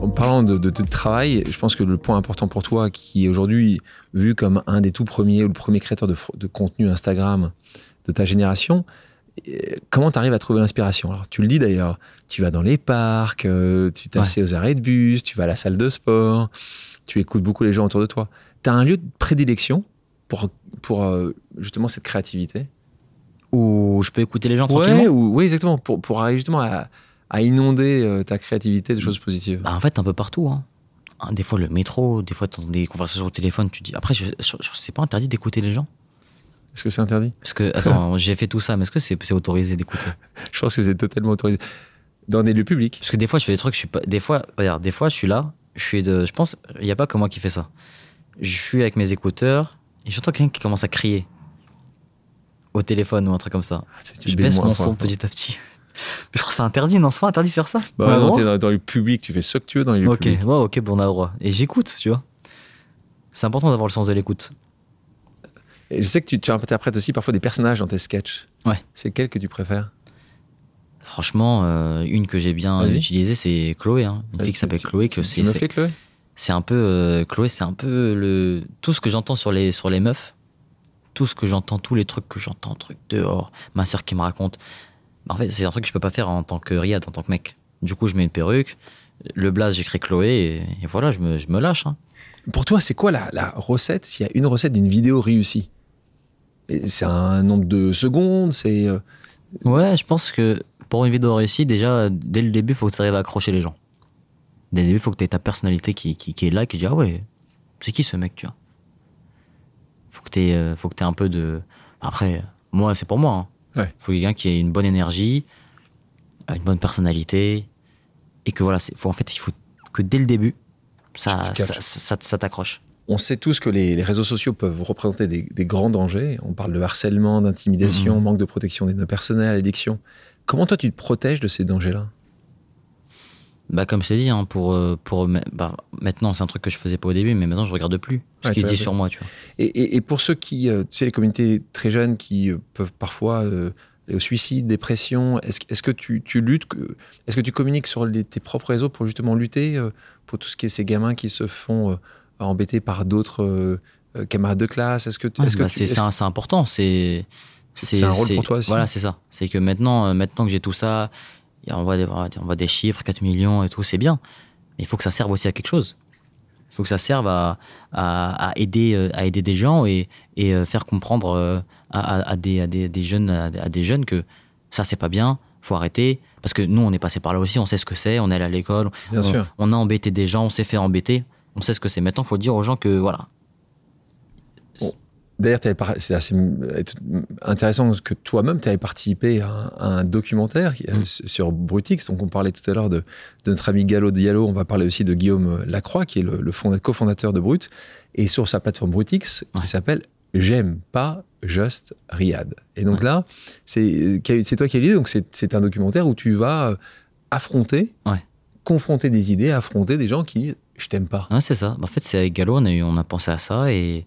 [SPEAKER 2] En parlant de, de, de travail, je pense que le point important pour toi, qui est aujourd'hui vu comme un des tout premiers ou le premier créateur de, fr- de contenu Instagram de ta génération, euh, comment tu arrives à trouver l'inspiration Alors, tu le dis d'ailleurs, tu vas dans les parcs, euh, tu t'assieds aux arrêts de bus, tu vas à la salle de sport, tu écoutes beaucoup les gens autour de toi. Tu as un lieu de prédilection pour, pour euh, justement cette créativité
[SPEAKER 1] où je peux écouter les gens
[SPEAKER 2] Ouais,
[SPEAKER 1] tranquillement
[SPEAKER 2] ou, Oui, exactement, pour, pour arriver justement à, à inonder euh, ta créativité de choses positives.
[SPEAKER 1] bah, En fait, un peu partout. hein. Hein, Des fois, le métro, des fois, t'entends des conversations au téléphone, tu dis. Après, je, je- je- c'est pas interdit d'écouter les gens
[SPEAKER 2] Est-ce que c'est interdit
[SPEAKER 1] Parce que, attends, j'ai fait tout ça, mais est-ce que c'est c'est autorisé d'écouter
[SPEAKER 2] Je pense que c'est totalement autorisé. Dans des lieux publics.
[SPEAKER 1] Parce que des fois, je fais des trucs, je suis pas. Des fois, regarde, des fois, je suis là, je suis de. Je pense, il n'y a pas que moi qui fais ça. Je suis avec mes écouteurs et j'entends quelqu'un qui commence à crier au téléphone ou un truc comme ça.
[SPEAKER 2] Ah,
[SPEAKER 1] je baisse mon son petit à petit. Mais je crois que c'est interdit, non C'est pas interdit de faire ça
[SPEAKER 2] Bah,
[SPEAKER 1] On a le
[SPEAKER 2] non,
[SPEAKER 1] droit
[SPEAKER 2] t'es dans, dans le public, tu fais ce que tu veux dans les lieux
[SPEAKER 1] Ok,
[SPEAKER 2] publics.
[SPEAKER 1] ouais, ok, bon, on a le droit. Et j'écoute, tu vois. C'est important d'avoir le sens de l'écoute.
[SPEAKER 2] Et je sais que tu, tu interprètes aussi parfois des personnages dans tes sketchs.
[SPEAKER 1] Ouais.
[SPEAKER 2] C'est quel que tu préfères
[SPEAKER 1] Franchement, euh, une que j'ai bien
[SPEAKER 2] Vas-y.
[SPEAKER 1] utilisée, c'est Chloé. hein. Une
[SPEAKER 2] Vas-y,
[SPEAKER 1] fille qui s'appelle
[SPEAKER 2] tu-
[SPEAKER 1] Chloé, que
[SPEAKER 2] Tu
[SPEAKER 1] c'est,
[SPEAKER 2] me
[SPEAKER 1] c'est,
[SPEAKER 2] fais, Chloé
[SPEAKER 1] c'est un peu euh, Chloé, c'est un peu le tout ce que j'entends sur les sur les meufs, tout ce que j'entends, tous les trucs que j'entends, trucs dehors, ma sœur qui me raconte. Bah, En fait, c'est un truc que je peux pas faire en tant que Riyad, en tant que mec. Du coup, je mets une perruque, le blaze, j'écris Chloé, et, et voilà, je me, je me lâche. hein.
[SPEAKER 2] Pour toi, c'est quoi la, la recette s'il y a une recette d'une vidéo réussie Et C'est un nombre de secondes C'est euh,
[SPEAKER 1] Ouais, je pense que pour une vidéo réussie, déjà, dès le début, faut que tu arrives à accrocher les gens. Dès le début, faut que tu aies ta personnalité qui, qui, qui est là, qui dit Ah ouais, c'est qui ce mec, tu vois Faut que tu aies, un peu de. Après, moi, c'est pour moi. hein.
[SPEAKER 2] Ouais.
[SPEAKER 1] Faut quelqu'un qui ait une bonne énergie, une bonne personnalité, et que voilà, c'est- faut, en fait, il faut que dès le début, ça,
[SPEAKER 2] Tu- tu
[SPEAKER 1] ça,
[SPEAKER 2] catches.
[SPEAKER 1] ça- ça- ça t'accroche.
[SPEAKER 2] On sait tous que les, les réseaux sociaux peuvent représenter des, des grands dangers. On parle de harcèlement, d'intimidation,
[SPEAKER 1] Mhm.
[SPEAKER 2] manque de protection des données personnelles, addiction. Comment toi, tu te protèges de ces dangers-là
[SPEAKER 1] Bah, comme je t'ai dit, hein, pour, euh, pour, me- bah, maintenant, c'est un truc que je faisais pas au début, mais maintenant, je regarde plus ce
[SPEAKER 2] Ouais,
[SPEAKER 1] qui
[SPEAKER 2] tu
[SPEAKER 1] se dit
[SPEAKER 2] regardes
[SPEAKER 1] sur moi, tu vois.
[SPEAKER 2] Et, et- et pour ceux qui, euh, tu sais, les communautés très jeunes qui euh, peuvent parfois euh, aller au suicide, dépression, est-ce est que tu, tu luttes que- Est-ce que tu communiques sur les- tes propres réseaux pour justement lutter euh, pour tout ce qui est ces gamins qui se font euh, embêter par d'autres euh, euh, camarades de classe Est-ce que, tu-
[SPEAKER 1] Ouais,
[SPEAKER 2] est-ce que
[SPEAKER 1] bah,
[SPEAKER 2] tu-
[SPEAKER 1] c'est
[SPEAKER 2] est-ce-
[SPEAKER 1] c'est un- c'est important. C'est
[SPEAKER 2] C'est un rôle
[SPEAKER 1] c'est-
[SPEAKER 2] pour toi aussi.
[SPEAKER 1] Voilà, c'est ça. C'est que maintenant, euh, maintenant que j'ai tout ça, et on voit, des, on voit des chiffres, 4 millions et tout, c'est bien. Mais il faut que ça serve aussi à quelque chose. Il faut que ça serve à, à, à aider, euh, à aider des gens et, et euh, faire comprendre euh, à, à- à des, à des, des jeunes, à, à des jeunes que ça, c'est pas bien, faut arrêter. Parce que nous, on est passé par là aussi, on sait ce que c'est, on est allé à l'école,
[SPEAKER 2] Bien
[SPEAKER 1] on,
[SPEAKER 2] sûr.
[SPEAKER 1] on a embêté des gens, on s'est fait embêter, on sait ce que c'est. Maintenant, il faut dire aux gens que voilà,
[SPEAKER 2] D'ailleurs, t'avais par- c'est assez euh, intéressant que toi-même, tu avais participé à un, à un documentaire qui- euh,
[SPEAKER 1] Mm.
[SPEAKER 2] s- sur Brutix. Donc, on parlait tout à l'heure de, de notre ami Gallo Diallo. On va parler aussi de Guillaume Lacroix, qui est le, le fonda- cofondateur de Brut. Et sur sa plateforme Brutix,
[SPEAKER 1] Ouais.
[SPEAKER 2] qui s'appelle J'aime pas juste Riyad. Et donc
[SPEAKER 1] Ouais.
[SPEAKER 2] là, c'est euh, qui a eu- c'est toi qui as eu l'idée. Donc, c'est c'est un documentaire où tu vas euh, affronter,
[SPEAKER 1] Ouais.
[SPEAKER 2] confronter des idées, affronter des gens qui disent Je t'aime pas.
[SPEAKER 1] Ouais, c'est ça. Bah, En fait, c'est avec Gallo, on a, eu- on a pensé à ça et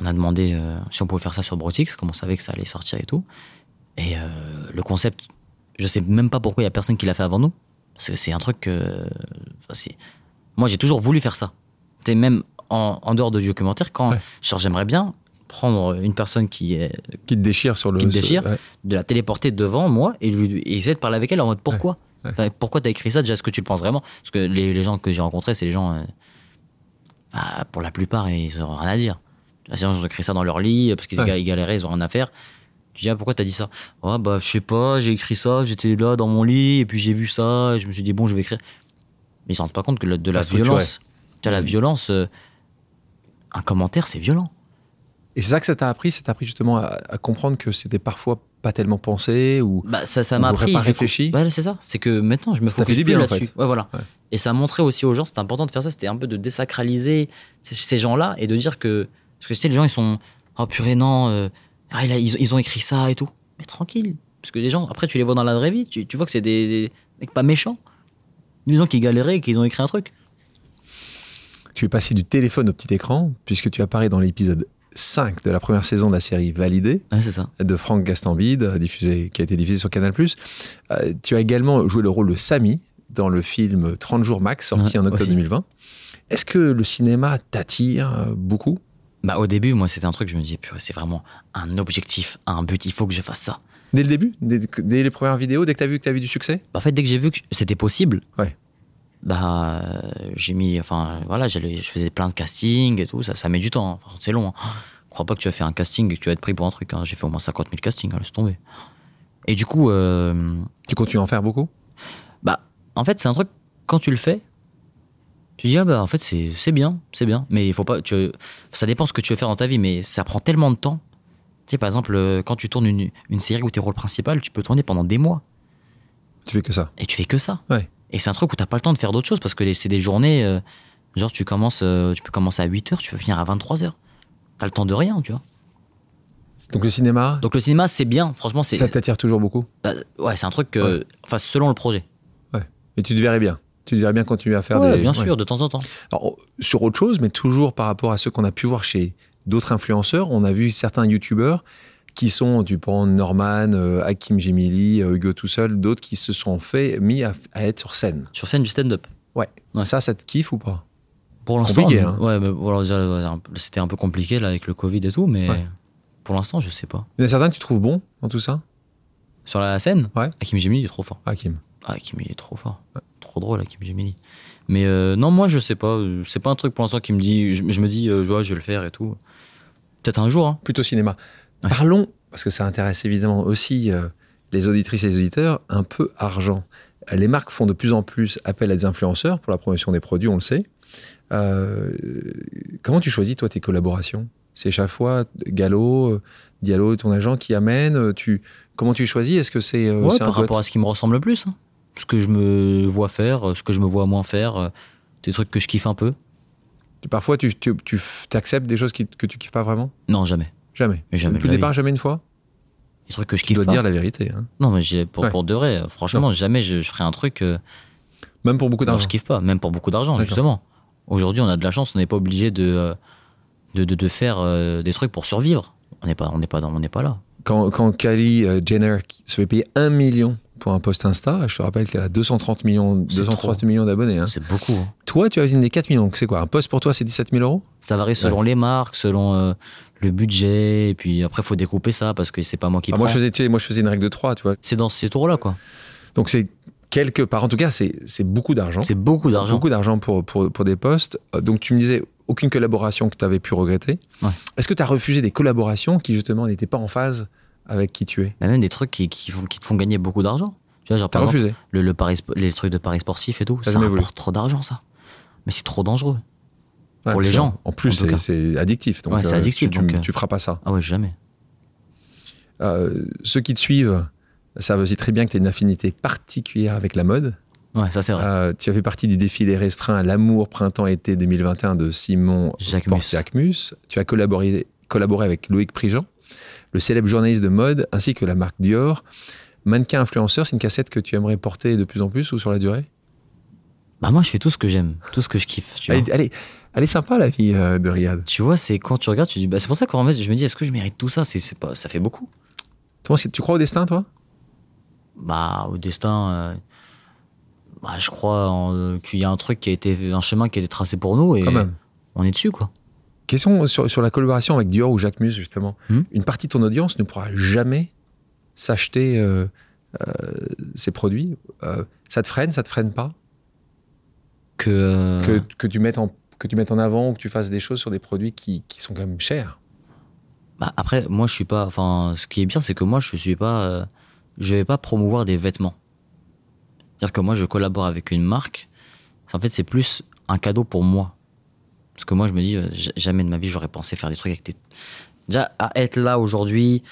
[SPEAKER 1] on a demandé euh, si on pouvait faire ça sur Brotix, comme on savait que ça allait sortir et tout. Et euh, le concept, je sais même pas pourquoi il y a personne qui l'a fait avant nous. Parce que c'est un truc que. enfin, c'est- Moi, j'ai toujours voulu faire ça. C'est même en, en dehors du documentaire, quand
[SPEAKER 2] Ouais.
[SPEAKER 1] genre, j'aimerais bien prendre une personne qui est
[SPEAKER 2] Qui te déchire sur le.
[SPEAKER 1] Qui te
[SPEAKER 2] sur-
[SPEAKER 1] déchire.
[SPEAKER 2] ouais.
[SPEAKER 1] de la téléporter devant moi et, lui, et essayer de parler avec elle en mode pourquoi
[SPEAKER 2] Ouais, ouais.
[SPEAKER 1] Enfin, Pourquoi t'as écrit ça Déjà, est-ce que tu le penses vraiment Parce que les, les gens que j'ai rencontrés, c'est les gens. euh, bah, pour la plupart, ils n'ont rien à dire. Les gens, ils ont écrit ça dans leur lit parce qu'ils
[SPEAKER 2] Ouais.
[SPEAKER 1] ga- ils galéraient, ils ont rien à faire. Je dis, ah, pourquoi t'as dit ça Ah, bah, je sais pas, j'ai écrit ça, j'étais là dans mon lit, et puis j'ai vu ça, et je me suis dit, bon, je vais écrire. Mais ils se rendent pas compte que le- de la
[SPEAKER 2] Pas structuré.
[SPEAKER 1] violence. Tu
[SPEAKER 2] Mmh.
[SPEAKER 1] la violence. euh, un commentaire, c'est violent.
[SPEAKER 2] Et c'est ça que ça t'a appris Ça t'a appris justement à, à comprendre que c'était parfois pas tellement pensé ou
[SPEAKER 1] Bah, ça, ça
[SPEAKER 2] On
[SPEAKER 1] m'a
[SPEAKER 2] n'aurait
[SPEAKER 1] appris.
[SPEAKER 2] pas
[SPEAKER 1] du
[SPEAKER 2] réfléchi.
[SPEAKER 1] coup. Ouais, c'est ça. C'est que maintenant, je me
[SPEAKER 2] Ça fait
[SPEAKER 1] focus
[SPEAKER 2] du
[SPEAKER 1] plus
[SPEAKER 2] bien, en
[SPEAKER 1] là-dessus.
[SPEAKER 2] fait.
[SPEAKER 1] Ouais, voilà.
[SPEAKER 2] Ouais.
[SPEAKER 1] Et ça a montré aussi aux gens, c'était important de faire ça, c'était un peu de désacraliser ces, ces gens-là et de dire que. Parce que tu sais, les gens, ils sont. Oh purée, non, euh, ah, il a- ils, ils ont écrit ça et tout. Mais tranquille. Parce que les gens, après, tu les vois dans la vraie vie, tu, tu vois que c'est des, des mecs pas méchants. Des gens qui galéraient et qui ont écrit un truc.
[SPEAKER 2] tu es passé du téléphone au petit écran puisque tu apparais dans l'épisode 5 de la première saison de la série Validée
[SPEAKER 1] Ouais, c'est ça.
[SPEAKER 2] de Franck Gastambide, euh, diffusé, qui a été diffusé sur Canal+. Euh, tu as également joué le rôle de Samy dans le film 30 jours max,
[SPEAKER 1] Ouais,
[SPEAKER 2] sorti en octobre
[SPEAKER 1] aussi.
[SPEAKER 2] 2020. Est-ce que le cinéma t'attire euh, beaucoup
[SPEAKER 1] Bah, au début, moi, c'était un truc, je me dis, purée, c'est vraiment un objectif, un but, il faut que je fasse ça.
[SPEAKER 2] Dès le début dès, dès les premières vidéos Dès que tu as vu que tu as vu du succès
[SPEAKER 1] Bah, en fait, dès que j'ai vu que c'était possible,
[SPEAKER 2] Ouais.
[SPEAKER 1] bah, euh, j'ai mis. Enfin, voilà, j'allais- je faisais plein de castings et tout. Ça, ça met du temps. hein. Enfin, c'est long. hein. Crois pas que tu vas faire un casting et que tu vas être pris pour un truc. hein. J'ai fait au moins 50 000 castings, hein, laisse tomber. Et du coup, euh,
[SPEAKER 2] Tu continues à en faire beaucoup
[SPEAKER 1] bah, en fait, c'est un truc, quand tu le fais, tu dis, ah bah, en fait, c'est c'est bien, c'est bien. Mais il faut pas. Tu, ça dépend ce que tu veux faire dans ta vie, mais ça prend tellement de temps. Tu sais, par exemple, euh, quand tu tournes une, une série où t'es rôle principal, tu peux tourner pendant des mois
[SPEAKER 2] Tu fais que ça
[SPEAKER 1] et tu fais que ça.
[SPEAKER 2] Ouais.
[SPEAKER 1] Et c'est un truc où t'as pas le temps de faire d'autres choses parce que les- c'est des journées, euh, genre tu commences, euh, tu peux commencer à 8h, tu peux finir à 23h. T'as le temps de rien, tu vois.
[SPEAKER 2] Donc le cinéma,
[SPEAKER 1] Donc le cinéma, c'est bien, franchement, c'est
[SPEAKER 2] ça t'attire toujours beaucoup
[SPEAKER 1] bah, ouais, c'est un truc que, enfin, selon le projet.
[SPEAKER 2] Et tu te verrais bien Tu te verrais bien continuer à faire
[SPEAKER 1] Ouais,
[SPEAKER 2] des...
[SPEAKER 1] bien
[SPEAKER 2] ouais.
[SPEAKER 1] sûr, de temps en temps.
[SPEAKER 2] Alors, on- sur autre chose, mais toujours par rapport à ce qu'on a pu voir chez d'autres influenceurs, on a vu certains youtubeurs qui sont, tu prends Norman, euh, Hakim Jemili, euh, Hugo tout seul, d'autres qui se sont fait mis à, à être sur scène.
[SPEAKER 1] Sur scène du stand-up. Ouais.
[SPEAKER 2] Ça, ça te kiffe ou pas
[SPEAKER 1] Pour l'instant,
[SPEAKER 2] Compliqué,
[SPEAKER 1] on-
[SPEAKER 2] hein.
[SPEAKER 1] ouais, mais voilà, déjà, ouais, un peu- c'était un peu compliqué là avec le Covid et tout, mais
[SPEAKER 2] Ouais.
[SPEAKER 1] pour l'instant, je sais pas.
[SPEAKER 2] Il y en a certains que tu trouves bons dans tout ça
[SPEAKER 1] Sur la scène,
[SPEAKER 2] Ouais.
[SPEAKER 1] Hakim Jemili, il est trop fort.
[SPEAKER 2] Hakim.
[SPEAKER 1] Ah, Kim, il est trop fort. Trop drôle, Hakim Gemini. Mais euh, non, moi, je sais pas. Euh, C'est pas un truc pour l'instant qui me dit. Je, je me dis, euh, ouais, je vais le faire et tout. Peut-être un jour. Hein.
[SPEAKER 2] Plutôt cinéma.
[SPEAKER 1] Ouais.
[SPEAKER 2] Parlons, parce que ça intéresse évidemment aussi euh, les auditrices et les auditeurs, un peu argent. Les marques font de plus en plus appel à des influenceurs pour la promotion des produits, on le sait. Euh, comment tu choisis, toi, tes collaborations C'est chaque fois Gallo, euh, Diallo, ton agent qui amène euh, tu, Comment tu les choisis Est-ce que c'est euh,
[SPEAKER 1] Ouais,
[SPEAKER 2] c'est un
[SPEAKER 1] par
[SPEAKER 2] peu-
[SPEAKER 1] rapport à ce qui me ressemble le plus. hein. Ce que je me vois faire, euh, ce que je me vois moins faire. euh, Des trucs que je kiffe un peu.
[SPEAKER 2] tu- Parfois, tu, tu, tu f- t'acceptes des choses qui- que tu kiffes pas vraiment
[SPEAKER 1] Non, jamais.
[SPEAKER 2] Jamais.
[SPEAKER 1] Mais jamais de
[SPEAKER 2] Depuis le
[SPEAKER 1] la vie.
[SPEAKER 2] départ, jamais une fois
[SPEAKER 1] Des trucs que je
[SPEAKER 2] Tu
[SPEAKER 1] kiffe
[SPEAKER 2] dois
[SPEAKER 1] pas.
[SPEAKER 2] dire la vérité. hein.
[SPEAKER 1] Non, mais j'ai- pour,
[SPEAKER 2] Ouais.
[SPEAKER 1] pour de vrai, euh, franchement, jamais je, je ferais un truc euh,
[SPEAKER 2] Même pour beaucoup
[SPEAKER 1] dont
[SPEAKER 2] d'argent.
[SPEAKER 1] je kiffe pas, même pour beaucoup d'argent,
[SPEAKER 2] D'accord.
[SPEAKER 1] justement. Aujourd'hui, on a de la chance, on n'est pas obligé de, euh, de, de, de faire euh, des trucs pour survivre. On n'est pas, on n'est pas, dans- on n'est pas là.
[SPEAKER 2] quand, quand Kylie euh, Jenner qui se fait payer 1 million pour un post Insta, je te rappelle qu'elle a 230 millions,
[SPEAKER 1] C'est
[SPEAKER 2] 230 millions d'abonnés. hein.
[SPEAKER 1] C'est beaucoup. hein.
[SPEAKER 2] Toi, tu as une des 4 millions. donc C'est quoi Un post pour toi, c'est 17 000 euros
[SPEAKER 1] Ça varie selon les marques, selon euh, le budget, et puis après, il faut découper ça parce que c'est pas moi qui
[SPEAKER 2] Ah,
[SPEAKER 1] prends.
[SPEAKER 2] moi, je faisais, tu sais, moi, je faisais une règle de 3, tu vois.
[SPEAKER 1] C'est dans ces tours-là, quoi.
[SPEAKER 2] Donc, c'est quelque part, en tout cas, c'est c'est beaucoup d'argent.
[SPEAKER 1] C'est beaucoup d'argent.
[SPEAKER 2] Beaucoup d'argent pour, pour, pour des posts. Euh, Donc, tu me disais aucune collaboration que tu avais pu regretter.
[SPEAKER 1] Ouais.
[SPEAKER 2] Est-ce que tu as refusé des collaborations qui, justement, n'étaient pas en phase avec qui tu es
[SPEAKER 1] Mais même des trucs qui, qui, font, qui te font gagner beaucoup d'argent. Tu vois, genre,
[SPEAKER 2] Tu as
[SPEAKER 1] par exemple,
[SPEAKER 2] refusé
[SPEAKER 1] le, le Paris, spo- les trucs de Paris sportif et tout,
[SPEAKER 2] T'as
[SPEAKER 1] ça
[SPEAKER 2] jamais voulu.
[SPEAKER 1] rapporte trop d'argent, ça. Mais c'est trop dangereux.
[SPEAKER 2] Ouais,
[SPEAKER 1] pour les
[SPEAKER 2] c'est-
[SPEAKER 1] gens,
[SPEAKER 2] En plus,
[SPEAKER 1] en tout
[SPEAKER 2] c'est-
[SPEAKER 1] cas.
[SPEAKER 2] c'est addictif. Donc,
[SPEAKER 1] Ouais, c'est
[SPEAKER 2] euh,
[SPEAKER 1] addictif,
[SPEAKER 2] Tu,
[SPEAKER 1] donc, euh.
[SPEAKER 2] tu feras pas ça.
[SPEAKER 1] Ah ouais, jamais.
[SPEAKER 2] Euh, ceux qui te suivent savent aussi très bien que tu as une affinité particulière avec la mode.
[SPEAKER 1] Ouais, ça, c'est vrai.
[SPEAKER 2] Euh, tu as fait partie du défilé restreint à l'amour printemps-été 2021 de Simon
[SPEAKER 1] Jacques Mus.
[SPEAKER 2] Porte-Jacquemus. Tu as collaboré, collaboré avec Loïc Prigent, le célèbre journaliste de mode, ainsi que la marque Dior. Mannequin influenceur, c'est une cassette que tu aimerais porter de plus en plus ou sur la durée
[SPEAKER 1] Bah, moi, je fais tout ce que j'aime, tout ce que je kiffe. Tu vois,
[SPEAKER 2] elle, est- elle est- elle est sympa la vie euh, de Riyad.
[SPEAKER 1] Tu vois, c'est quand tu regardes, tu dis, bah, c'est pour ça qu'en fait, je me dis, est-ce que je mérite tout ça c'est, c'est pas, Ça fait beaucoup.
[SPEAKER 2] Tu penses que- Tu crois au destin, toi
[SPEAKER 1] bah, au destin, euh, bah, je crois en- euh, qu'il y a un truc qui a été, un chemin qui a été tracé pour nous et
[SPEAKER 2] Quand même.
[SPEAKER 1] on est dessus, quoi.
[SPEAKER 2] Question sur, sur la collaboration avec Dior ou Jacques Mus, justement.
[SPEAKER 1] Hmm.
[SPEAKER 2] Une partie de ton audience ne pourra jamais s'acheter euh, euh, ces produits. Euh, ça te freine, ça te freine pas
[SPEAKER 1] Que, euh,
[SPEAKER 2] que, que tu mettes en, que tu mettes en avant ou que tu fasses des choses sur des produits qui, qui sont quand même chers.
[SPEAKER 1] Bah, après, moi, je suis pas. Enfin, ce qui est bien, c'est que moi, je suis pas. euh, je vais pas promouvoir des vêtements. C'est-à-dire que moi, je collabore avec une marque. En fait, c'est plus un cadeau pour moi. Parce que moi, je me dis, euh, ja- jamais de ma vie, j'aurais pensé faire des trucs avec des. Déjà, à être là aujourd'hui,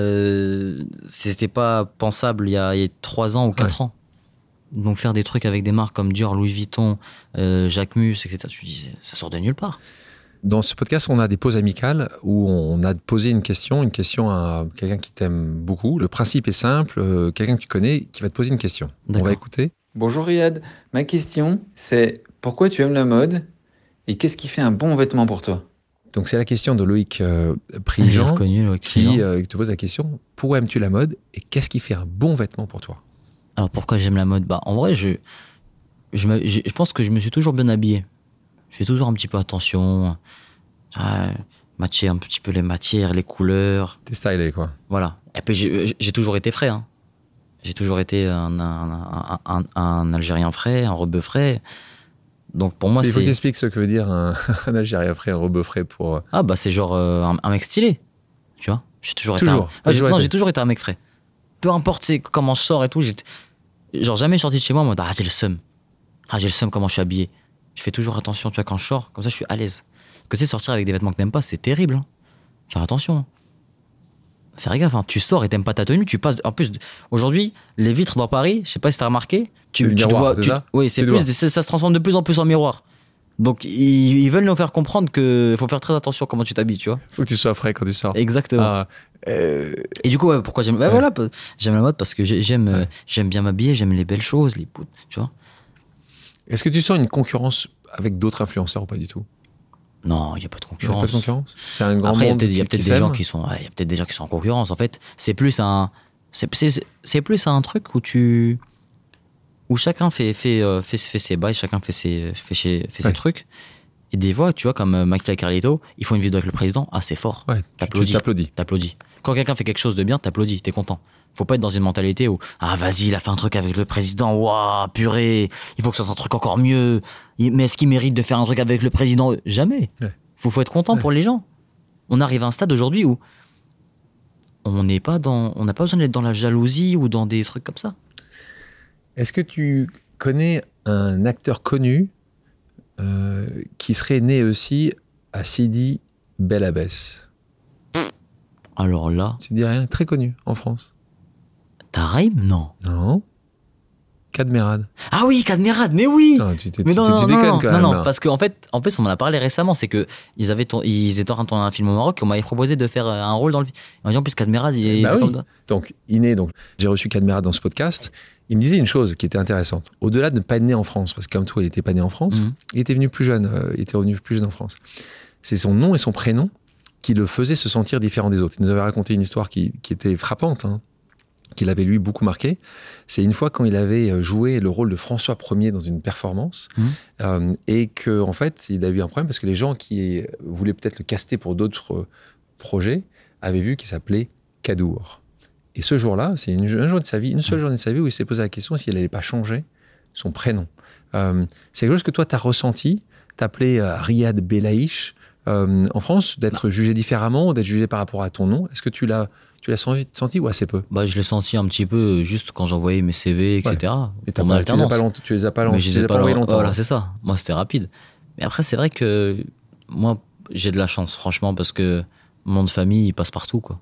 [SPEAKER 1] euh, c'était pas pensable il y a il y a trois ans ou quatre ans. Donc, faire des trucs avec des marques comme Dior, Louis Vuitton, euh, Jacquemus, etc. Tu dis, ça sort de nulle part.
[SPEAKER 2] Dans ce podcast, on a des pauses amicales où on a posé une question, une question à quelqu'un qui t'aime beaucoup. Le principe est simple, euh, quelqu'un que tu connais qui va te poser une question. On
[SPEAKER 1] D'accord.
[SPEAKER 2] va écouter.
[SPEAKER 3] Bonjour Riyad, ma question c'est pourquoi tu aimes la mode et qu'est-ce qui fait un bon vêtement pour toi
[SPEAKER 2] Donc c'est la question de Loïc euh,
[SPEAKER 1] J'ai
[SPEAKER 2] Prigent
[SPEAKER 1] reconnu, ouais, Kilian.
[SPEAKER 2] qui euh, te pose la question pourquoi aimes-tu la mode et qu'est-ce qui fait un bon vêtement pour toi
[SPEAKER 1] Alors pourquoi j'aime la mode Bah en vrai, je, je, me- je- je pense que je me suis toujours bien habillé. Je fais toujours un petit peu attention, à matcher un petit peu les matières, les couleurs,
[SPEAKER 2] T'es stylé quoi.
[SPEAKER 1] voilà. Et puis j'ai j'ai toujours été frais. hein. J'ai toujours été un, un- un- un- un Algérien frais, un rebeu frais. Donc pour moi
[SPEAKER 2] Il faut que
[SPEAKER 1] c'est
[SPEAKER 2] t'expliques ce que veut dire un, un Algérien frais, un rebeu frais pour... euh,
[SPEAKER 1] ah bah c'est genre euh, un, un mec stylé, tu vois. J'ai toujours, été.
[SPEAKER 2] Toujours.
[SPEAKER 1] un-
[SPEAKER 2] T'as
[SPEAKER 1] Ouais, j'ai-
[SPEAKER 2] toujours
[SPEAKER 1] non,
[SPEAKER 2] été.
[SPEAKER 1] j'ai toujours été un mec frais. Peu importe c'est comment je sors et tout, j'ai genre jamais sorti de chez moi en mode ah j'ai le seum, ah j'ai le seum comment je suis habillé. Je fais toujours attention, tu vois quand je sors, comme ça je suis à l'aise. Parce Que c'est sortir avec des vêtements que t'aimes pas, c'est terrible. hein. Faire attention. hein. Faire gaffe, hein. tu sors et t'aimes pas ta tenue, tu passes. En plus, aujourd'hui, les vitres dans Paris, je sais pas si t'as remarqué,
[SPEAKER 2] C'est
[SPEAKER 1] tu,
[SPEAKER 2] le
[SPEAKER 1] tu te
[SPEAKER 2] miroir,
[SPEAKER 1] vois.
[SPEAKER 2] c'est
[SPEAKER 1] tu-
[SPEAKER 2] ça
[SPEAKER 1] oui, c'est
[SPEAKER 2] Tu te
[SPEAKER 1] plus,
[SPEAKER 2] vois.
[SPEAKER 1] ça, ça se transforme de plus en plus en miroir. Donc ils, ils veulent nous faire comprendre que faut faire très attention comment tu t'habilles, tu vois.
[SPEAKER 2] Faut que tu sois frais quand tu sors.
[SPEAKER 1] Exactement.
[SPEAKER 2] Ah, euh,
[SPEAKER 1] Et du coup, ouais, pourquoi j'aime bah
[SPEAKER 2] Ouais.
[SPEAKER 1] voilà, p- j'aime la mode parce que j'ai- j'aime euh,
[SPEAKER 2] Ouais.
[SPEAKER 1] j'aime bien m'habiller, j'aime les belles choses, les poudres, tu vois.
[SPEAKER 2] Est-ce que tu sens une concurrence avec d'autres influenceurs ou pas du tout
[SPEAKER 1] Non, il y a pas de
[SPEAKER 2] Il y a
[SPEAKER 1] concurrence.
[SPEAKER 2] pas de concurrence C'est un grand
[SPEAKER 1] Après, il y a
[SPEAKER 2] monde
[SPEAKER 1] peut-être il y a
[SPEAKER 2] qui-
[SPEAKER 1] peut-être
[SPEAKER 2] qui
[SPEAKER 1] des gens
[SPEAKER 2] s'aime
[SPEAKER 1] qui sont ouais, il y a peut-être des gens qui sont en concurrence. En fait, c'est plus un c'est- c'est c'est plus un truc où tu où chacun fait fait euh, fait, fait ses bails, chacun fait ses fait, chez- fait ses
[SPEAKER 2] Ouais.
[SPEAKER 1] trucs. Et des fois, tu vois, comme euh, McFly et Carlito, ils font une vidéo avec le président, ah c'est fort.
[SPEAKER 2] Ouais, tu- tu
[SPEAKER 1] T'applaudis.
[SPEAKER 2] t'applaudis.
[SPEAKER 1] t'applaudis. Quand quelqu'un fait quelque chose de bien, t'applaudis, t'es content. Faut pas être dans une mentalité où ah vas-y, il a fait un truc avec le président, waouh, purée, il faut que ça soit un truc encore mieux. Il- Mais est-ce qu'il mérite de faire un truc avec le président Jamais.
[SPEAKER 2] Ouais.
[SPEAKER 1] Faut, faut être content
[SPEAKER 2] Ouais.
[SPEAKER 1] pour les gens. On arrive à un stade aujourd'hui où on n'est pas dans, on n'a pas besoin d'être dans la jalousie ou dans des trucs comme ça.
[SPEAKER 2] Est-ce que tu connais un acteur connu euh, qui serait né aussi à Sidi Bel Abbès
[SPEAKER 1] Alors là,
[SPEAKER 2] Tu dis rien Très connu en France.
[SPEAKER 1] Tarim, non.
[SPEAKER 2] Non Cadmerade.
[SPEAKER 1] Ah oui, Cadmerad, mais oui.
[SPEAKER 2] Non, tu t'es-
[SPEAKER 1] Mais
[SPEAKER 2] tu-
[SPEAKER 1] non,
[SPEAKER 2] tu
[SPEAKER 1] non, non,
[SPEAKER 2] déconnes
[SPEAKER 1] non,
[SPEAKER 2] quand
[SPEAKER 1] non,
[SPEAKER 2] même.
[SPEAKER 1] non,
[SPEAKER 2] là.
[SPEAKER 1] parce qu'en fait, en plus, on en a parlé récemment, c'est que ils avaient, tour- ils étaient en train de tourner un film au Maroc, et on m'avait proposé de faire euh, un rôle dans le film. On m'a dit, en plus, Cadmerad, il est.
[SPEAKER 2] Bah
[SPEAKER 1] c'est
[SPEAKER 2] oui.
[SPEAKER 1] comme-
[SPEAKER 2] Donc, Iné, donc, j'ai reçu Cadmerade dans ce podcast. Il me disait une chose qui était intéressante. Au-delà de ne pas être né en France, parce que comme toi, il n'était pas né en France,
[SPEAKER 1] Mhm.
[SPEAKER 2] il était venu plus jeune, euh, il était revenu plus jeune en France. C'est son nom et son prénom qui le faisaient se sentir différent des autres. Il nous avait raconté une histoire qui, qui était frappante, hein, qui l'avait lui beaucoup marqué. C'est une fois quand il avait euh, joué le rôle de François Ier dans une performance
[SPEAKER 1] Mhm.
[SPEAKER 2] euh, et que en fait il a eu un problème parce que les gens qui euh, voulaient peut-être le caster pour d'autres euh, projets avaient vu qu'il s'appelait Cadour. Et ce jour-là, c'est une, un jour de sa vie, une seule journée de sa vie où il s'est posé la question s'il n'allait pas changer son prénom. Euh, c'est quelque chose que toi, tu as ressenti, t'appeler euh, Riyad Belaïch euh, en France, d'être jugé différemment, d'être jugé par rapport à ton nom. Est-ce que tu l'as, tu l'as senti, senti ou assez peu
[SPEAKER 1] Bah, je l'ai senti un petit peu euh, juste quand j'envoyais mes CV, etc.
[SPEAKER 2] Mais t'as
[SPEAKER 1] pour mon
[SPEAKER 2] pas- tu les as
[SPEAKER 1] alternance.
[SPEAKER 2] pas lent- tu les as pas, lent-
[SPEAKER 1] mais
[SPEAKER 2] tu
[SPEAKER 1] je
[SPEAKER 2] les as pas envoyés longtemps. hein.
[SPEAKER 1] Voilà, c'est ça. Moi, c'était rapide. Mais après, c'est vrai que moi, j'ai de la chance, franchement, parce que mon nom de famille, il passe partout, quoi.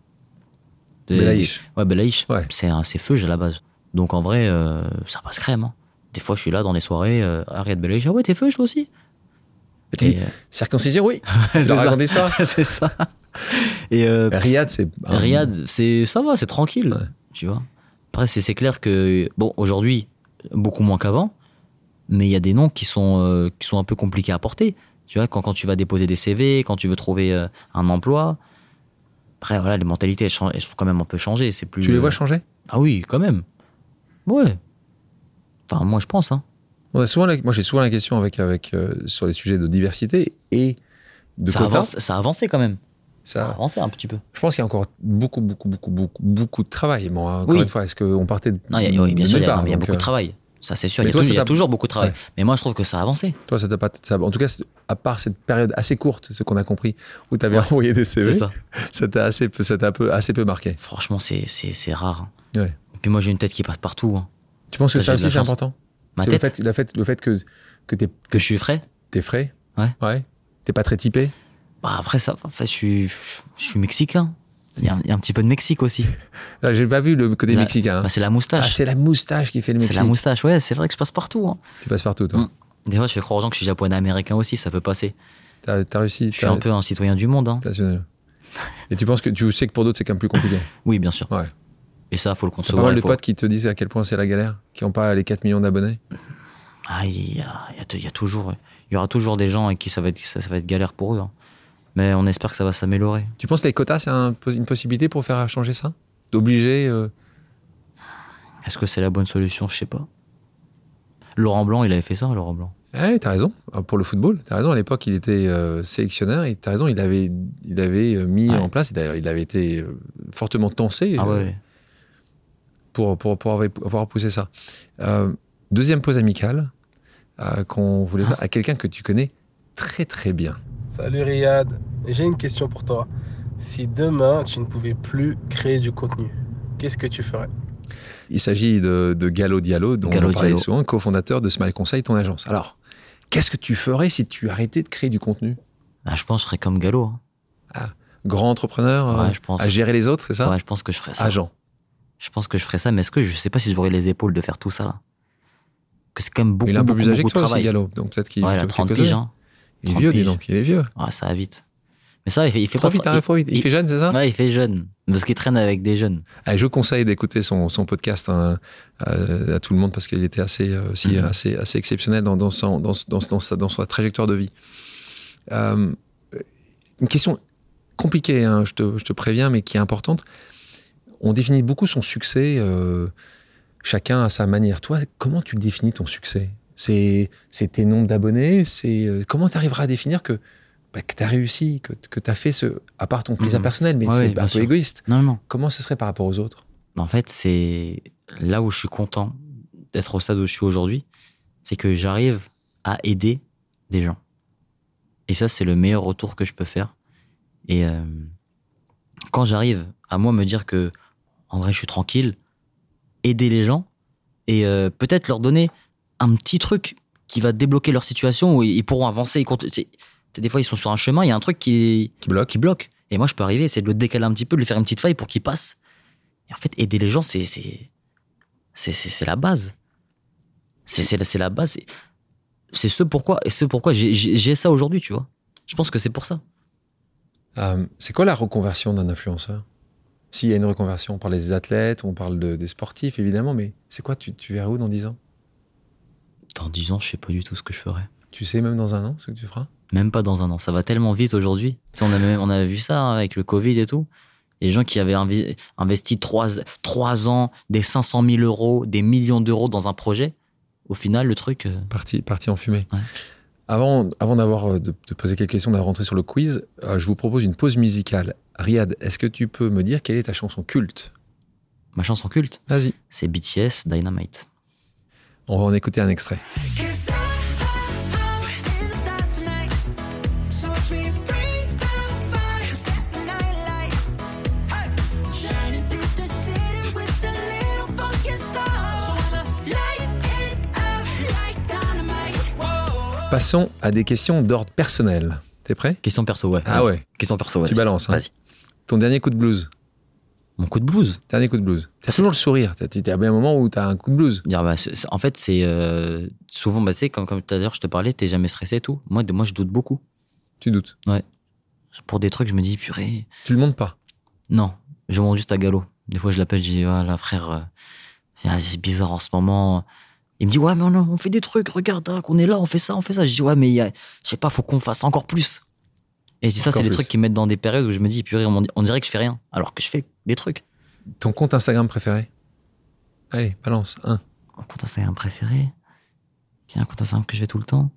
[SPEAKER 1] Des-
[SPEAKER 2] Belaïch.
[SPEAKER 1] Ouais, Belaïch,
[SPEAKER 2] Ouais.
[SPEAKER 1] c'est un- c'est Feuge à la base. Donc en vrai, euh, ça passe crème. hein. Des fois, je suis là dans les soirées, euh, Ariad Belaïch, ah ouais, t'es Feuge toi aussi
[SPEAKER 2] Tu dis, Circoncision, oui. Tu
[SPEAKER 1] C'est
[SPEAKER 2] leur as
[SPEAKER 1] ça.
[SPEAKER 2] raconté ça.
[SPEAKER 1] C'est ça. Et euh,
[SPEAKER 2] Riyad, c'est. un-
[SPEAKER 1] Riyad, c'est ça va, c'est tranquille,
[SPEAKER 2] Ouais.
[SPEAKER 1] tu vois. Après, c'est c'est clair que bon, aujourd'hui, beaucoup moins qu'avant, mais il y a des noms qui sont euh, qui sont un peu compliqués à porter. Tu vois, quand, quand tu vas déposer des CV, quand tu veux trouver euh, un emploi, après voilà, les mentalités elles, changent- elles sont quand même un peu changées. C'est plus
[SPEAKER 2] Tu les
[SPEAKER 1] euh,
[SPEAKER 2] vois changer
[SPEAKER 1] ah oui, quand même. Ouais. Enfin, moi, je pense. Hein.
[SPEAKER 2] On a souvent la- Moi, j'ai souvent la question avec, avec, euh, sur les sujets de diversité et de
[SPEAKER 1] ça,
[SPEAKER 2] quotas.
[SPEAKER 1] avance, ça a avancé quand même. Ça,
[SPEAKER 2] Ça-
[SPEAKER 1] a avancé un petit peu.
[SPEAKER 2] Je pense qu'il y a encore beaucoup, beaucoup, beaucoup, beaucoup, beaucoup de travail. Bon, encore
[SPEAKER 1] Oui.
[SPEAKER 2] une fois, est-ce qu'on partait de.
[SPEAKER 1] Non, il y a- oui, bien
[SPEAKER 2] de
[SPEAKER 1] sûr, il
[SPEAKER 2] nulle
[SPEAKER 1] y a,
[SPEAKER 2] part,
[SPEAKER 1] non, mais il y a
[SPEAKER 2] donc,
[SPEAKER 1] beaucoup de
[SPEAKER 2] euh,
[SPEAKER 1] travail. Ça, c'est sûr. Il y,
[SPEAKER 2] Mais
[SPEAKER 1] a
[SPEAKER 2] toi,
[SPEAKER 1] tou-
[SPEAKER 2] ça
[SPEAKER 1] il y a
[SPEAKER 2] t'a-
[SPEAKER 1] toujours beaucoup de travail.
[SPEAKER 2] Ouais.
[SPEAKER 1] Mais moi, je trouve que ça a avancé.
[SPEAKER 2] Toi, ça t'a pas. ça- en tout cas, c'est- à part cette période assez courte, ce qu'on a compris, où tu avais envoyé des CV,
[SPEAKER 1] C'est ça.
[SPEAKER 2] ça t'a assez, peu- ça t'a peu, assez peu marqué.
[SPEAKER 1] Franchement, c'est- c'est c'est rare. hein.
[SPEAKER 2] Ouais.
[SPEAKER 1] Et Puis moi, j'ai une tête qui passe partout. hein.
[SPEAKER 2] Tu penses que
[SPEAKER 1] Ça,
[SPEAKER 2] ça
[SPEAKER 1] j'ai de la
[SPEAKER 2] aussi, c'est
[SPEAKER 1] chance.
[SPEAKER 2] important
[SPEAKER 1] Ma
[SPEAKER 2] C'est
[SPEAKER 1] tête,
[SPEAKER 2] le fait, le fait, le fait que, que t'es,
[SPEAKER 1] que je suis frais.
[SPEAKER 2] t'es frais,
[SPEAKER 1] Ouais.
[SPEAKER 2] t'es pas très typé.
[SPEAKER 1] Bah, après, ça, va. enfin, je, suis, je suis mexicain. Il y, a un, il y a un petit peu de Mexique aussi.
[SPEAKER 2] Là, j'ai pas vu le côté
[SPEAKER 1] La-
[SPEAKER 2] mexicain. hein.
[SPEAKER 1] Bah, c'est la
[SPEAKER 2] Ah,
[SPEAKER 1] moustache.
[SPEAKER 2] c'est la moustache qui fait le
[SPEAKER 1] c'est
[SPEAKER 2] Mexique.
[SPEAKER 1] la moustache. Ouais, c'est vrai que je passe partout. hein.
[SPEAKER 2] Tu passes partout, toi.
[SPEAKER 1] Mm. Des fois, je fais croire aux gens que je suis japonais-américain aussi. Ça peut passer.
[SPEAKER 2] T'as, t'as réussi.
[SPEAKER 1] Je suis
[SPEAKER 2] t'as-
[SPEAKER 1] un peu un citoyen du monde. hein.
[SPEAKER 2] t'as- Et tu penses que tu sais que pour d'autres, c'est quand même plus compliqué.
[SPEAKER 1] Oui, bien sûr.
[SPEAKER 2] Ouais.
[SPEAKER 1] Et ça, faut le
[SPEAKER 2] T'as pas
[SPEAKER 1] concevoir.
[SPEAKER 2] mal de
[SPEAKER 1] il faut-
[SPEAKER 2] potes qui te disent à quel point c'est la galère, qui n'ont pas les 4 millions d'abonnés.
[SPEAKER 1] Ah, il y, a- il y a t- il y a toujours, il y aura toujours des gens avec qui ça va être, ça, ça va être galère pour eux. hein. Mais on espère que ça va s'améliorer.
[SPEAKER 2] Tu penses que les quotas, c'est un- une possibilité pour faire changer ça D'obliger. euh,
[SPEAKER 1] Est-ce que c'est la bonne solution Je sais pas. Laurent Blanc, il avait fait ça, Laurent Blanc.
[SPEAKER 2] Ouais, t'as raison. Ah, Pour le football, t'as raison. À l'époque, il était euh, sélectionneur et t'as raison, il avait, il avait euh, mis
[SPEAKER 1] Ouais.
[SPEAKER 2] en place, et d'ailleurs, il avait été euh, fortement tensé
[SPEAKER 1] Ah
[SPEAKER 2] euh,
[SPEAKER 1] ouais.
[SPEAKER 2] pour, pour, pour avoir, pour avoir poussé ça. Euh, deuxième pause amicale euh, qu'on
[SPEAKER 1] Ah.
[SPEAKER 2] voulait faire à quelqu'un que tu connais très très bien.
[SPEAKER 4] Salut Riyad, j'ai une question pour toi. Si demain tu ne pouvais plus créer du contenu, qu'est-ce que tu ferais
[SPEAKER 2] Il s'agit de, de Gallo Diallo, dont
[SPEAKER 1] Gallo
[SPEAKER 2] on parlait
[SPEAKER 1] Diallo.
[SPEAKER 2] souvent, cofondateur de Smile Conseil, ton agence. Alors, qu'est-ce que tu ferais si tu arrêtais de créer du contenu
[SPEAKER 1] Ah, je pense que je serais comme Gallo. hein.
[SPEAKER 2] Grand entrepreneur euh,
[SPEAKER 1] Ouais, je pense.
[SPEAKER 2] à gérer les autres, c'est ça Ah,
[SPEAKER 1] Ouais, je pense que je ferais ça.
[SPEAKER 2] Agent.
[SPEAKER 1] Je pense que je ferais ça, mais est-ce que je sais pas si j'aurais les épaules de faire tout ça là Que c'est quand même beaucoup,
[SPEAKER 2] il est un peu
[SPEAKER 1] beaucoup,
[SPEAKER 2] plus âgé que
[SPEAKER 1] beaucoup de
[SPEAKER 2] toi aussi,
[SPEAKER 1] travail.
[SPEAKER 2] Gallo. Donc peut-être qu'il
[SPEAKER 1] Ouais, il a
[SPEAKER 2] te-
[SPEAKER 1] 30
[SPEAKER 2] quelques
[SPEAKER 1] piges.
[SPEAKER 2] années.
[SPEAKER 1] hein.
[SPEAKER 2] Il est
[SPEAKER 1] 30
[SPEAKER 2] vieux, dis
[SPEAKER 1] piges.
[SPEAKER 2] donc. Il est vieux.
[SPEAKER 1] Ouais, ça va vite. Mais ça, il fait, il fait
[SPEAKER 2] Trop
[SPEAKER 1] pas
[SPEAKER 2] vite, hein,
[SPEAKER 1] il-
[SPEAKER 2] trop vite. Il,
[SPEAKER 1] il-
[SPEAKER 2] fait jeune, c'est ça
[SPEAKER 1] Ouais, il fait jeune. Parce qu'il traîne avec des jeunes.
[SPEAKER 2] Allez, Ah, Je vous conseille d'écouter son, son podcast hein, euh, à tout le monde parce qu'il était assez, euh, aussi,
[SPEAKER 1] Mhm.
[SPEAKER 2] assez, assez exceptionnel dans, dans, son- dans, dans, dans sa, dans sa trajectoire de vie. Euh, une question compliquée, hein, je, te, je te préviens, mais qui est importante. On définit beaucoup son succès, euh, chacun à sa manière. Toi, comment tu définis ton succès C'est c'est tes nombres d'abonnés c'est euh, Comment tu arriveras à définir que, bah, que tu as réussi, que, que tu as fait ce. à part ton plaisir
[SPEAKER 1] Mhm.
[SPEAKER 2] personnel, mais
[SPEAKER 1] Ouais,
[SPEAKER 2] c'est
[SPEAKER 1] ouais,
[SPEAKER 2] un
[SPEAKER 1] bien
[SPEAKER 2] peu
[SPEAKER 1] sûr.
[SPEAKER 2] égoïste.
[SPEAKER 1] Non, non.
[SPEAKER 2] Comment ce serait par rapport aux autres
[SPEAKER 1] En fait, c'est là où je suis content d'être au stade où je suis aujourd'hui, c'est que j'arrive à aider des gens. Et ça, c'est le meilleur retour que je peux faire. Et euh, quand j'arrive à moi me dire que, en vrai, je suis tranquille, aider les gens et euh, peut-être leur donner un petit truc qui va débloquer leur situation où ils ils pourront avancer. Ils comptent- tu sais, tu sais, des fois, ils sont sur un chemin, il y a un truc qui,
[SPEAKER 2] qui bloque.
[SPEAKER 1] qui bloque. Et moi, je peux arriver, essayer de le décaler un petit peu, de lui faire une petite faille pour qu'il passe. Et en fait, aider les gens, c'est c'est c'est c'est- c'est la base. C'est c'est la- c'est la base. C'est- C'est ce pourquoi et ce pourquoi j'ai- j'ai j'ai ça aujourd'hui, tu vois. Je pense que c'est pour ça.
[SPEAKER 2] Euh, c'est quoi la reconversion d'un influenceur S'il y a une reconversion, on parle des athlètes, on parle de- des sportifs évidemment, mais c'est quoi tu, tu verras où dans 10 ans
[SPEAKER 1] Dans 10 ans, je sais pas du tout ce que je ferais.
[SPEAKER 2] Tu sais même dans un an ce que tu feras
[SPEAKER 1] Même pas dans un an. Ça va tellement vite aujourd'hui. Tu sais, on a même- on a vu ça hein, avec le Covid et tout. Et les gens qui avaient invi- investi 3, ans, des 500 000 euros, des millions d'euros dans un projet, au final, le truc. euh,
[SPEAKER 2] Parti, parti en fumée.
[SPEAKER 1] Ouais.
[SPEAKER 2] Avant, avant d'avoir euh, de, de poser quelques questions, d'avoir rentré sur le quiz, euh, je vous propose une pause musicale. Riyad, est-ce que tu peux me dire quelle est ta chanson culte
[SPEAKER 1] ma chanson culte,
[SPEAKER 2] Vas-y,
[SPEAKER 1] c'est BTS Dynamite.
[SPEAKER 2] on va en écouter un extrait.
[SPEAKER 5] Cause I'm in the stars tonight. So watch me bring the fire, set the night light. Hey! Shining through the city with the little funky soul. So I'ma light it up like dynamite. Whoa.
[SPEAKER 2] Passons à des questions d'ordre personnel. T'es prêt
[SPEAKER 1] Question perso, ouais.
[SPEAKER 2] Ah
[SPEAKER 1] Vas-y.
[SPEAKER 2] ouais,
[SPEAKER 1] Question perso, ouais.
[SPEAKER 2] tu balances. hein.
[SPEAKER 1] Vas-y.
[SPEAKER 2] Ton dernier coup de blues.
[SPEAKER 1] Mon coup de blues.
[SPEAKER 2] Dernier coup de blues. T'as toujours le sourire. T'as- T'as bien un moment où t'as un coup de blues.
[SPEAKER 1] Dire, bah, c'est- c'est- en fait, c'est euh, souvent, bah, c'est comme, comme tout à l'heure, je te parlais, t'es jamais stressé et tout. Moi, de- moi, je doute beaucoup.
[SPEAKER 2] Tu doutes.
[SPEAKER 1] Pour des trucs, je me dis, purée,
[SPEAKER 2] Tu le montes pas.
[SPEAKER 1] non, je monte juste à galop. Des fois, je l'appelle, je dis, voilà, frère, euh, ah, c'est bizarre en ce moment. Il me dit, ouais, mais on, on fait des trucs, regarde, hein, qu'on est là, on fait ça, on fait ça. Je dis, ouais, mais il y a- je sais pas, faut qu'on fasse encore plus. Et je dis, ça,
[SPEAKER 2] Encore
[SPEAKER 1] c'est des
[SPEAKER 2] plus.
[SPEAKER 1] trucs qui me mettent dans des périodes où je me dis, purée, on, on dirait que je fais rien, alors que je fais des trucs.
[SPEAKER 2] Ton compte Instagram préféré Allez, balance. Un.
[SPEAKER 1] mon compte Instagram préféré, qui est un compte Instagram que je vais tout le temps.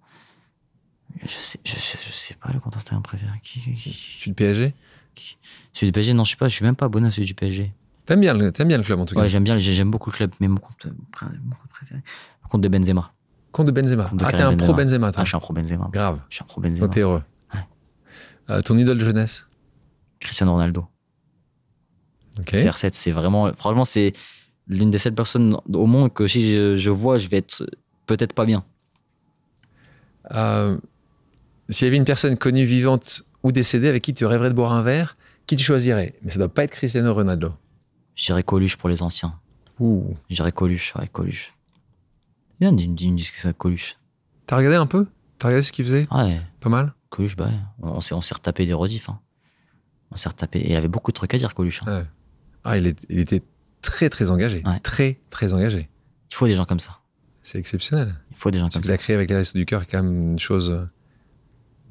[SPEAKER 1] Je sais, je, sais- je sais pas le compte Instagram préféré. Qui, qui- qui-
[SPEAKER 2] Je suis de PSG.
[SPEAKER 1] Celui du PSG, non, je sais pas, je suis même pas abonné à celui du PSG.
[SPEAKER 2] T'aimes bien, le- t'aimes bien le club en tout cas.
[SPEAKER 1] Ouais, j'aime bien, j'ai- j'aime beaucoup le club, mais mon compte, mon compte préféré, le compte de Benzema.
[SPEAKER 2] Compte de Benzema.
[SPEAKER 1] Compte de
[SPEAKER 2] ah, t'es
[SPEAKER 1] Karim
[SPEAKER 2] un pro
[SPEAKER 1] Benzema.
[SPEAKER 2] Benzema, toi.
[SPEAKER 1] Ah, je suis un pro Benzema.
[SPEAKER 2] Grave.
[SPEAKER 1] Je suis un pro Benzema.
[SPEAKER 2] Toi, t'es heureux.
[SPEAKER 1] Ouais.
[SPEAKER 2] Euh, ton idole de jeunesse.
[SPEAKER 1] Cristiano Ronaldo.
[SPEAKER 2] Ok.
[SPEAKER 1] CR7, c'est vraiment, franchement, c'est l'une des seules personnes au monde que si je, je vois, je vais être peut-être pas bien.
[SPEAKER 2] Euh, S'il y avait une personne connue, vivante ou décédée avec qui tu rêverais de boire un verre, qui tu choisirais Mais ça doit pas être Cristiano Ronaldo.
[SPEAKER 1] J'irai Coluche pour les anciens.
[SPEAKER 2] Ouh.
[SPEAKER 1] J'irai Coluche, ouais, Coluche. Il y a une, une discussion avec Coluche.
[SPEAKER 2] T'as regardé un peu T'as regardé ce qu'il faisait
[SPEAKER 1] Ouais,
[SPEAKER 2] Pas mal
[SPEAKER 1] Coluche, bah ouais. On, on s'est on s'est retapé des rediffs. hein. On s'est retapé. Et il avait beaucoup de trucs à dire, Coluche. hein.
[SPEAKER 2] Ah, il, est- il était très très engagé.
[SPEAKER 1] Ouais.
[SPEAKER 2] Très très engagé.
[SPEAKER 1] Il faut des gens comme ça.
[SPEAKER 2] C'est exceptionnel.
[SPEAKER 1] Il faut des gens
[SPEAKER 2] Ce
[SPEAKER 1] comme
[SPEAKER 2] que
[SPEAKER 1] ça.
[SPEAKER 2] t'as créé avec les restes du cœur est quand même une chose. euh,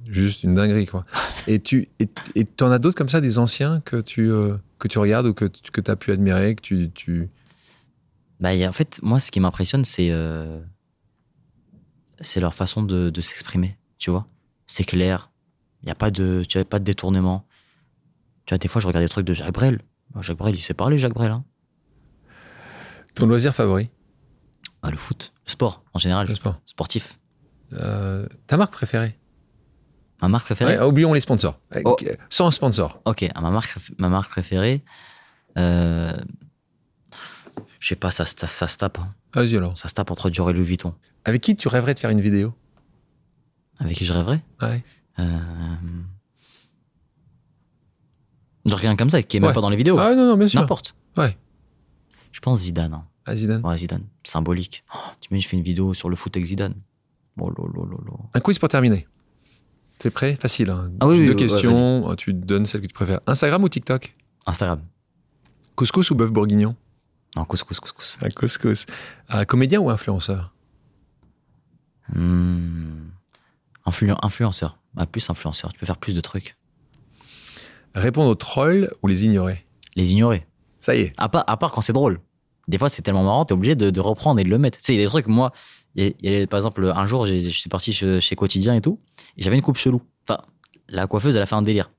[SPEAKER 2] Juste une dinguerie, quoi. Et tu et, et t'en as d'autres comme ça, des anciens que tu, euh, que tu regardes ou que, tu- que tu as pu admirer, que tu. tu...
[SPEAKER 1] Bah, il y a- en fait, moi, ce qui m'impressionne, c'est euh, c'est leur façon de, de s'exprimer, tu vois. C'est clair, il n'y a pas de, tu vois, pas de détournement. Tu vois, des fois, je regarde des trucs de Jacques Brel. Bah, Jacques Brel, il sait parler, Jacques Brel. hein.
[SPEAKER 2] Ton loisir favori,
[SPEAKER 1] Ah, le foot, le sport, en
[SPEAKER 2] je
[SPEAKER 1] général,
[SPEAKER 2] sais pas.
[SPEAKER 1] sportif.
[SPEAKER 2] Euh, ta marque préférée
[SPEAKER 1] Ma marque préférée
[SPEAKER 2] Ouais, oublions les sponsors. Euh,
[SPEAKER 1] Oh.
[SPEAKER 2] Sans sponsor.
[SPEAKER 1] Ok, ah, ma marque, ma marque préférée, euh, je sais pas, ça, se- ça, ça se tape. hein.
[SPEAKER 2] Vas-y alors.
[SPEAKER 1] Ça se tape entre Dior et Louis Vuitton.
[SPEAKER 2] Avec qui tu rêverais de faire une vidéo
[SPEAKER 1] Avec qui je rêverais
[SPEAKER 2] Ouais.
[SPEAKER 1] Euh, Genre quelqu'un comme ça, qui est même
[SPEAKER 2] Ouais.
[SPEAKER 1] pas dans les vidéos.
[SPEAKER 2] Ah non, non, bien sûr.
[SPEAKER 1] Oh. N'importe.
[SPEAKER 2] Ouais.
[SPEAKER 1] Je pense Zidane. hein.
[SPEAKER 2] Ah, Zidane.
[SPEAKER 1] Ouais, Zidane. Symbolique. Oh, T'imagines, je fais une vidéo sur le foot avec Zidane. Oh, là, là, là, là.
[SPEAKER 2] Un quiz pour terminer. T'es prêt Facile. hein.
[SPEAKER 1] Ah oui, oui,
[SPEAKER 2] Deux
[SPEAKER 1] ouais,
[SPEAKER 2] questions. euh, tu donnes celle que tu préfères. Instagram ou TikTok
[SPEAKER 1] Instagram.
[SPEAKER 2] Couscous ou bœuf bourguignon
[SPEAKER 1] Non, couscous, couscous.
[SPEAKER 2] Un couscous. Euh, comédien ou influenceur
[SPEAKER 1] Hmm. Influ- influenceur. Ah, plus influenceur. Tu peux faire plus de trucs.
[SPEAKER 2] Répondre aux trolls ou les ignorer
[SPEAKER 1] Les ignorer.
[SPEAKER 2] Ça y est.
[SPEAKER 1] À part, à part quand c'est drôle. Des fois, c'est tellement marrant, t'es obligé de, de reprendre et de le mettre. Tu sais, il y a des trucs, moi, il y a- il y a- par exemple, un jour, j'ai- je suis parti che- chez Quotidien et tout, et j'avais une coupe chelou. Enfin, la coiffeuse, elle a fait un délire.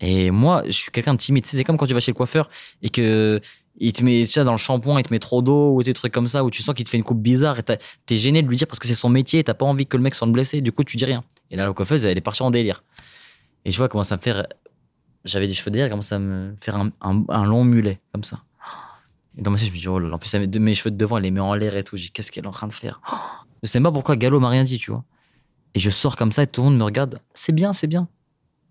[SPEAKER 1] Et moi, je suis quelqu'un de timide. Tu sais, c'est comme quand tu vas chez le coiffeur et que il te met ça dans le shampoing, il te met trop d'eau ou des trucs comme ça, où tu sens qu'il te fait une coupe bizarre et t'as- t'es gêné de lui dire parce que c'est son métier et t'as pas envie que le mec s'en blessé. Du coup, tu dis rien. Et là, la coiffeuse, elle est partie en délire. Et je vois comment ça me fait. J'avais des cheveux derrière, comment ça me faire un, un- un long mulet, comme ça. Et dans ma tête, je me dis, oh là là, en plus, ça met de- mes cheveux de devant, elle les met en l'air et tout. Je dis, qu'est-ce qu'elle est en train de faire Je sais pas pourquoi Gallo m'a rien dit, tu vois. Et je sors comme ça et tout le monde me regarde, c'est bien, c'est bien.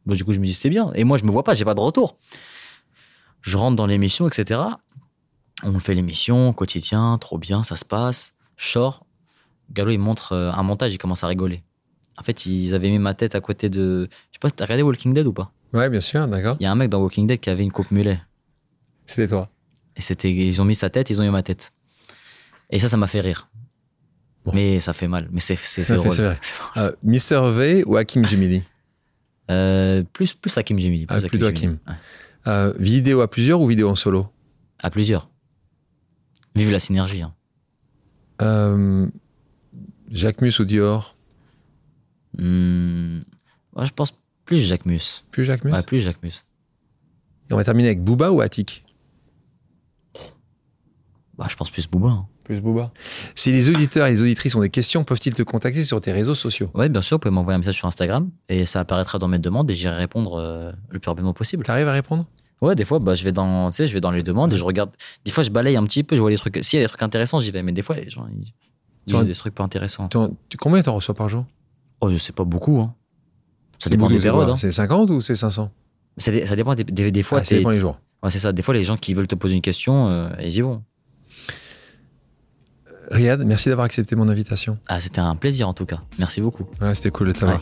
[SPEAKER 1] Bon, du coup, je me dis, c'est bien. Et moi, je me vois pas, j'ai pas de retour. Je rentre dans l'émission, etc. On fait l'émission, quotidien, trop bien, ça se passe. Je sors. Gallo, il montre euh, un montage, il commence à rigoler. En fait, ils avaient mis ma tête à côté de. Je sais pas, t'as regardé Walking Dead ou pas
[SPEAKER 2] Ouais, bien sûr, d'accord.
[SPEAKER 1] Il y a un mec dans Walking Dead qui avait une coupe mulet.
[SPEAKER 2] C'était toi.
[SPEAKER 1] Et c'était, ils ont mis sa tête, ils ont eu ma tête. Et ça, ça m'a fait rire.
[SPEAKER 2] Bon.
[SPEAKER 1] Mais ça fait mal. Mais c'est c'est c'est
[SPEAKER 2] Ça fait-
[SPEAKER 1] drôle.
[SPEAKER 2] c'est vrai.
[SPEAKER 1] C'est drôle.
[SPEAKER 2] Euh, Mister V ou Hakim Jimili
[SPEAKER 1] Euh, plus plus Hakim Jemili.
[SPEAKER 2] Ah, plutôt
[SPEAKER 1] Jemili. Ouais.
[SPEAKER 2] Euh, Vidéo à plusieurs ou vidéo en solo
[SPEAKER 1] À plusieurs. Vive la synergie. hein.
[SPEAKER 2] euh, Jacquemus ou Dior
[SPEAKER 1] Hmm. Ouais, je pense plus Jacquemus.
[SPEAKER 2] Plus Jacquemus
[SPEAKER 1] Ouais, plus Jacquemus.
[SPEAKER 2] Et on va terminer avec Booba ou Attic
[SPEAKER 1] Bah, je pense plus Booba. hein.
[SPEAKER 2] Plus Booba. Si les auditeurs et les auditrices ont des questions, peuvent-ils te contacter sur tes réseaux sociaux
[SPEAKER 1] Ouais, bien sûr, vous pouvez m'envoyer un message sur Instagram et ça apparaîtra dans mes demandes et j'irai répondre euh, le plus rapidement possible.
[SPEAKER 2] T'arrives à répondre
[SPEAKER 1] Ouais, des fois, bah, je vais dans, tu sais, je vais dans les demandes et je regarde. Des fois, je balaye un petit peu, je vois les trucs. S'il y a des trucs intéressants, j'y vais. Mais des fois, les gens, ils
[SPEAKER 2] vois-
[SPEAKER 1] disent des trucs pas intéressants.
[SPEAKER 2] T'en- tu- Combien t'en reçois par jour
[SPEAKER 1] Oh, je sais pas beaucoup. Hein. Ça dépend des
[SPEAKER 2] C'est quoi
[SPEAKER 1] périodes. hein.
[SPEAKER 2] C'est 50 ou c'est 500
[SPEAKER 1] Mais Ça, dé- ça dépend des, des, des fois.
[SPEAKER 2] Ah, Ça
[SPEAKER 1] t'es-
[SPEAKER 2] dépend les jours.
[SPEAKER 1] Ouais, c'est ça. Des fois, les gens qui veulent te poser une question, euh, ils y vont.
[SPEAKER 2] Riyad, merci d'avoir accepté mon invitation.
[SPEAKER 1] Ah, c'était un plaisir en tout cas. Merci beaucoup.
[SPEAKER 2] Ouais, c'était cool de t'avoir.